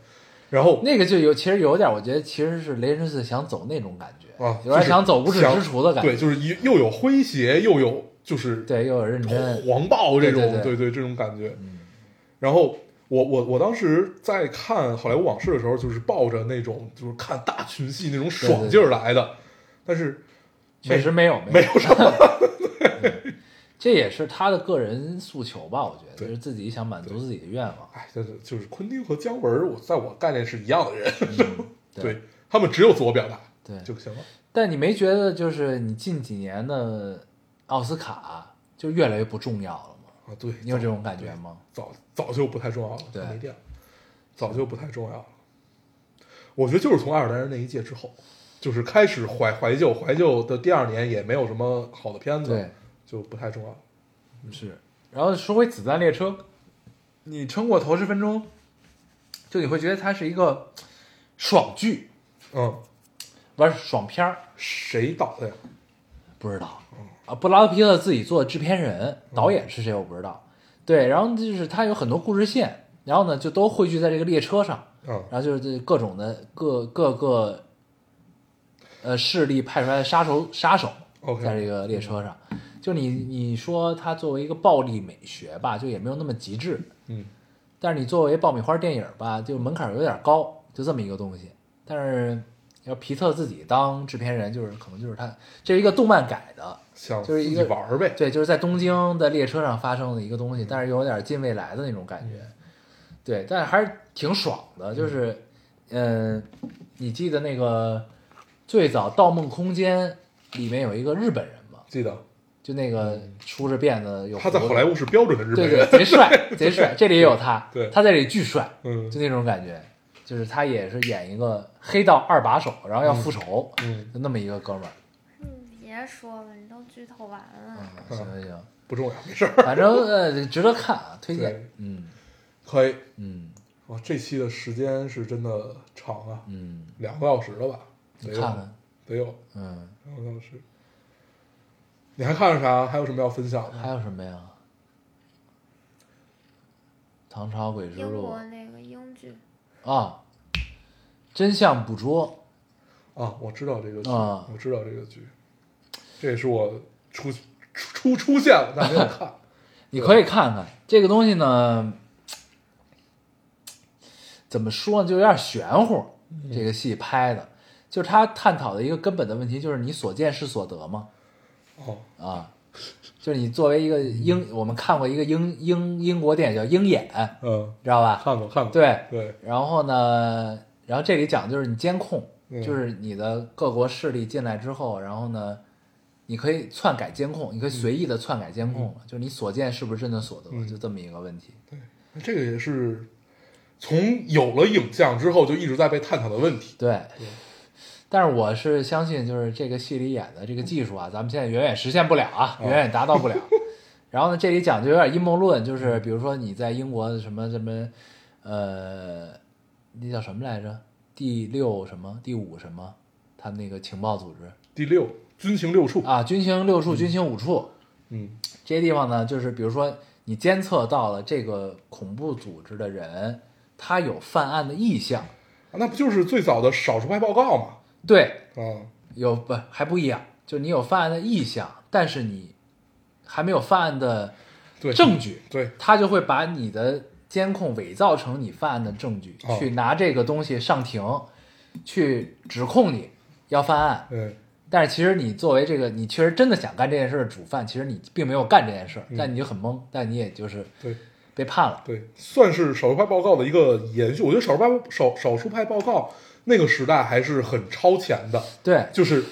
S3: 然后
S1: 那个就有其实有点，我觉得其实是雷神四想走那种感觉，
S3: 啊，
S1: 有点
S3: 就是
S1: 想走无耻之徒的感觉，
S3: 对，就是一又有诙谐，又有就是
S1: 对又有认真，
S3: 黄暴这种，
S1: 对对对
S3: 这种感觉。然后我我我当时在看《好莱坞往事》的时候，就是抱着那种就是看大群戏那种爽劲儿来的，但是
S1: 确实没有
S3: 没
S1: 有，
S3: 有什么。
S1: 这也是他的个人诉求吧，我觉得
S3: 对
S1: 就是自己想满足自己的愿望，
S3: 哎，真的就是昆汀和姜文儿，我在我概念是一样的人，
S1: 嗯对
S3: 对他们只有自我表达
S1: 对，
S3: 就行了。
S1: 但你没觉得就是你近几年的奥斯卡就越来越不重要了吗？
S3: 啊，对，
S1: 你有这种感觉吗？
S3: 早早就不太重要了，
S1: 对
S3: 没电了，早就不太重要了。我觉得就是从爱尔兰人那一届之后，就是开始怀怀旧，怀旧的第二年也没有什么好的嗯片子，
S1: 对，
S3: 就不太重要了。
S1: 是。然后说回《子弹列车》，你撑过头十分钟，就你会觉得它是一个爽剧，
S3: 嗯，
S1: 不是爽片儿，
S3: 谁导的呀？
S1: 不知道嗯啊，布拉德皮特自己做制片人，导演是谁我不知道。对，然后就是他有很多故事线，然后呢就都汇聚在这个列车上，
S3: 嗯，
S1: 然后就是这各种的各各个呃势力派出来的杀手杀手
S3: OK
S1: 在这个列车上，就你你说它作为一个暴力美学吧，就也没有那么极致，
S3: 嗯，
S1: 但是你作为爆米花电影吧，就门槛有点高，就这么一个东西。但是要皮特自己当制片人，就是可能就是他这是一个动漫改的，
S3: 想
S1: 就是一
S3: 自己
S1: 个
S3: 玩儿呗。
S1: 对，就是在东京的列车上发生的一个东西，但是又有点近未来的那种感觉。对，但是还是挺爽的，就是，嗯，你记得那个最早《盗梦空间》里面有一个日本人嘛，
S3: 记得
S1: 就那个梳着辫子有
S3: 他在
S1: 胡子
S3: 好莱坞是标准的日
S1: 对对
S3: 本人，
S1: 贼帅贼帅，这里也有他，
S3: 对
S1: 他在这里巨帅，
S3: 嗯
S1: 就那种感觉，就是他也是演一个黑道二把手，然后要复仇，
S3: 嗯，
S1: 就那么一个哥们儿。
S4: 你别说了，你都剧透完了。
S1: 嗯，行行行，
S3: 不重要，没事儿，
S1: 反正呃值得看啊，推
S3: 对
S1: 荐，嗯
S3: 可以。
S1: 嗯
S3: 哇，这期的时间是真的长啊，
S1: 嗯，
S3: 两个小时了吧？
S1: 你
S3: 得有
S1: 看看，
S3: 得有
S1: 嗯，
S3: 两个小时。你还看了啥？还有什么要分享的？
S1: 还有什么呀？唐朝诡事
S4: 英
S1: 录
S4: 国那个英剧，
S1: 啊，真相捕捉，
S3: 啊，我知道这个剧，
S1: 啊
S3: 我知道这个剧，这也是我出出出出现了，但没有看。
S1: 你可以看看这个东西呢，怎么说呢，就有点玄乎。这个戏拍的，就是他探讨的一个根本的问题，就是你所见是所得吗？
S3: 哦，
S1: 啊，就是你作为一个英，我们看过一个英英英国电影叫《鹰眼》，
S3: 嗯，
S1: 知道吧？
S3: 看过看过，
S1: 对，
S3: 对，
S1: 然后呢，然后这里讲就是你监控，
S3: 嗯
S1: 就是你的各国势力进来之后，然后呢，你可以篡改监控，你可以随意的篡改监控，就是你所见是不是真的所得，
S3: 嗯
S1: 就这么一个问题。
S3: 这个也是从有了影像之后就一直在被探讨的问题。
S1: 对，但是我是相信，就是这个戏里演的这个技术啊，咱们现在远远实现不了啊，远远达到 不了。然后呢，这里讲就有点阴谋论，就是比如说你在英国什么什么，呃，那叫什么来着？第六什么？第五什么？他们那个情报组织
S3: 第六，军情六处，
S1: 啊，军情六处、军情五处
S3: 嗯
S1: 这些地方呢，就是比如说你监测到了这个恐怖组织的人，他有犯案的意向，
S3: 啊那不就是最早的少数派报告嘛？
S1: 对，
S3: 啊，
S1: 有不还不一样，就是你有犯案的意向，但是你还没有犯案的
S3: 对，
S1: 证据，
S3: 对，
S1: 他就会把你的监控伪造成你犯案的证据，
S3: 哦
S1: 去拿这个东西上庭，去指控你要犯案。
S3: 嗯
S1: 但是其实你作为这个，你确实真的想干这件事的主犯，其实你并没有干这件事，但你就很懵，但你也就是
S3: 嗯对。
S1: 被判了。
S3: 对，算是少数派报告的一个延续。我觉得少数派少少数派报告那个时代还是很超前的，
S1: 对，
S3: 就是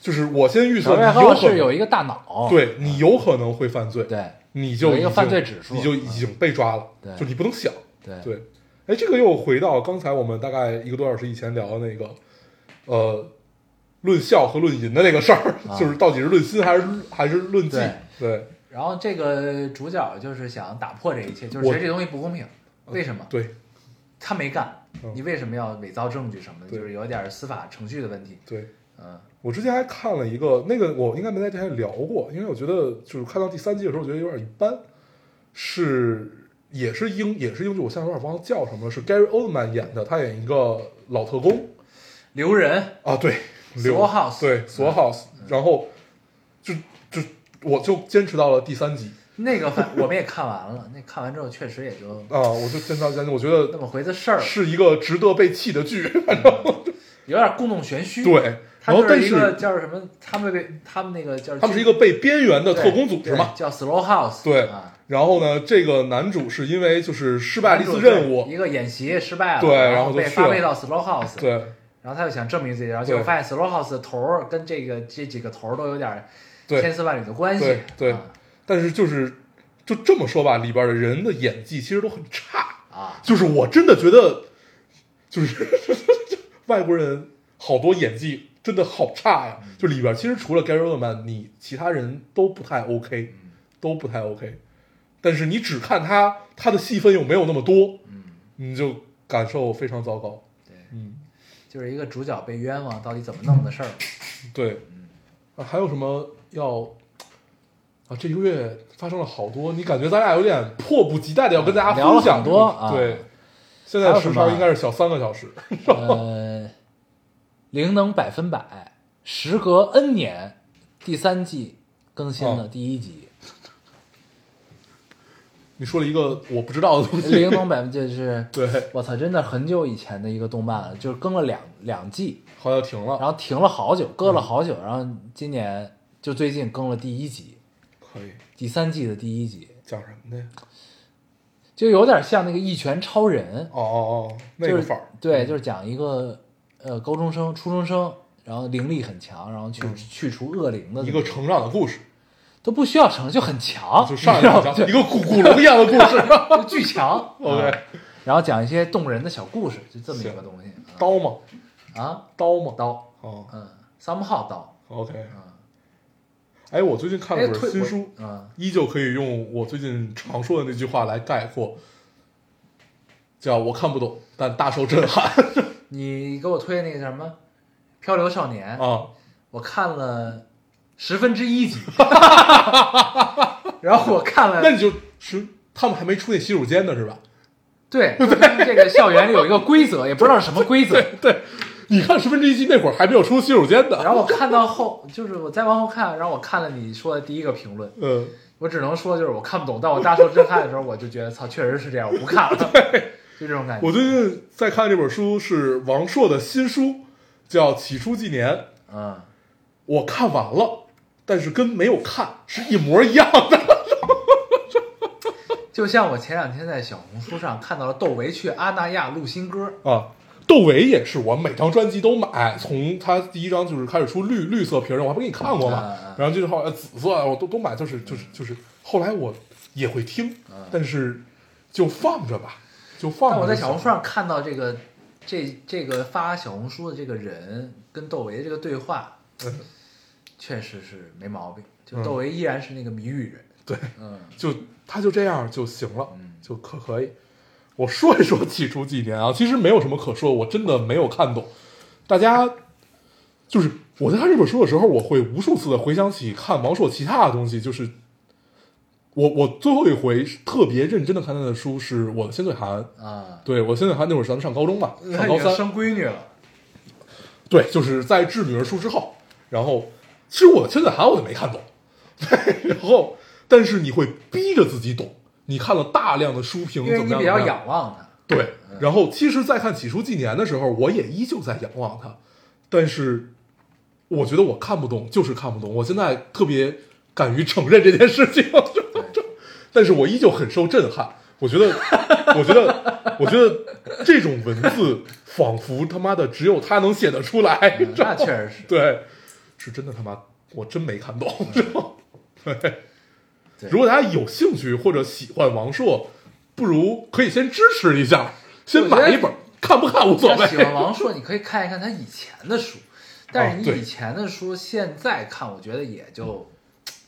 S3: 就是我先预
S1: 小
S3: 测你
S1: 外
S3: 有
S1: 号
S3: 可
S1: 是有
S3: 能，
S1: 一个大脑，
S3: 对你有可能会犯罪，
S1: 对
S3: 你就
S1: 有一个
S3: 已经
S1: 犯罪指数
S3: 你就已经被抓了，
S1: 对
S3: 就你不能想，
S1: 对
S3: 对。哎，这个又回到刚才我们大概一个多小时以前聊的那个，呃，论孝和论淫的那个事儿，
S1: 啊
S3: 就是到底是论心还是还是论计
S1: 对？
S3: 对
S1: 然后这个主角就是想打破这一切，就是
S3: 我
S1: 觉得这东西不公平，为什么？
S3: 对
S1: 他没干
S3: 嗯，
S1: 你为什么要伪造证据什么的？
S3: 对
S1: 就是有点司法程序的问题。
S3: 对，
S1: 嗯
S3: 我之前还看了一个，那个我应该没在电台聊过，因为我觉得就是看到第三季的时候，我觉得有点一般，是也是英也是英剧，我现在有点忘了叫什么了，是 Gary Oldman 演的，他演一个老特工
S1: 留人
S3: 啊，对，刘
S1: Sword House
S3: 对 s w o House，、然后就就我就坚持到了第三集
S1: 嗯那个反 我们也看完了，那看完之后确实也就
S3: 啊，我就坚持到第三集，我觉
S1: 那
S3: 得
S1: 么回的事儿，
S3: 是一个值得被弃的剧， 反正
S1: 有点故弄玄虚。，
S3: 对，
S1: 他
S3: 然后
S1: 就
S3: 但
S1: 一个
S3: 是
S1: 叫什么？他们被他们那个叫
S3: 他们是一个被边缘的特工组织嘛，
S1: 对叫 Slow House
S3: 对
S1: 啊，
S3: 然后呢，这个男主是因为就是失败了一次
S1: 对
S3: 任务，
S1: 一个演习失败了，
S3: 对然
S1: 然
S3: 后就
S1: 被
S3: 去了
S1: 发配到 Slow House，
S3: 对
S1: 然后他就想证明自己，然后结果
S3: 对
S1: 发现 Slow House 的头儿跟这个这几个头儿都有点千
S3: 对，
S1: 丝万缕的关系。
S3: 对对
S1: 啊
S3: 但是就是就这么说吧，里边的人的演技其实都很差，
S1: 啊，
S3: 就是我真的觉得就是 外国人好多演技真的好差呀，就里边其实除了 Gary Oldman，你其他人都不太 OK，都不太 OK，但是你只看他他的戏份又没有那么多，你就感受非常糟糕，
S1: 对，
S3: 嗯。
S1: 就是一个 主角被冤枉到底怎么弄的事儿。
S3: 对，啊，还有什么要啊，这一个月发生了好多，你感觉咱俩有点迫不及待的要跟大家
S1: 聊了
S3: 分享
S1: 很多
S3: 这个
S1: 啊
S3: 对，现在
S1: 还有
S3: 的
S1: 什
S3: 时
S1: 么啊
S3: 长应该是小三个小时。
S1: 呃，灵能百分百，时隔 N 年，第三季更新了
S3: 哦
S1: 第一 集。
S3: 你说了一个我不知道的东西，
S1: 灵能百分这是，
S3: 对，
S1: 我操，真的很久以前的一个动漫了，就是更了两两季，
S3: 好像停了，
S1: 然后停了好久，搁了
S3: 嗯
S1: 好久，然后今年就最近更了第一集，
S3: 可以
S1: 第三季的第一集，
S3: 讲什么的呀？
S1: 就有点像那个一拳超人，
S3: 哦哦哦，那
S1: 就
S3: 个
S1: 是
S3: 范儿，嗯
S1: 对，就是讲一个呃高中生、初中生，然后灵力很强，然后去、去除恶灵的
S3: 嗯一个成长的故事，
S1: 都不需要成就很强，
S3: 就上
S1: 你知道
S3: 来就
S1: 吗
S3: 讲一个古古龙一样的故 事，
S1: 就巨强
S3: OK
S1: 啊然后讲一些动人的小故事，就这么一个
S3: 行
S1: 东西啊
S3: 刀嘛，
S1: 啊，
S3: 刀嘛，
S1: 刀，
S3: 哦
S1: 嗯，三木号刀，
S3: ，OK，哎，我最近看
S1: 哎，
S3: 了
S1: 推
S3: 本新书，
S1: 我啊，
S3: 依旧可以用我最近常说的那句话来概括，叫我看不懂，但大受震撼
S1: 你给我推那个叫什么《漂流少年》，
S3: 啊！
S1: 我看了十分之一集， 然后我看
S3: 那
S1: 了，
S3: 你就是他们还没出那洗手间呢，是吧？
S1: 对，就是这个校园里有一个规则，也不知道是什么规则，
S3: 对，你看十分之一集那会儿还没有出洗手间 呢。
S1: 然后我看到后，就是我再往后看，然后我看了你说的第一个评论，
S3: 嗯，
S1: 我只能说就是我看不懂，但我大受震撼的时候，我就觉得操，确实是这样，我不看了，就这种感觉。
S3: 我最近在看这本书是王朔的新书，叫《起初纪年》，
S1: 嗯，
S3: 我看完了，但是跟没有看是一模一样的。
S1: 就像我前两天在小红书上看到了窦唯去阿那亚录新歌，
S3: 啊，窦唯也是，我每张专辑都买，从他第一张就是开始出绿绿色瓶儿，我还不给你看过吗？
S1: 嗯嗯
S3: 然后就是后来紫色，啊我都都买，就是就是就是，后来我也会听，但是就放着吧，就放
S1: 嗯但
S3: 着。
S1: 我在小红书，上看到这个这这个发小红书的这个人跟窦唯这个对话，
S3: 嗯
S1: 确实是没毛病。就
S3: 嗯
S1: 窦唯依然是那个谜语人，
S3: 对，
S1: 嗯，
S3: 就他就这样就行了
S1: 嗯，
S3: 就可可以。我说一说起初纪年啊，其实没有什么可说，我真的没有看懂。大家就是我在看这本书的时候，我会无数次的回想起看王朔其他的东西。就是我我最后一回特别认真的看他的书是我的《仙醉寒》，
S1: 啊，
S3: 对我《仙醉寒》那会儿咱们上高中吧，上
S1: 他
S3: 高
S1: 已经
S3: 三，
S1: 生闺女了，
S3: 对，就是在《致女儿书》之后，然后其实我《千载寒》我就没看懂，对，然后但是你会逼着自己懂，你看了大量的书评，
S1: 因为
S3: 怎么
S1: 你
S3: 样
S1: 比较
S3: 怎么样
S1: 仰望他，
S3: 对，
S1: 嗯
S3: 然后其实，在看《起初纪年》的时候，我也依旧在仰望他，但是我觉得我看不懂，就是看不懂。我现在特别敢于承认这件事情， 但是我依旧很受震撼。我觉得， 我觉得，我觉得这种文字仿佛他妈的只有他能写得出来，
S1: 嗯那确实 是，
S3: 对，是真的他妈，我真没看懂， 知道吗？对
S1: 嗯对，
S3: 如果大家有兴趣或者喜欢王朔，不如可以先支持一下，先买一本，看不 看无所
S1: 他喜欢
S3: 谓。
S1: 王朔，你可以看一看他以前的 书，但是
S3: 啊
S1: 你
S3: 对
S1: 以前的书现在看，我觉得也就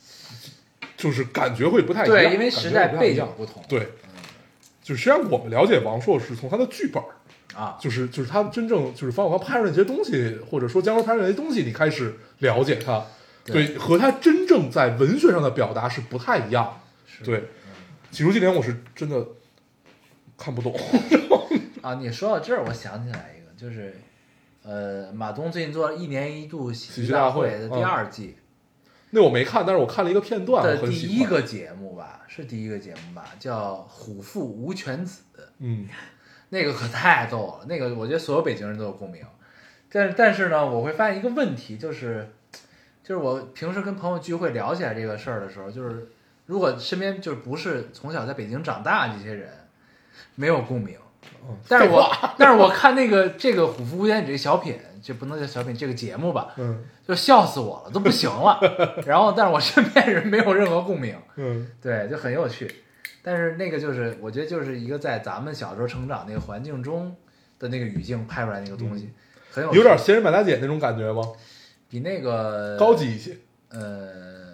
S3: 就是感觉会不太一样，
S1: 对，因为
S3: 感
S1: 时
S3: 觉会
S1: 代
S3: 不太
S1: 背
S3: 一
S1: 景
S3: 样
S1: 不同，
S3: 对。就实际上，我们了解王朔是从他的剧本儿，
S1: 啊，
S3: 就是就是他真正就是方小刚拍出来这些东西，或者说姜文拍出来这些东西，你开始了解他，
S1: 对
S3: 对，和他真正在文学上的表达是不太一样的。
S1: 是
S3: 对，起初纪年我是真的看不懂。
S1: 啊，你说到这儿，我想起来一个，就是，呃，马东最近做了一年一度喜
S3: 喜
S1: 剧
S3: 剧
S1: 大
S3: 大
S1: 会
S3: 会嗯
S1: 的第二季
S3: 那我没看，但是我看了一个片段，
S1: 的
S3: 我很
S1: 第
S3: 喜欢。
S1: 一，个节目吧，是第一个节目吧，叫《虎父无犬子》，
S3: 嗯，
S1: 那个可太逗了，那个我觉得所有北京人都有共鸣。但是但是呢，我会发现一个问题，就是，就是我平时跟朋友聚会聊起来这个事儿的时候，就是如果身边就是不是从小在北京长大的这些人，没有共鸣。
S3: 嗯
S1: 但是
S3: 废
S1: 我
S3: 话
S1: 但是我看那个这个《虎符无间》你这个小品，这不能叫小品，这个节目吧，
S3: 嗯
S1: 就笑死我了，都不行 了。然后，但是我身边人没有任何共鸣，
S3: 嗯，
S1: 对，就很有趣。但是那个就是，我觉得就是一个在咱们小时候成长那个环境中的那个语境拍出来那个东西，很有
S3: 嗯有点
S1: 趣
S3: 闲人买大姐那种感觉吗？
S1: 比那个
S3: 高，级一些。
S1: 呃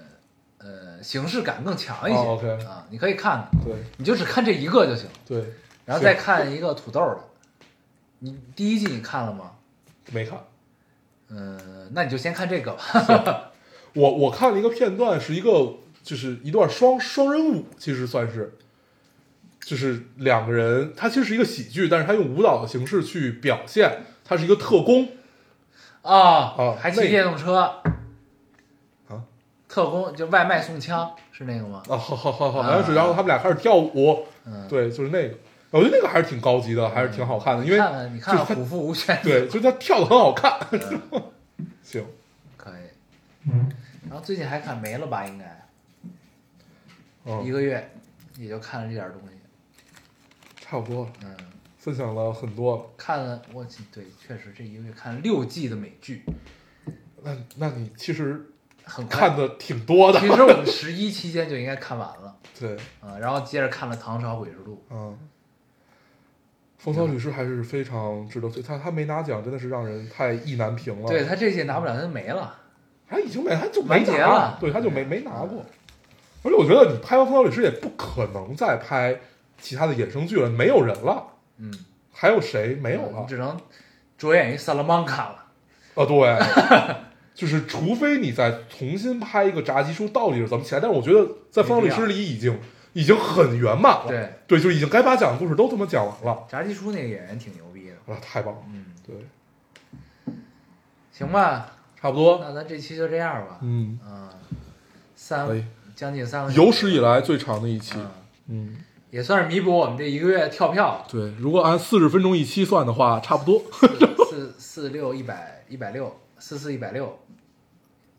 S1: 呃，形式感更强一些、
S3: 哦，OK
S1: 啊。你可以看看，
S3: 对
S1: 你就只看这一个就行，
S3: 对，
S1: 然后再看一个土豆的。你第一季你看了吗？呃
S3: 没看。
S1: 嗯，那你就先看这个吧。
S3: 我我看了一个片段，是一个就是一段双双人舞，其实算是，就是两个人，它其实是一个喜剧，但是他用舞蹈的形式去表现，他是一个特工，
S1: 啊
S3: 哦，
S1: 还
S3: 那
S1: 骑
S3: 个
S1: 电动车
S3: 啊，
S1: 特工就外卖送枪是那个吗？
S3: 啊，好好好好，好像是，然后他们俩开始跳舞，
S1: 嗯，
S3: 对，就是那个，我觉得那个还是挺高级的，还是挺好看的，因为
S1: 看看你看看
S3: 就是
S1: 虎父无犬，
S3: 对，就是他跳的很好看， 行，
S1: 可以。然后最近还看没了吧？应该一
S3: 嗯，
S1: 个月也就看了这点东西。
S3: 差不多了，
S1: 嗯，
S3: 分享了很多了，
S1: 看了我对，确实这一个月看了六季的美剧，
S3: 那那你其实
S1: 很快
S3: 看。的挺多的
S1: 其，实我们十一期间就应该看完了
S3: 对，
S1: 啊，然后接着看了《唐朝诡事录
S3: 嗯，风骚律师还是非常值得推，他他没拿奖真的是让人太意难平》，了，
S1: 对，他这届拿不了，他就没了。
S3: 他已经没他就没
S1: 完结
S3: 拿
S1: 了
S3: 对，他就没没拿过，而且我觉得你拍完风骚律师也不可能再拍其他的衍生剧了，没有人了。
S1: 嗯，
S3: 还有谁没有啊
S1: 你
S3: 了？
S1: 嗯只能着眼于萨拉曼卡了。
S3: 啊，对， 就是除非你再重新拍一个炸鸡叔到底是怎么起来，但是我觉得在《风骚律师》里已经已经很圆满了，
S1: 对，
S3: 对，就已经该把讲的故事都他妈讲完了，
S1: 炸鸡叔那个演员挺牛逼的。
S3: 啊，太棒了，
S1: 嗯，
S3: 对，
S1: 行吧，
S3: 差不多，
S1: 那咱这期就这样吧。
S3: 嗯，
S1: 嗯，三
S3: 可以
S1: 将近三个小时
S3: 哎有史以来最长的一期，
S1: 嗯，
S3: 嗯，，
S1: 也算是弥补我们这一个月跳票了
S3: 对，如果按四十分钟一期算的话，差不多，
S1: 四四六一百一百六四四一百六，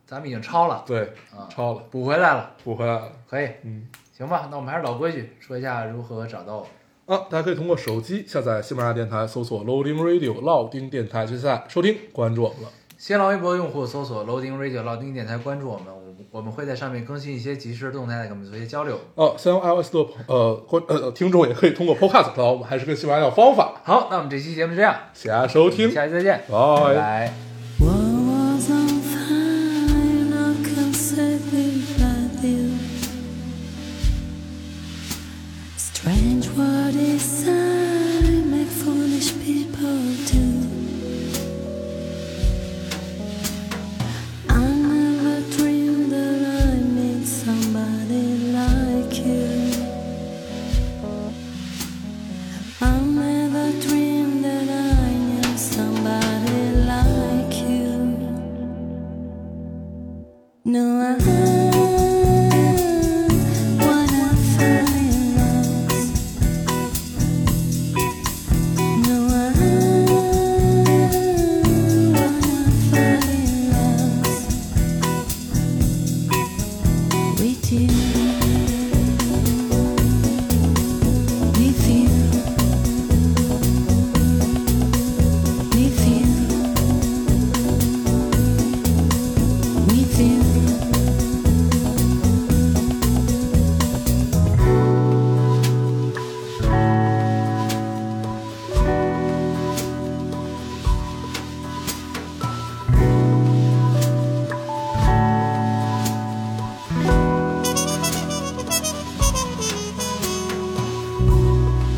S1: 咱们已经超了，
S3: 对
S1: 啊，
S3: 超了，
S1: 补回来了，
S3: 补回来了，
S1: 可以，
S3: 嗯。
S1: 行吧？那我们还是老规矩，说一下如何找到我们。
S3: 啊，大家可以通过手机下载喜马拉雅电台，搜索 Loading Radio 老丁电台去下载收听，关注我们了。
S1: 新浪微博用户搜索 Loading Radio 老丁电台，关注我们，我我们会在上面更新一些即时动态，跟我们做一些交流。
S3: 哦，先用 iOS 的朋呃观呃听众也可以通过 Podcast 找到我们，还是跟喜马拉雅的方法。
S1: 好，那我们这期节目这样，
S3: 谢谢大家收听，
S1: 下期再见，拜
S3: 嗯拜
S1: 拜。
S2: What was on fire can set me by you. Strange what is I make foolish people do. I never dreamed that I meet somebody like you. I never dreamed that I knew somebody like you. No, I wanna fall in love. No, I wanna fall in love with you, with you. With you, with you.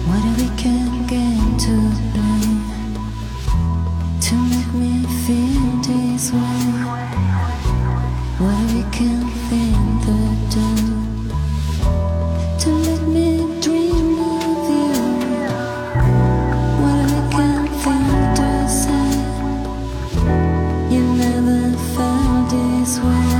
S2: What a weekend game to play to make me feel this way. What we can think to do to let me dream of you. What we can think to say. You never felt this way.